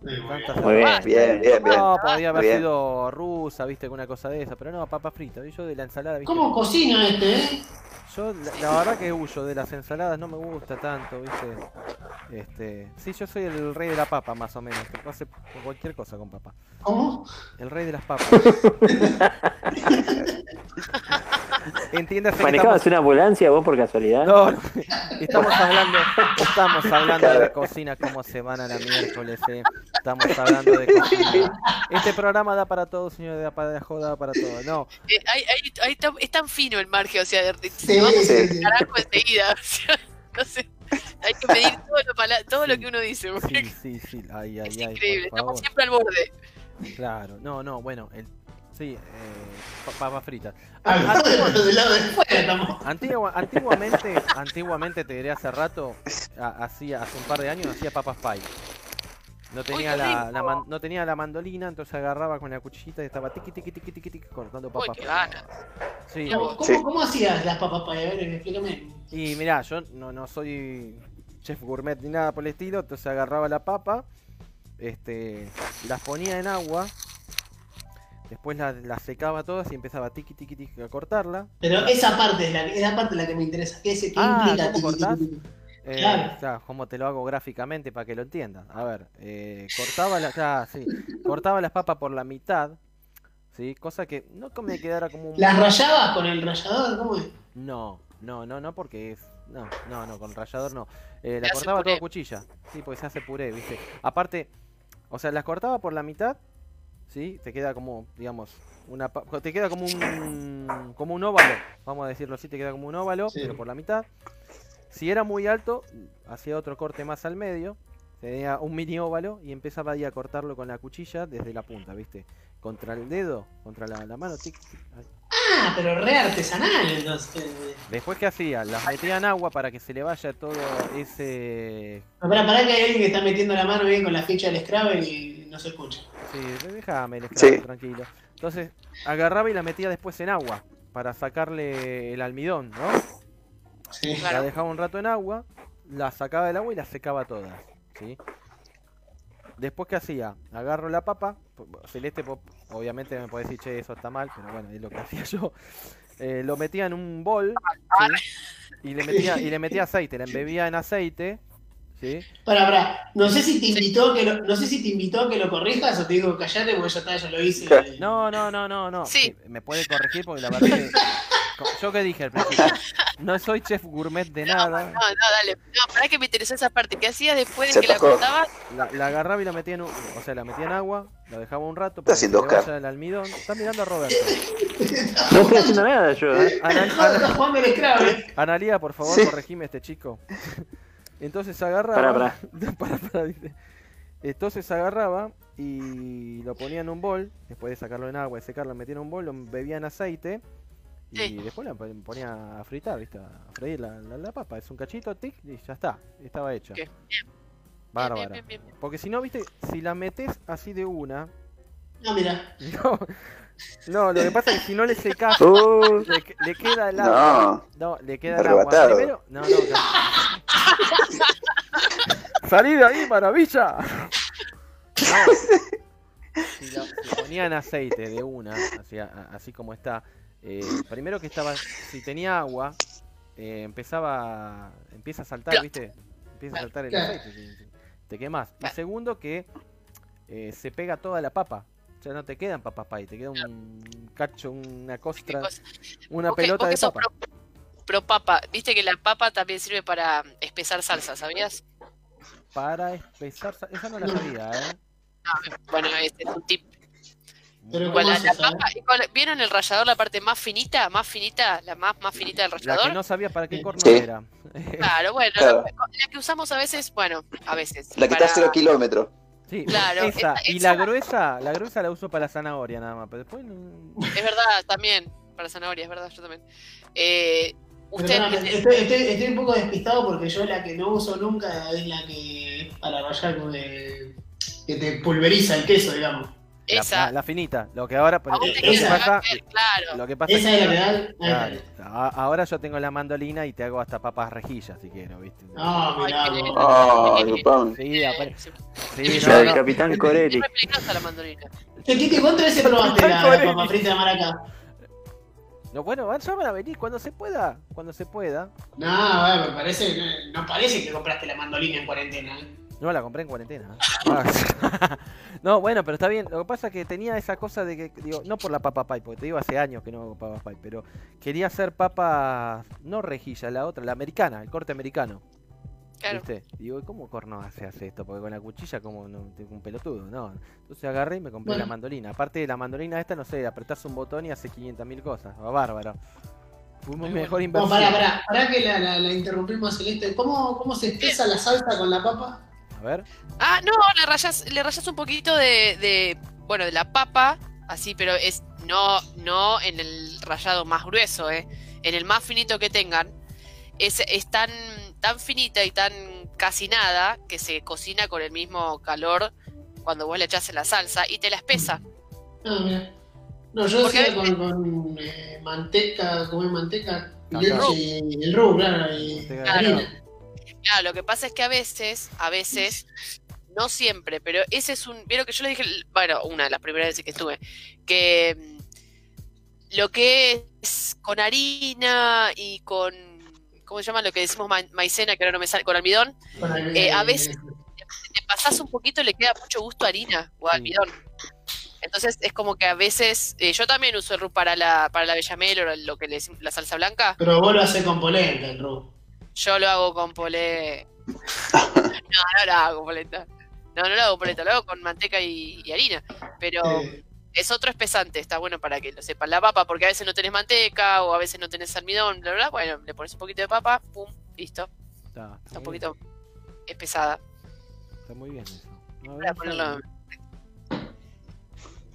A: Muy bueno.
F: Tantas-
C: Muy bien.
B: Bien, bien, bien.
F: No, podía haber
B: Bien.
F: sido rusa, viste, con una cosa de esa, pero no, papas fritas. Y Yo de la ensalada, viste.
A: ¿Cómo cocina este, eh?
F: Yo, la, la verdad que huyo de las ensaladas, no me gusta tanto, viste. Este, sí, yo soy el rey de la papa, más o menos. Te puedo hacer cualquier cosa con papa.
A: ¿Cómo?
F: El rey de las papas. Entiéndase que estamos,
C: ¿Manejabas una ambulancia vos por casualidad?
F: no, no, estamos hablando, estamos hablando de
B: Claro.
F: cocina como semana la miércoles, eh. estamos hablando de cocina. Este programa da para todo, señor, da para joda, da para todo. No,
D: Eh, hay- hay- hay tan- es tan fino el margen, o sea, de- de-
A: Sí,
D: vamos
A: sí, sí.
D: al carajo enseguida. O sea, no sé, hay que medir todo lo, pala- todo lo
F: Sí.
D: que uno dice. porque
F: sí, sí, sí, ay, ay,
D: es
F: ay,
D: increíble,
F: por favor.
D: estamos siempre al borde.
F: Claro, no, no, bueno, el, sí, eh, pa- papas fritas.
A: Al
F: Ah,
A: borde, pero del lado de fuera estamos.
F: Antigua- antiguamente, antiguamente te diré hace rato, ha- hacía hace un par de años hacía papas pie. No tenía
D: qué
F: la,
D: rico.
F: la man- no tenía la mandolina, entonces agarraba con la cuchillita y estaba tiqui tiqui tiqui tiqui tiqui cortando
D: Uy,
F: papas.
D: qué gana.
F: Sí.
A: ¿Cómo,
B: Sí.
A: cómo hacías las papas para ver? Explícame.
F: Y mirá, yo no, no soy chef gourmet ni nada por el estilo, entonces agarraba la papa, este, las ponía en agua, después las las secaba todas y empezaba tiqui tiqui tiqui a cortarla.
A: Pero esa parte es la, es la parte la que me interesa. Ese, ¿Qué
F: Ah,
A: implica?
F: ¿cómo cortás? Eh,
A: Claro.
F: ya, ¿Cómo te lo hago gráficamente para que lo entiendan? A ver, eh, cortaba, las ya, sí, cortaba las papas por la mitad, ¿sí? cosa que no que me quedara como un...
A: ¿Las rayabas con el rallador? ¿Cómo es?
F: No, no, no, no, porque es... No, no, no, con rallador no. Eh, la
D: hace
F: cortaba
D: puré.
F: toda cuchilla, sí, porque se hace puré, ¿viste? Aparte, o sea, las cortaba por la mitad, ¿sí? Te queda como, digamos, una... pa- Te queda como un... como un óvalo, vamos a decirlo así, te queda como un óvalo,
A: Sí.
F: pero por la mitad. Si era muy alto, hacía otro corte más al medio, tenía un mini óvalo y empezaba ahí a cortarlo con la cuchilla desde la punta, ¿viste? Contra el dedo, contra la, la mano, tic, tic, ahí.
A: Ah, pero re artesanal, entonces.
F: Después, ¿qué hacía? Las metía en agua para que se le vaya todo ese...
A: Pará, pará que hay alguien que está metiendo la mano bien con la ficha del Scrabble y no se escucha.
F: Sí, de- déjame, el
B: Sí.
F: esclavo, tranquilo. Entonces, agarraba y la metía después en agua para sacarle el almidón, ¿no?
A: Sí.
F: La
D: Claro.
F: dejaba un rato en agua, la sacaba del agua y la secaba todas, ¿sí? Después, ¿qué hacía? Agarro la papa, po- po- celeste, po- obviamente me puede decir, che, eso está mal, pero bueno, es lo que hacía yo. Eh, lo metía en un bol, ¿sí? Y le metía, y le metía aceite, la embebía en aceite, ¿sí?
A: Pará, pará. No sé si te invitó a que lo, no sé si te invitó a que lo corrijas o te digo callate porque ya está, ya lo hice.
F: No, no, no, no, no.
D: Sí.
F: Me puede corregir porque la verdad que. co- Yo que dije al principio. No soy chef gourmet de nada.
D: No, no, dale. No, pará que me interesó esa parte. ¿Qué hacías después de
B: Se
D: que la
B: tocó.
D: cortabas?
F: La, la agarraba y la metía en un- o sea, la metía en agua, la dejaba un rato para que se
B: haciendo
F: le
B: Oscar.
F: vaya el almidón. Está mirando a Roberto.
C: No estoy haciendo nada yo, ¿eh?
F: Ana-
A: No,
F: Ana-
A: está jugando el Scrabble.
F: Analía, por favor,
B: Sí.
F: corregime a este chico. Entonces agarraba.
C: Pará, pará.
F: Pará, pará, dice. Entonces agarraba y lo ponía en un bol, después de sacarlo en agua y secarlo, lo metía en un bol, lo bebía en aceite y
D: Sí.
F: después lo pon- ponía a fritar, ¿viste? A freír la, la- la papa. Es un cachito, tic, y ya está. Estaba hecha.
D: Ok. Bien.
F: Bárbara.
D: Bien, bien, bien.
F: Porque si no, viste, si la metes así de una.
A: No, mira.
F: No, no, lo que pasa es que si no le secás,
C: Uh,
F: le, que- le queda el agua.
B: No.
F: No, le queda el agua.
B: Arrebatado.
F: Primero, no, no. no. Salí de ahí, maravilla. No. Si, la- si ponían aceite de una, así, a- así como está, eh, primero que estaba, si tenía agua, eh, empezaba, empieza a saltar, ¿viste? Empieza a saltar el aceite, te, te quemas. Y segundo que eh, se pega toda la papa. O sea, no te quedan papas pie, te queda un cacho, una costra,
D: cosa.
F: una
D: Vos que-
F: pelota
D: vos
F: de
D: que sos
F: papa.
D: Pro, pro papa, viste que la papa también sirve para espesar salsa, ¿sabías?
F: Para espesar. sa- Esa no la
A: No.
F: sabía, ¿eh?
D: Bueno, este es un tip.
A: Pero
D: Igual la,
A: ¿cómo
D: la
A: se sabe?
D: papa, igual- ¿vieron el rallador, la parte más finita, más finita, la más, más finita del
F: La
D: rallador?
F: que no sabía para qué corno
B: Sí.
F: era.
D: Claro, bueno,
B: Claro.
D: La, la que usamos a veces, bueno, a veces.
B: La que está a
D: para-
B: cero kilómetros.
F: Sí,
D: Claro,
F: esa.
D: esa-
F: Y
D: esa-
F: la gruesa, la gruesa la uso para zanahoria nada más, pero después no-
D: Es verdad, también, para zanahoria, es verdad, yo también. Eh,
A: Pero
D: usted,
A: pará, estoy, estoy- estoy un poco despistado porque yo la que no uso nunca es la que para rayar con el- que te pulveriza el queso, digamos.
F: la,
D: esa,
F: la- la finita. Lo que ahora.
D: a vos te
F: lo, que
D: queda,
F: pasa,
D: claro.
F: lo que pasa
A: Esa
F: es
A: es
F: que.
A: la que da. ahí está.
F: Claro, a- ahora yo tengo la mandolina y te hago hasta papas rejillas si quiero, ¿viste?
A: No, mirá,
D: Ay, qué
A: vos.
D: lindo.
B: Ah, Lupán.
F: Sí, apare-
D: Sí,
F: sí,
C: La
F: no,
C: del
F: no.
C: Capitán Corelli.
D: Es re peligrosa la mandolina.
A: Che, Kike, ¿cuántas veces probaste la, la
F: Corelli.
A: papa frita de maracá?
F: No, bueno, van- ya van a venir cuando se pueda. Cuando se pueda.
A: No, bueno, me parece, que- no parece que compraste la mandolina en cuarentena. ¿eh?
F: No, la compré en cuarentena. Ah. no, bueno, pero está bien. Lo que pasa es que tenía esa cosa de que, digo, no por la papa pie, porque te digo hace años que no hago papa pie, pero quería hacer papas, no rejilla, la otra, la americana, el corte americano.
D: Claro.
F: ¿Viste? Y Digo, ¿cómo corno hace, hace esto? Porque con la cuchilla como no, tengo un pelotudo, ¿no? Entonces agarré y me compré
A: Bueno.
F: la mandolina. Aparte de la mandolina esta, no sé, apretás un botón y hace 500.000 cosas. Va bárbaro. Fuimos
D: bueno.
F: mejor
A: No,
F: inversión.
A: pará, pará, pará que la, la, la interrumpimos, Celeste. ¿Cómo, ¿Cómo se espesa la salsa con la papa?
F: A ver.
D: Ah, no, le rayas, le rayas un poquito de, de, bueno, de la papa, así, pero es no, no en el rayado más grueso, eh, en el más finito que tengan. Es, es tan, tan finita y tan casi nada que se cocina con el mismo calor cuando vos le echás en la salsa y te la espesa.
A: Ah, mirá. No, yo
D: Porque
A: decía
D: a veces-
A: con, con eh, manteca, comí manteca,
F: Claro.
A: leche y el roux, claro, y
F: Manteca de
A: harina.
D: Claro, Ah, lo que pasa es que a veces, a veces, no siempre, pero ese es un. Vieron que yo le dije, bueno, una de las primeras veces que estuve, que mm, lo que es con harina y con. ¿Cómo se llama? Lo que decimos ma- maicena, que ahora no me sale, con almidón,
A: Con el-
D: Eh, a veces- te pasás un poquito y le queda mucho gusto a harina o a
F: Sí.
D: almidón. Entonces es como que a veces, eh, yo también uso el roux para la, para la bechamel o lo que le decimos, la salsa blanca,
A: Pero vos lo haces con polenta, el roux.
D: Yo lo hago con polé. No, no lo hago con polenta. No, no lo hago con polenta, lo hago con manteca y, y harina. Pero
A: Eh,
D: es otro espesante, está bueno para que lo sepan. La papa, porque a veces no tenés manteca o a veces no tenés almidón, bla, bla. Bueno, le pones un poquito de papa, pum, listo.
F: Está,
D: Está un
F: muy bien,
D: poquito espesada.
F: está muy bien eso. No, no
D: Para
F: lo
D: ponerlo.
F: sabía.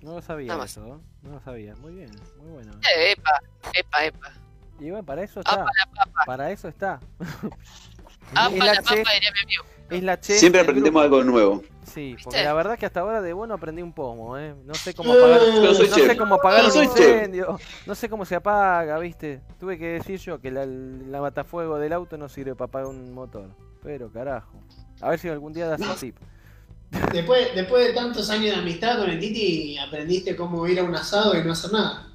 F: No lo sabía
D: Nada más.
F: eso, ¿eh? no lo sabía. Muy bien, muy bueno.
D: Eh, epa, epa, epa.
F: Y bueno, Ah, para eso está.
D: Apa la papa.
F: Para Ah, eso está.
D: Apa
F: es, la
D: la
F: chef,
D: papa, diría mi amigo.
F: es la chef
B: Siempre
F: del
B: aprendemos
F: grupo.
B: algo nuevo.
F: Sí,
D: ¿Viste?
F: porque la verdad que hasta ahora de bueno aprendí un pomo, ¿eh? No sé cómo
A: Eh,
F: apagar,
A: yo
B: soy
F: no
B: chef.
F: sé cómo apagar
B: Yo
F: un
B: soy chef.
F: incendio, no sé cómo se apaga, ¿viste? Tuve que decir yo que la, la matafuego del auto no sirve para apagar un motor. Pero carajo. A ver si algún día das un tip.
A: Después, después de tantos años de amistad con el Titi, aprendiste cómo ir a un asado y no hacer nada.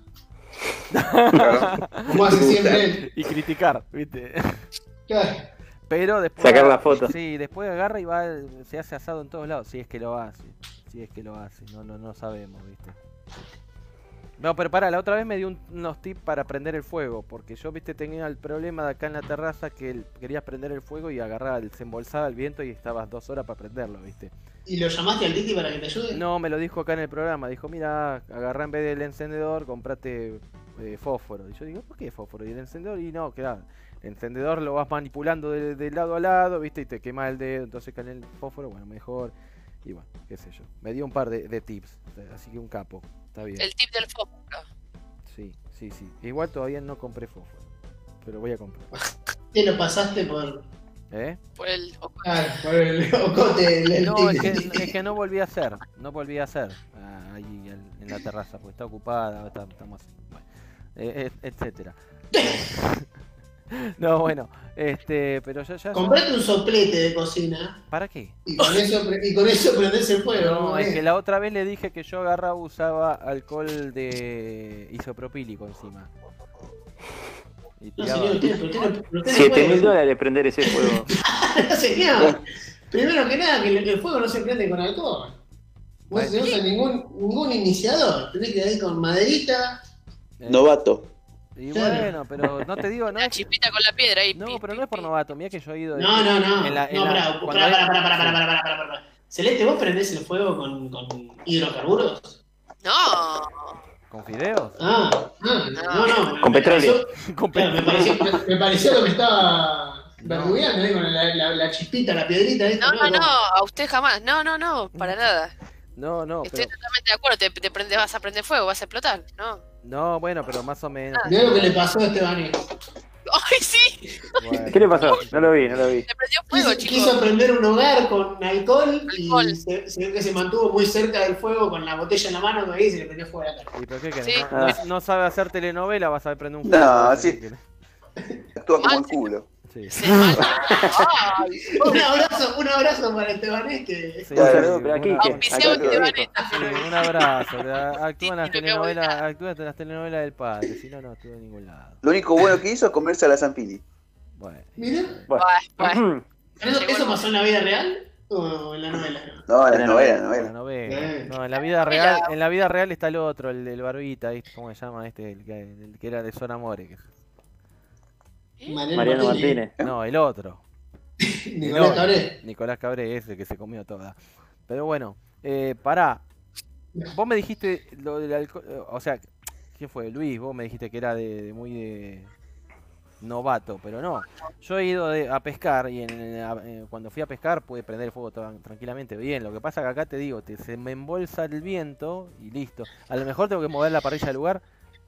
A: Como hace siempre él.
F: Y criticar, ¿viste?
A: Claro.
F: Pero después
C: Sacar la foto.
F: Sí, después agarra y va, se hace asado en todos lados, si es que lo hace, si es que lo hace, no, no, no sabemos, viste. No, pero pará, la otra vez me dio un- unos tips para prender el fuego, porque yo, viste, tenía el problema de acá en la terraza que el- querías prender el fuego y agarraba, el- se embolsaba el viento y estabas dos horas para prenderlo, viste.
A: ¿Y lo llamaste al Titi para que te ayude?
F: No, me lo dijo acá en el programa, dijo, mira, agarrá en vez del encendedor, comprate eh, fósforo. Y yo digo, ¿por qué fósforo? Y el encendedor, y no, claro, el encendedor lo vas manipulando de, de lado a lado, viste, y te quema el dedo, entonces con el fósforo, bueno, mejor. Y bueno, qué sé yo. Me dio un par de, de tips, así que un capo, está bien.
D: El tip del fósforo.
F: Sí, sí, sí. Igual todavía no compré fósforo, pero voy a comprar.
A: Te lo pasaste por,
F: ¿Eh?
D: Por el.
A: claro, por el ocote del
F: No, es
A: Titi.
F: que, es que no volví a hacer, no volví a hacer ah, ahí en, en la terraza, porque está ocupada, está- estamos así, bueno, eh, et- etcétera. No, bueno, este, pero yo ya...
A: Comprate un soplete de cocina
F: ¿Para qué?
A: y con eso, pre- y con eso prendés el fuego.
F: No, es
A: eh.
F: que la otra vez le dije que yo agarraba, usaba alcohol de isopropílico encima. Y
A: No,
F: tiraba-
A: señor, usted, usted no- pero usted no
C: 7
A: puede.
C: mil dólares prender ese fuego.
A: No, señor. Primero que nada, que el, el fuego no se prende con alcohol. No se usa ningún, ningún iniciador. Tenés que ir ahí con maderita.
F: Eh,
B: Novato.
F: Y
A: Claro.
F: bueno, pero no te digo, no
D: Una
F: es,
D: chispita con la piedra ahí.
F: no,
D: pi,
F: pero
D: pi,
F: no es por
D: pi.
F: novato, mira que yo he ido. de-
A: No, no, no.
F: En la- en
A: no,
F: la-
A: pará,
F: cuando
A: pará,
F: hay-
A: pará, pará, pará, pará, pará, pará, pará. Celeste, ¿vos prendés el fuego con, con hidrocarburos?
D: No.
F: ¿Con fideos?
A: Ah, ah, no, no.
C: Con
A: me
C: petróleo.
A: pareció-
F: Con
A: claro, me, pareció, me, me pareció que me estaba verdugueando ahí con la, la, la chispita, la piedrita. ¿viste?
D: No, no, no, a usted jamás. No, no, no, para nada.
F: No, no,
D: Estoy
F: pero,
D: totalmente de acuerdo. Te, te prende- vas a prender fuego, vas a explotar. No.
F: no, bueno, pero más o menos.
A: Mirá lo que le pasó a este Esteban.
D: ¡Ay, sí!
F: bueno.
C: ¿Qué le pasó? No lo vi, no lo vi.
D: Te prendió fuego,
A: Quiso,
D: chicos.
A: quiso prender un hogar con alcohol y
D: Alcohol.
A: Se, se ve que se mantuvo muy cerca del fuego con la botella en la mano que ahí se le prendió fuego a la cara.
F: ¿Y por qué que
D: Sí.
F: no, no- no sabe hacer telenovela, vas a saber prender un
B: No,
F: fuego,
B: sí.
F: que-
B: Actúa como el culo.
F: Sí.
D: Se mata. Ay,
A: Un abrazo, un abrazo para Estebanés que
F: Sí,
B: Un saludo,
F: sí,
C: pero aquí,
F: una-
C: ¿qué?
D: Auspiciado
B: Acá lo
D: te van
B: dijo.
D: a-
F: sí, un abrazo. te- Actúa en las
D: Sí, sí, lo que hago
F: telenovelas,
D: acá.
F: actúa en las telenovelas del padre, si no, no actúa en ningún lado.
B: Lo único bueno que hizo es comerse a la Zampini.
F: Bueno.
A: Mirá.
D: Ay, ay.
A: ¿Eso, eso pasó en la vida real o en la novela?
B: No, la
C: Era
B: novela, la novela.
F: Bueno, no veo.
A: Bien.
F: No, en la vida real, en la vida real está el otro, el del barbita, ¿viste? ¿cómo se llama este? El que, el que era de Son Amores. que-
D: ¿Eh?
C: Mariano Martínez.
F: No, el otro.
A: Nicolás
F: No.
A: Cabré.
F: Nicolás Cabré ese que se comió toda. Pero bueno, eh, pará. Vos me dijiste lo del alcohol. O sea, ¿quién fue? Luis, vos me dijiste que era de, de muy de novato, pero no. Yo he ido de- a pescar y en- en- a- eh, cuando fui a pescar pude prender el fuego tan- tranquilamente. Bien, lo que pasa que acá te digo, te, se me embolsa el viento y listo. A lo mejor tengo que mover la parrilla del lugar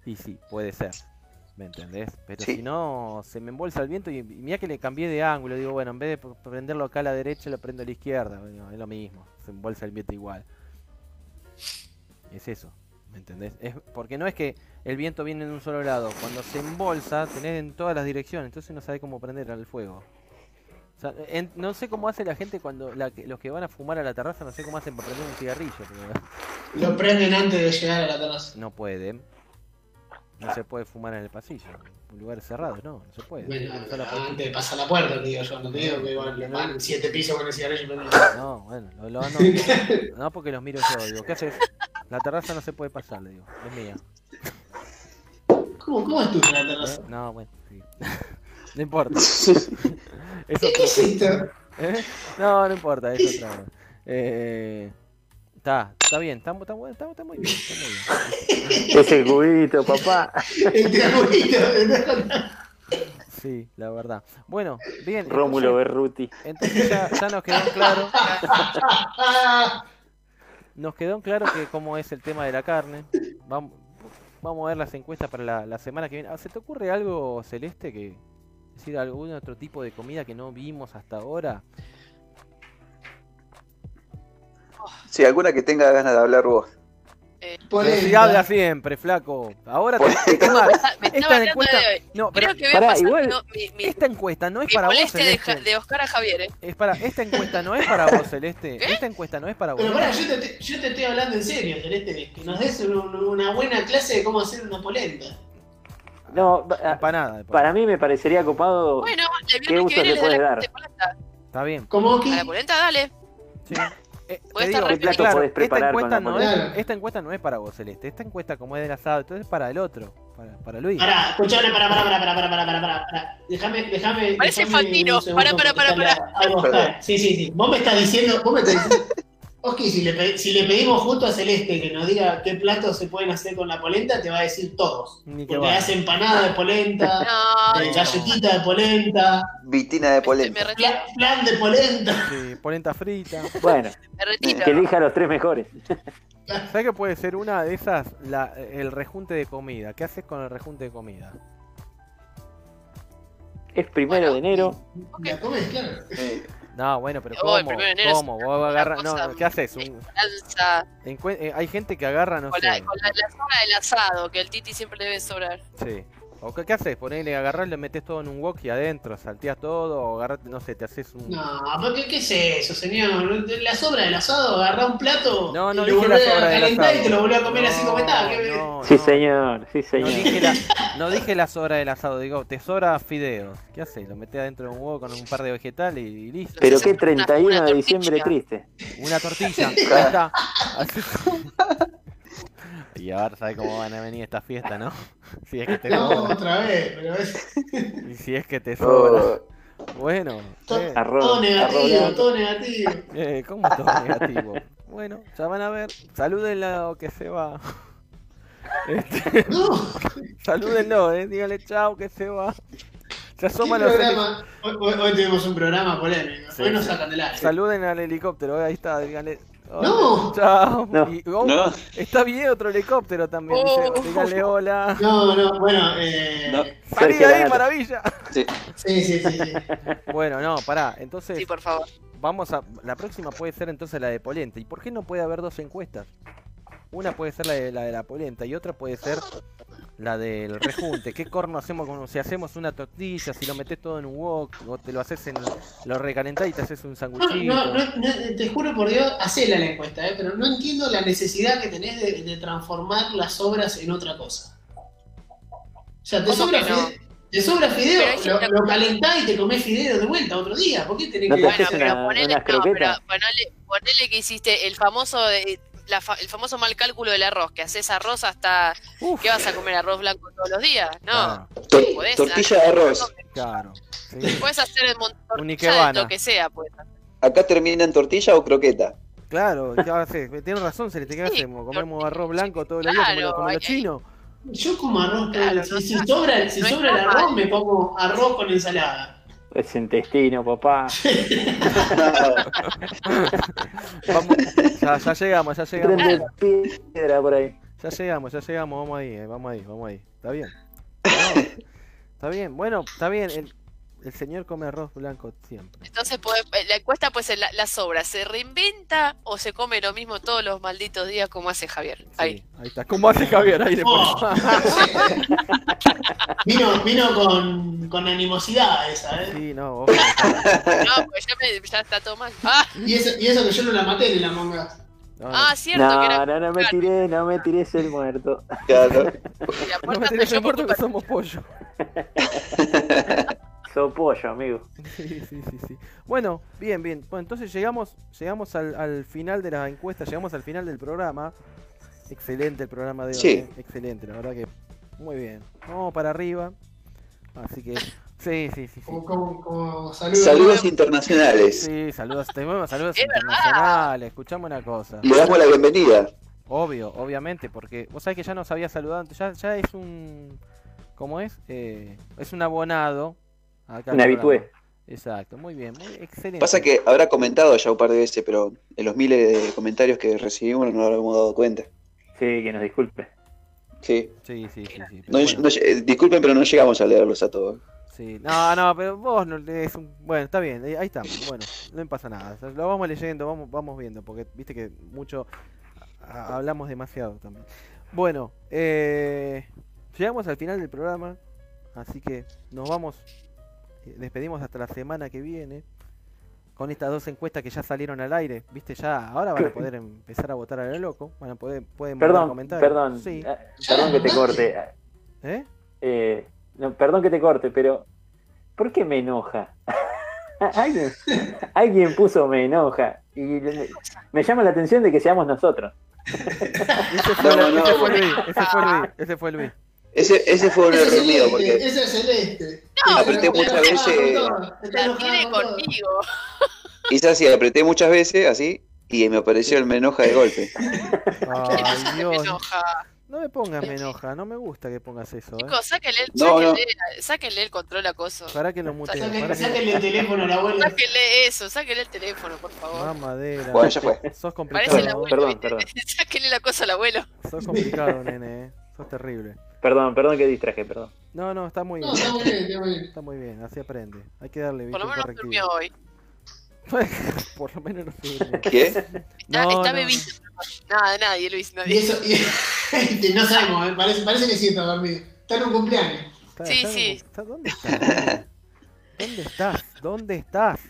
F: y sí, puede ser. ¿Me entendés? Pero
B: Sí.
F: si no, se me embolsa el viento y, y mirá que le cambié de ángulo. Digo, bueno, en vez de p- prenderlo acá a la derecha, lo prendo a la izquierda. Bueno, es lo mismo, se embolsa el viento igual. Es eso, ¿me entendés? Es, porque no es que el viento viene en un solo lado. Cuando se embolsa, tenés en todas las direcciones. Entonces no sabés cómo prender al fuego. O sea, en- no sé cómo hace la gente cuando la que- los que van a fumar a la terraza, no sé cómo hacen para prender un cigarrillo. pero
A: Lo prenden antes de llegar a la terraza.
F: no pueden. No se puede fumar en el pasillo. Un lugar cerrado, no, no se puede.
A: Bueno,
F: Una sola puerta.
A: antes de pasar la puerta, te digo yo. No te digo que bueno, le van siete pisos con el cigarrillo y prenden.
F: No, bueno, lo, lo- no, no, porque los miro yo, digo, ¿qué haces? La terraza no se puede pasar, le digo, es mía.
A: ¿Cómo, cómo es tu la terraza?
F: No, bueno, sí. No importa. Eso
A: ¿Qué, qué es esto?
F: ¿Eh? No, no importa, es otra cosa. Eh, Está, está bien, está, mu- está, bueno, está- está muy bien, está muy bien.
C: Ese cubito, papá.
A: El triangulito.
F: Sí, la verdad. Bueno, bien.
C: Rómulo Berruti.
F: Entonces, entonces ya, ya nos quedó en claro,
A: Ah,
F: nos quedó en claro que cómo es el tema de la carne. Vamos, vamos a ver las encuestas para la, la semana que viene. Ah, ¿Se te ocurre algo celeste que es decir algún otro tipo de comida que no vimos hasta ahora?
B: Sí, alguna que tenga ganas de hablar vos.
A: Por
F: Pero si
A: esta.
F: habla siempre, flaco. Ahora tenés que quemar.
D: Me
F: Esta
D: estaba hablando
F: encuesta-
D: de hoy.
F: No, pero
D: Creo que voy a
C: pará,
D: pasar
C: igual-
D: ¿no? mi, mi,
F: esta encuesta no es
D: mi
F: para vos,
D: molestia de, Ja-
F: Celeste.
D: de Oscar a Javier. ¿eh?
F: Es para, esta encuesta no es para vos, Celeste. Esta encuesta no es para vos.
A: Pero pará, yo te, yo te estoy hablando en serio, Celeste. Que nos des un- una buena clase de cómo hacer una polenta.
C: No, pa- ah,
F: Empanada, de pollo.
C: para mí me parecería copado.
D: Bueno,
C: ¿Qué
D: el viernes
C: uso
D: que viene
C: le
D: le doy
C: puedes
D: la
C: dar?
D: de polenta.
F: Está bien.
A: Como
D: A
A: que
D: la polenta, dale.
F: sí. Eh,
D: Puede
F: te
D: estar
F: digo,
D: re rico.
F: claro,
C: Podés
F: esta,
C: preparar con
F: encuesta
C: la
F: no es,
A: molestia.
F: esta encuesta no es para vos, Celeste. Esta encuesta, como es del asado, entonces es para el otro, para, para Luis.
A: Pará, escuchame, pará, pará, pará, pará, pará, pará, pará, pará, pará. Déjame, déjame.
D: Parece
A: déjame un
D: Fantino.
A: segundo
D: Pará, pará, pará,
A: contestarle a- algo,
B: Perdón.
A: pará. Sí, sí, sí. Vos me estás diciendo, vos me estás diciendo. Oski, si le, pe- si le pedimos justo a Celeste que nos diga qué platos se pueden hacer con la polenta, te va a decir todos.
F: Ni que
A: Porque
F: va.
A: hace empanada de polenta,
D: No,
A: eh, galletita de polenta,
B: Vitina de
D: me
B: polenta.
D: retiro.
A: pla- plan de polenta.
F: Sí, polenta frita.
C: Bueno,
D: Me
C: que
D: retiro.
C: elija los tres mejores.
F: ¿Sabes que puede ser una de esas? la- el rejunte de comida. ¿Qué haces con el rejunte de comida?
C: Es primero de enero.
A: ¿La comes? Claro.
B: Sí.
F: No, bueno, pero
D: Yo voy,
F: ¿cómo?
D: primero de enero es
F: ¿Cómo? Vos agarrás-
D: cosa-
F: No, ¿qué haces? Un-
D: Lanza.
F: encue- eh, hay gente que agarra, no
D: Con la,
F: sé.
D: con la, la sobra del asado, que el Titi siempre le debe sobrar.
F: Sí. ¿O qué, qué haces? Ponele, agarrás, le metes todo en un wok y adentro, salteas todo, o agarrás, no sé, te haces un.
A: No, ¿por qué, qué es eso, señor? La sobra del asado, agarrá un plato,
F: No, no
A: y lo
F: dije la
A: volvés a
F: sobra del
A: calentar y
F: asado.
A: te lo volvés a comer así como está. ¿qué me-
F: no,
C: Sí,
F: no.
C: señor, sí,
F: No
C: señor.
F: dije, la, no dije la sobra del asado, digo, te sobra fideos. ¿Qué haces? Lo metes adentro de un huevo con un par de vegetales y, y listo.
C: Pero
D: Una-
C: qué 31
D: una
C: de diciembre
D: tortilla.
C: triste.
F: Una tortilla. Ahí está. Y ahora sabes cómo van a venir estas fiestas, ¿no? Si es que te
A: No,
F: sobra.
A: otra vez, pero es
F: Y si es que te sobra.
B: Oh,
F: Bueno, eh,
A: todo
C: Arroz, arroz
A: negativo,
C: blanco.
A: todo negativo.
F: eh, ¿cómo todo negativo? Bueno, ya van a ver. Salúdenlo que se va.
A: No,
F: Salúdenlo, eh. Dígale chao que se va. Se
A: ¿qué
F: asoman los helicópteros.
A: programa? Hoy, hoy- hoy tuvimos un programa polémico,
F: Sí,
A: hoy nos
F: sí.
A: sacan del aire.
F: Saluden al helicóptero, eh, ahí está, dígale. hola,
A: No.
F: Chao.
C: No.
F: Y, oh,
B: No.
F: Está bien otro helicóptero también. dice,
D: Oh.
F: dígale hola.
A: No, no, bueno, eh,
B: No.
F: Salí
C: Sergio
F: de ahí,
C: Ganato.
F: maravilla.
B: sí.
A: sí, sí, sí, sí.
F: Bueno, no, pará. Entonces,
D: Sí, por favor.
F: vamos a. La próxima puede ser entonces la de Polenta. ¿Y por qué no puede haber dos encuestas? Una puede ser la de la, de la Polenta y otra puede ser la del rejunte. ¿Qué corno hacemos con.? Si hacemos una tortilla, si lo metes todo en un wok, o te lo haces en. Lo recalentás y te haces un
A: No,
F: sanguchito.
A: no, no, no, te juro por Dios, hacela la encuesta, eh, pero no entiendo la necesidad que tenés de, de transformar las obras en otra cosa. O sea, te
D: ¿Cómo
A: sobra,
D: que no?
A: fide- te sobra
D: Pero hay
A: fideo, lo,
D: gente-
A: lo calentás y te comés fideo de vuelta otro día. ¿Por qué tenés
C: No
A: que.?
C: te
D: Bueno,
C: haces
D: pero
C: una-
D: ponele,
C: unas
D: no, pero
C: croquetas.
D: ponele, ponele que hiciste el famoso de- la fa- el famoso mal cálculo del arroz, que haces arroz hasta
F: Uf.
D: que vas a comer arroz blanco todos los días. No,
F: Ah,
B: Tor-
A: Sí,
D: podés
B: tortilla de arroz.
F: claro. Sí.
D: puedes hacer el
F: Un
D: montón de
F: ikebana.
D: lo que sea, pues.
B: Acá termina en tortilla o croqueta.
F: Claro, ¿qué haces? Tienes razón, Celeste, ¿qué
D: Sí,
F: hacemos? Comemos arroz blanco todos los días como,
D: claro,
F: lo- como
D: hay-
F: los chinos.
A: Yo como arroz, con-
D: Claro,
A: si,
D: no
A: si
D: está-
A: sobra, si
D: no
A: sobra el
D: está
A: arroz,
D: mal.
A: me pongo arroz con ensalada.
C: Es intestino, papá.
F: Vamos, ya, ya llegamos, ya
C: Tren
F: llegamos.
C: de piedra por ahí.
F: Ya llegamos, ya llegamos, vamos ahí, eh, vamos ahí, vamos ahí. Está bien. No, está bien, bueno, está bien. El, el señor come arroz blanco siempre.
D: Entonces, podés- la encuesta, pues, es la, la sobra, ¿se reinventa o se come lo mismo todos los malditos días como hace Javier?
F: Sí,
D: Ahí.
F: ahí está. ¿Cómo hace Javier? Ahí después.
A: Oh. Vino, vino con, con animosidad esa, ¿eh?
F: Sí, no, obvio, está-
D: No, pues ya, me- ya está todo mal. Ah,
A: Y eso, y eso que yo no la maté en la monga.
F: no, no.
D: ah, cierto, que
C: No, no,
D: era
C: no me tiré, no me tiré, soy el muerto.
B: Claro.
D: la
F: No
D: puerta
F: me tenés
D: se
F: en
D: por
F: cuenta que
D: culpa-
F: somos pollo.
C: Sopollo, amigo.
F: Sí, sí, sí, sí. Bueno, bien, bien. Bueno, entonces llegamos, llegamos al, al final de la encuesta, llegamos al final del programa. Excelente el programa de hoy.
B: Sí.
F: eh. Excelente, la verdad que muy bien. Vamos para arriba. Así que sí, sí, sí, sí.
A: Como, como, como saludo.
B: Saludos internacionales.
F: Sí, saludos, tenemos saludos
D: Es verdad.
F: internacionales. Escuchamos una cosa.
B: Le damos la bienvenida.
F: Obvio, obviamente, porque vos sabés que ya nos había saludado antes, ya, ya es un ¿cómo es? Eh, es un abonado acá al
C: Un habitué.
F: programa. Exacto, muy bien, muy excelente.
B: Pasa que habrá comentado ya un par de veces, pero en los miles de comentarios que recibimos no nos hemos dado cuenta.
C: Sí, que nos disculpe.
B: Sí.
F: Sí, sí, sí, sí.
B: No-
F: pero bueno.
B: no- eh, disculpen, pero no llegamos a leerlos a todos.
F: Sí, no, no, pero vos no lees un... Bueno, está bien, eh, ahí estamos, bueno, no me pasa nada, o sea, lo vamos leyendo, vamos, vamos viendo, porque viste que mucho a- hablamos demasiado también. Bueno, eh, llegamos al final del programa, así que nos vamos, eh, despedimos hasta la semana que viene, con estas dos encuestas que ya salieron al aire, viste, ya ahora van a poder empezar a votar a lo loco, van a poder, pueden mandar
C: Perdón,
F: comentarios.
C: perdón.
F: Sí,
B: Eh.
C: ah, Perdón que te corte.
F: ¿eh?
C: Eh, no, perdón que te corte, pero ¿por qué me enoja? alguien, alguien puso me enoja. Y le- me llama la atención de que seamos nosotros.
F: Ese fue,
B: No, no,
F: ese fue
B: bueno.
F: Luis, ese fue Luis, ese fue Luis.
B: Ese, ese fue un
A: Ese
B: error
A: es
B: mío,
A: celeste,
B: porque
A: ese es este. celeste.
B: No, apreté
A: Está
B: muchas
A: enojada
B: veces-
A: con todo, está
D: La
A: enojada
D: tiene
A: con todo.
D: conmigo.
B: quizás si apreté muchas veces así y me apareció el me enoja de golpe.
F: Ay,
D: Me
F: Dios.
D: enoja.
F: No me pongas me enoja, no me gusta que pongas eso, eh.
D: Chicos, sáquenle, el-
B: No, no.
D: sáquenle- sáquenle el control acoso.
F: Para que lo muteo,
A: Sáquenle,
F: para que...
A: sáquenle el teléfono a la abuela.
D: Sáquenle eso, sáquenle el teléfono, por favor.
F: Mamadera.
B: Bueno, ya fue.
D: Parece el
F: Sos complicado,
D: abuelo.
C: perdón,
D: ¿viste?
C: perdón.
D: Sáquenle la cosa al abuelo.
F: sos complicado, nene, eh. Sos terrible.
C: Perdón, perdón que distraje, perdón.
F: No, no, está muy
A: No,
F: bien.
A: está muy bien, está muy bien.
F: Está muy bien, así aprende. Hay que darle
D: Por
F: viste,
D: lo
F: un
D: menos no durmió
F: correctivo.
D: hoy.
F: Por lo menos no se durmió.
B: ¿Qué?
D: Está,
F: No,
D: está
F: no,
D: bebido. Nada, nadie, Luis,
A: Y este,
D: nadie.
A: eso, y- no sabemos, eh, parece, parece que sí está dormido. Está en un cumpleaños.
F: Está-
D: Sí,
F: está-
D: sí.
F: está- ¿Dónde estás? ¿Dónde estás? ¿Dónde estás?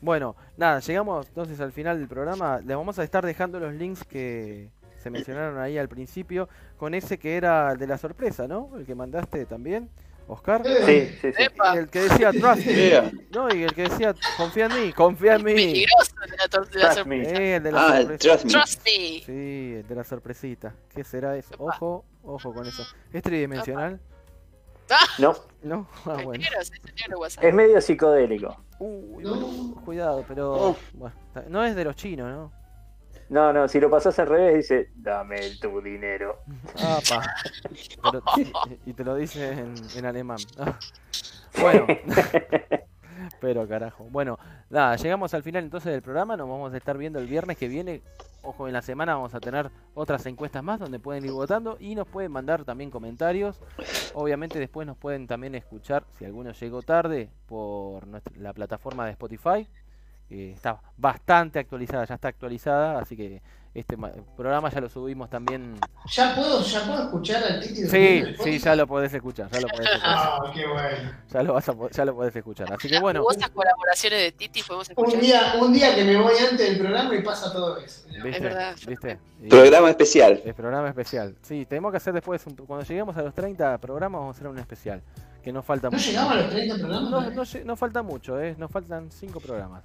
F: Bueno, nada, llegamos entonces al final del programa. Les vamos a estar dejando los links que se mencionaron ahí al principio, con ese que era el de la sorpresa, ¿no? El que mandaste también, Oscar.
C: Sí, sí, sí.
D: Epa,
F: El que decía Trust
H: Yeah.
F: me. No, y el que decía confía en mí, confía en mí.
D: peligroso de la tor- de la
C: Trust
D: sor-
C: me.
F: Eh, el de la
H: Ah,
F: sorpresa.
H: trust me.
D: Trust me.
F: Sí, el de la sorpresita. ¿Qué será eso?
D: Epa.
F: Ojo, ojo con eso. ¿Es tridimensional?
C: No,
F: No, ah, bueno. Eh,
D: Peligroso, ese negro WhatsApp.
C: es medio psicodélico.
F: Uy,
A: No.
F: boludo, cuidado, pero. Bueno, está- no es de los chinos, ¿no?
C: No, no, si lo pasás al revés, dice, dame tu dinero.
F: Apa. Pero- y te lo dice en, en alemán. bueno. Pero carajo. Bueno, nada, llegamos al final entonces del programa. Nos vamos a estar viendo el viernes que viene. Ojo, en la semana vamos a tener otras encuestas más donde pueden ir votando y nos pueden mandar también comentarios. Obviamente después nos pueden también escuchar, si alguno llegó tarde, por nuestra- la plataforma de Spotify. que está bastante actualizada, ya está actualizada, así que este ma- programa ya lo subimos también
A: ¿Ya puedo, ya puedo escuchar al Titi?
F: Sí,
A: dormir?
F: sí, ya lo podés escuchar, ya lo podés escuchar.
A: Ah, qué bueno.
F: Ya lo, vas a po- ya lo podés escuchar. Así que bueno,
D: Jugosas colaboraciones de Titi podemos
A: Un
D: escuchar.
A: día, un día que me voy antes del programa y pasa todo eso.
F: ¿viste?
D: verdad.
F: ¿Viste? Y-
H: Programa especial.
F: el programa especial. Sí, tenemos que hacer después, un- cuando lleguemos a los 30 programas vamos a hacer un especial. Que nos falta
A: ¿No
F: mucho.
A: llegamos a los 30 programas?
F: No, no lle- no falta mucho, ¿eh? Nos faltan 5 programas.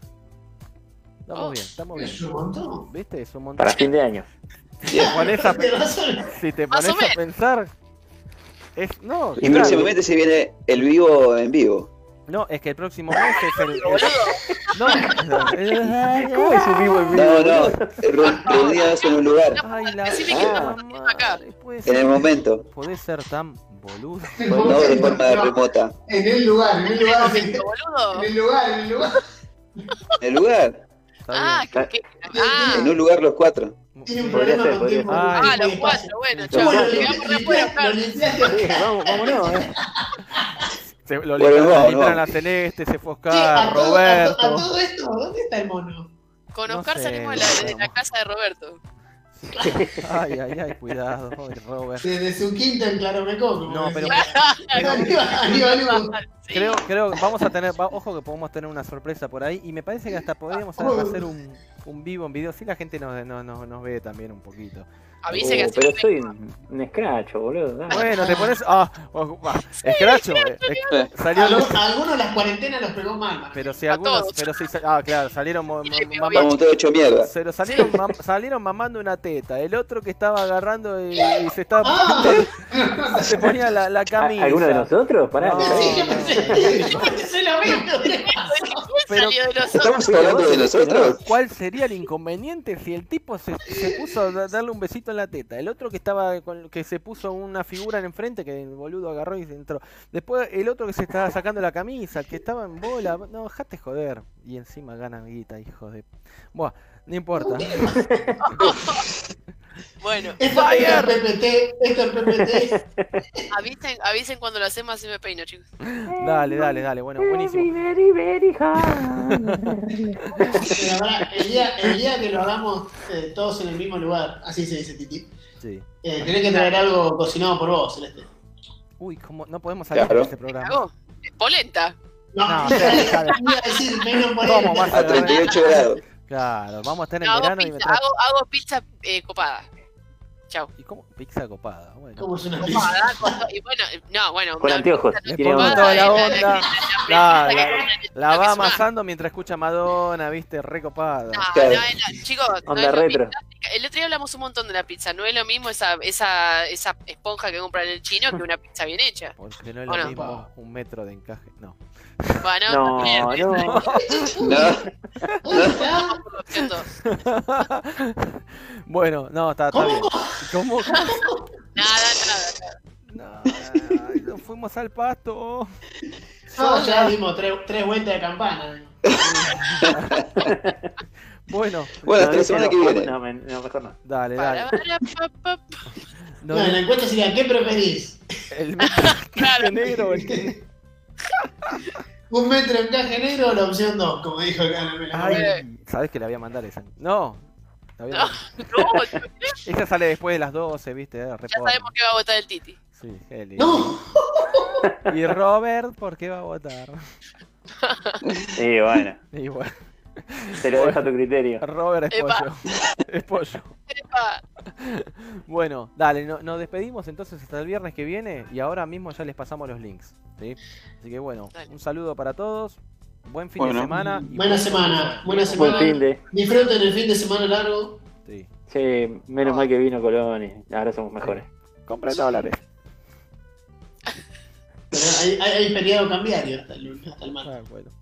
F: Estamos
D: Oh.
F: bien, estamos
A: Es un
F: bien.
A: montón.
F: ¿Viste? Es un montón.
C: Para fin de año.
F: Si te pones a,
A: Te
F: pe-
A: vas a-
F: si te
D: Más o
F: pones a
D: menos.
F: pensar... Es, no,
H: Y
F: claro.
H: próximamente se viene el vivo en vivo.
F: no, es que el próximo mes es el... el- No,
C: ¿Cómo es un vivo en vivo?
H: No, no, ru- reunidos en un lugar,
F: Ay, la
D: Así me
C: quedo
F: puta
D: más
F: madre,
D: acá.
F: puede
H: en el
F: ser-
H: momento,
F: Podés ser tan boludo.
H: no de forma
A: No,
H: remota.
A: En el lugar, en el lugar. En
D: boludo.
A: el lugar, en el lugar.
H: ¿En el lugar?
F: Está
D: Ah,
C: bien.
D: que- que- ah.
H: En un lugar los cuatro.
F: bien.
A: Tiene un
C: Podría
A: problema
C: ser,
A: con
C: podría
A: tiempo.
F: ser.
D: Ah,
F: Ah,
A: y
D: los
A: espacio.
D: cuatro, bueno,
F: Yo
D: chao.
A: ¿Cómo lo
F: Bueno,
D: Llegamos re fuera,
A: limpiaste? ¿Lo
D: claro.
A: limpiaste?
C: Sí, vamos, vámonos, eh.
F: Se, lo
H: Bueno,
F: liberaron-
H: vamos,
F: liberaron
H: vamos.
F: a Celeste, se fue
A: Che,
F: Oscar,
A: a todo- a to- A
F: Roberto.
A: todo esto, ¿dónde está el mono?
D: Con
F: No
D: Oscar
F: sé,
D: salimos de la, de la
F: vamos.
D: casa de Roberto.
F: Ay, ay, ay, cuidado, ay, Robert.
A: Desde su quinta en Claromecó. como
F: No, pero,
A: decía. Arriba, arriba, arriba.
D: Sí.
F: creo, creo que vamos a tener, va- ojo que podemos tener una sorpresa por ahí. Y me parece que hasta podríamos
D: Ah,
A: Oh.
F: hacer un, un vivo en video. Si la gente nos, nos, nos, nos ve también un poquito.
D: Avise que
C: Uh,
D: así
C: pero
D: me-
C: soy un, un escracho, boludo. dale.
F: Bueno, te pones. Ah, ojo, ah, escracho. eh, eh,
H: Este.
A: A
F: Salió.
A: lo- a algunos las cuarentenas los pegó mal. Marco.
F: Pero si
D: Ah, A
F: algunos.
D: todos.
F: Pero si, sal- ah, claro, salieron mo- mo-
D: Sí,
F: mamá-
H: Vamos todos hecho mierda.
F: Se lo salieron, mam- salieron mamando una teta. El otro que estaba agarrando y, y se estaba
A: Ah,
F: se ponía la, la
C: ¿A-
F: camisa.
C: ¿Alguno de nosotros? Pará,
F: No.
C: me
A: sí,
C: parece.
A: yo pensé, yo pensé lo mismo.
F: pero-
D: salió de los
H: ¿Estamos hablando de nosotros?
F: ¿Cuál sería el inconveniente si el tipo se, se puso a da- darle un besito en la teta? El otro que estaba con, que se puso una figura en enfrente que el boludo agarró y se entró. Después el otro que se estaba sacando la camisa, el que estaba en bola. No, dejate joder. Y encima ganan guita, hijo de. Buah, no importa.
D: Bueno,
A: Esto esto es PPT, esto es PPT.
D: avisen, avisen cuando lo hacemos así me peino, chicos.
F: Dale, dale, dale. Bueno, buenísimo.
A: Pero pará, el, día, el día que lo hagamos eh, todos en el mismo lugar, así se dice Titi,
F: Sí.
A: eh, tenés que traer algo cocinado por vos, Celeste.
F: Uy, ¿cómo? no podemos salir
H: Claro.
F: de este programa.
D: ¿Cagó? Polenta.
A: No,
F: No,
A: iba
F: ya, ya, ya.
A: a decir menos por
F: ¿Cómo
A: él.
F: vas
H: A 38 grados.
F: Claro, vamos a estar en
D: No, hago
F: verano y me
D: pizza,
F: trae-
D: hago, hago pizza eh, copada.
F: ¿Y cómo? Pizza copada, bueno.
A: ¿Cómo es una pizza?
D: Copada, con to- y bueno, eh, no, bueno,
C: Con
D: no,
C: anteojos.
F: Le
C: Tiene
F: pongo
D: onda.
F: toda la
D: Ay,
F: onda.
D: la- la-
F: Claro,
D: la-
F: la, la
D: la-
F: va
D: que se va.
F: amasando mientras escucha Madonna, viste, recopada.
D: No, no,
H: Claro.
D: es la- chicos, no
C: Onda
D: es lo
C: retro.
D: mismo. el otro día hablamos un montón de la pizza. No es lo mismo esa, esa, esa esponja que compran en el chino que una pizza bien hecha.
F: Porque no es
D: Hola.
F: lo mismo un metro de encaje. No.
D: Bueno, también,
C: No, no.
H: No,
A: ¿Dónde está?
D: por lo cierto.
F: bueno, no, está, está bien. ¿Cómo? ¿Cómo?
D: Nada, nada.
F: No, ay, nos fuimos al pasto.
A: No, ya dimos tres, tres vueltas de campana.
F: Bueno,
H: Bueno,
C: No,
H: hasta la semana
C: no,
H: que viene.
C: No, men- no, mejor no.
F: dale,
D: Para,
F: dale.
D: para, pa, pa, pa.
A: No,
F: No,
A: la
F: el,
A: encuesta sería, ¿qué preferís?
F: el metro de
D: Claro.
F: encaje negro, el que-
A: ¿Un metro en caja negro o la opción 2? Como dijo acá la mela.
F: Ay, sabes que la voy a mandar esa. No. la voy a
D: No.
F: mandar. Esa sale después de las 12, viste, eh,
D: Ya
F: reposa.
D: sabemos que va a votar el Titi.
F: Sí, sí, Heli.
A: No,
F: Y Robert, ¿por qué va a votar?
C: Sí, bueno.
F: Y bueno,
C: Te lo dejo a tu criterio.
F: Robert es
D: Epa.
F: pollo. Es pollo.
D: Epa.
F: Bueno, dale, no- nos despedimos entonces hasta el viernes que viene y ahora mismo ya les pasamos los links. ¿sí? Así que bueno,
D: Dale.
F: un saludo para todos. Buen fin de
H: Bueno.
F: semana. y
A: buena
F: buen-
A: semana, buena
C: Buen
A: semana.
C: fin de.
A: Disfruten el fin de semana largo.
F: Sí.
C: Sí, menos mal que vino Colón y ahora somos mejores.
F: Compren dólares.
A: Pero hay, hay, hay feriado cambiario hasta el, hasta el martes.
F: Ah, bueno.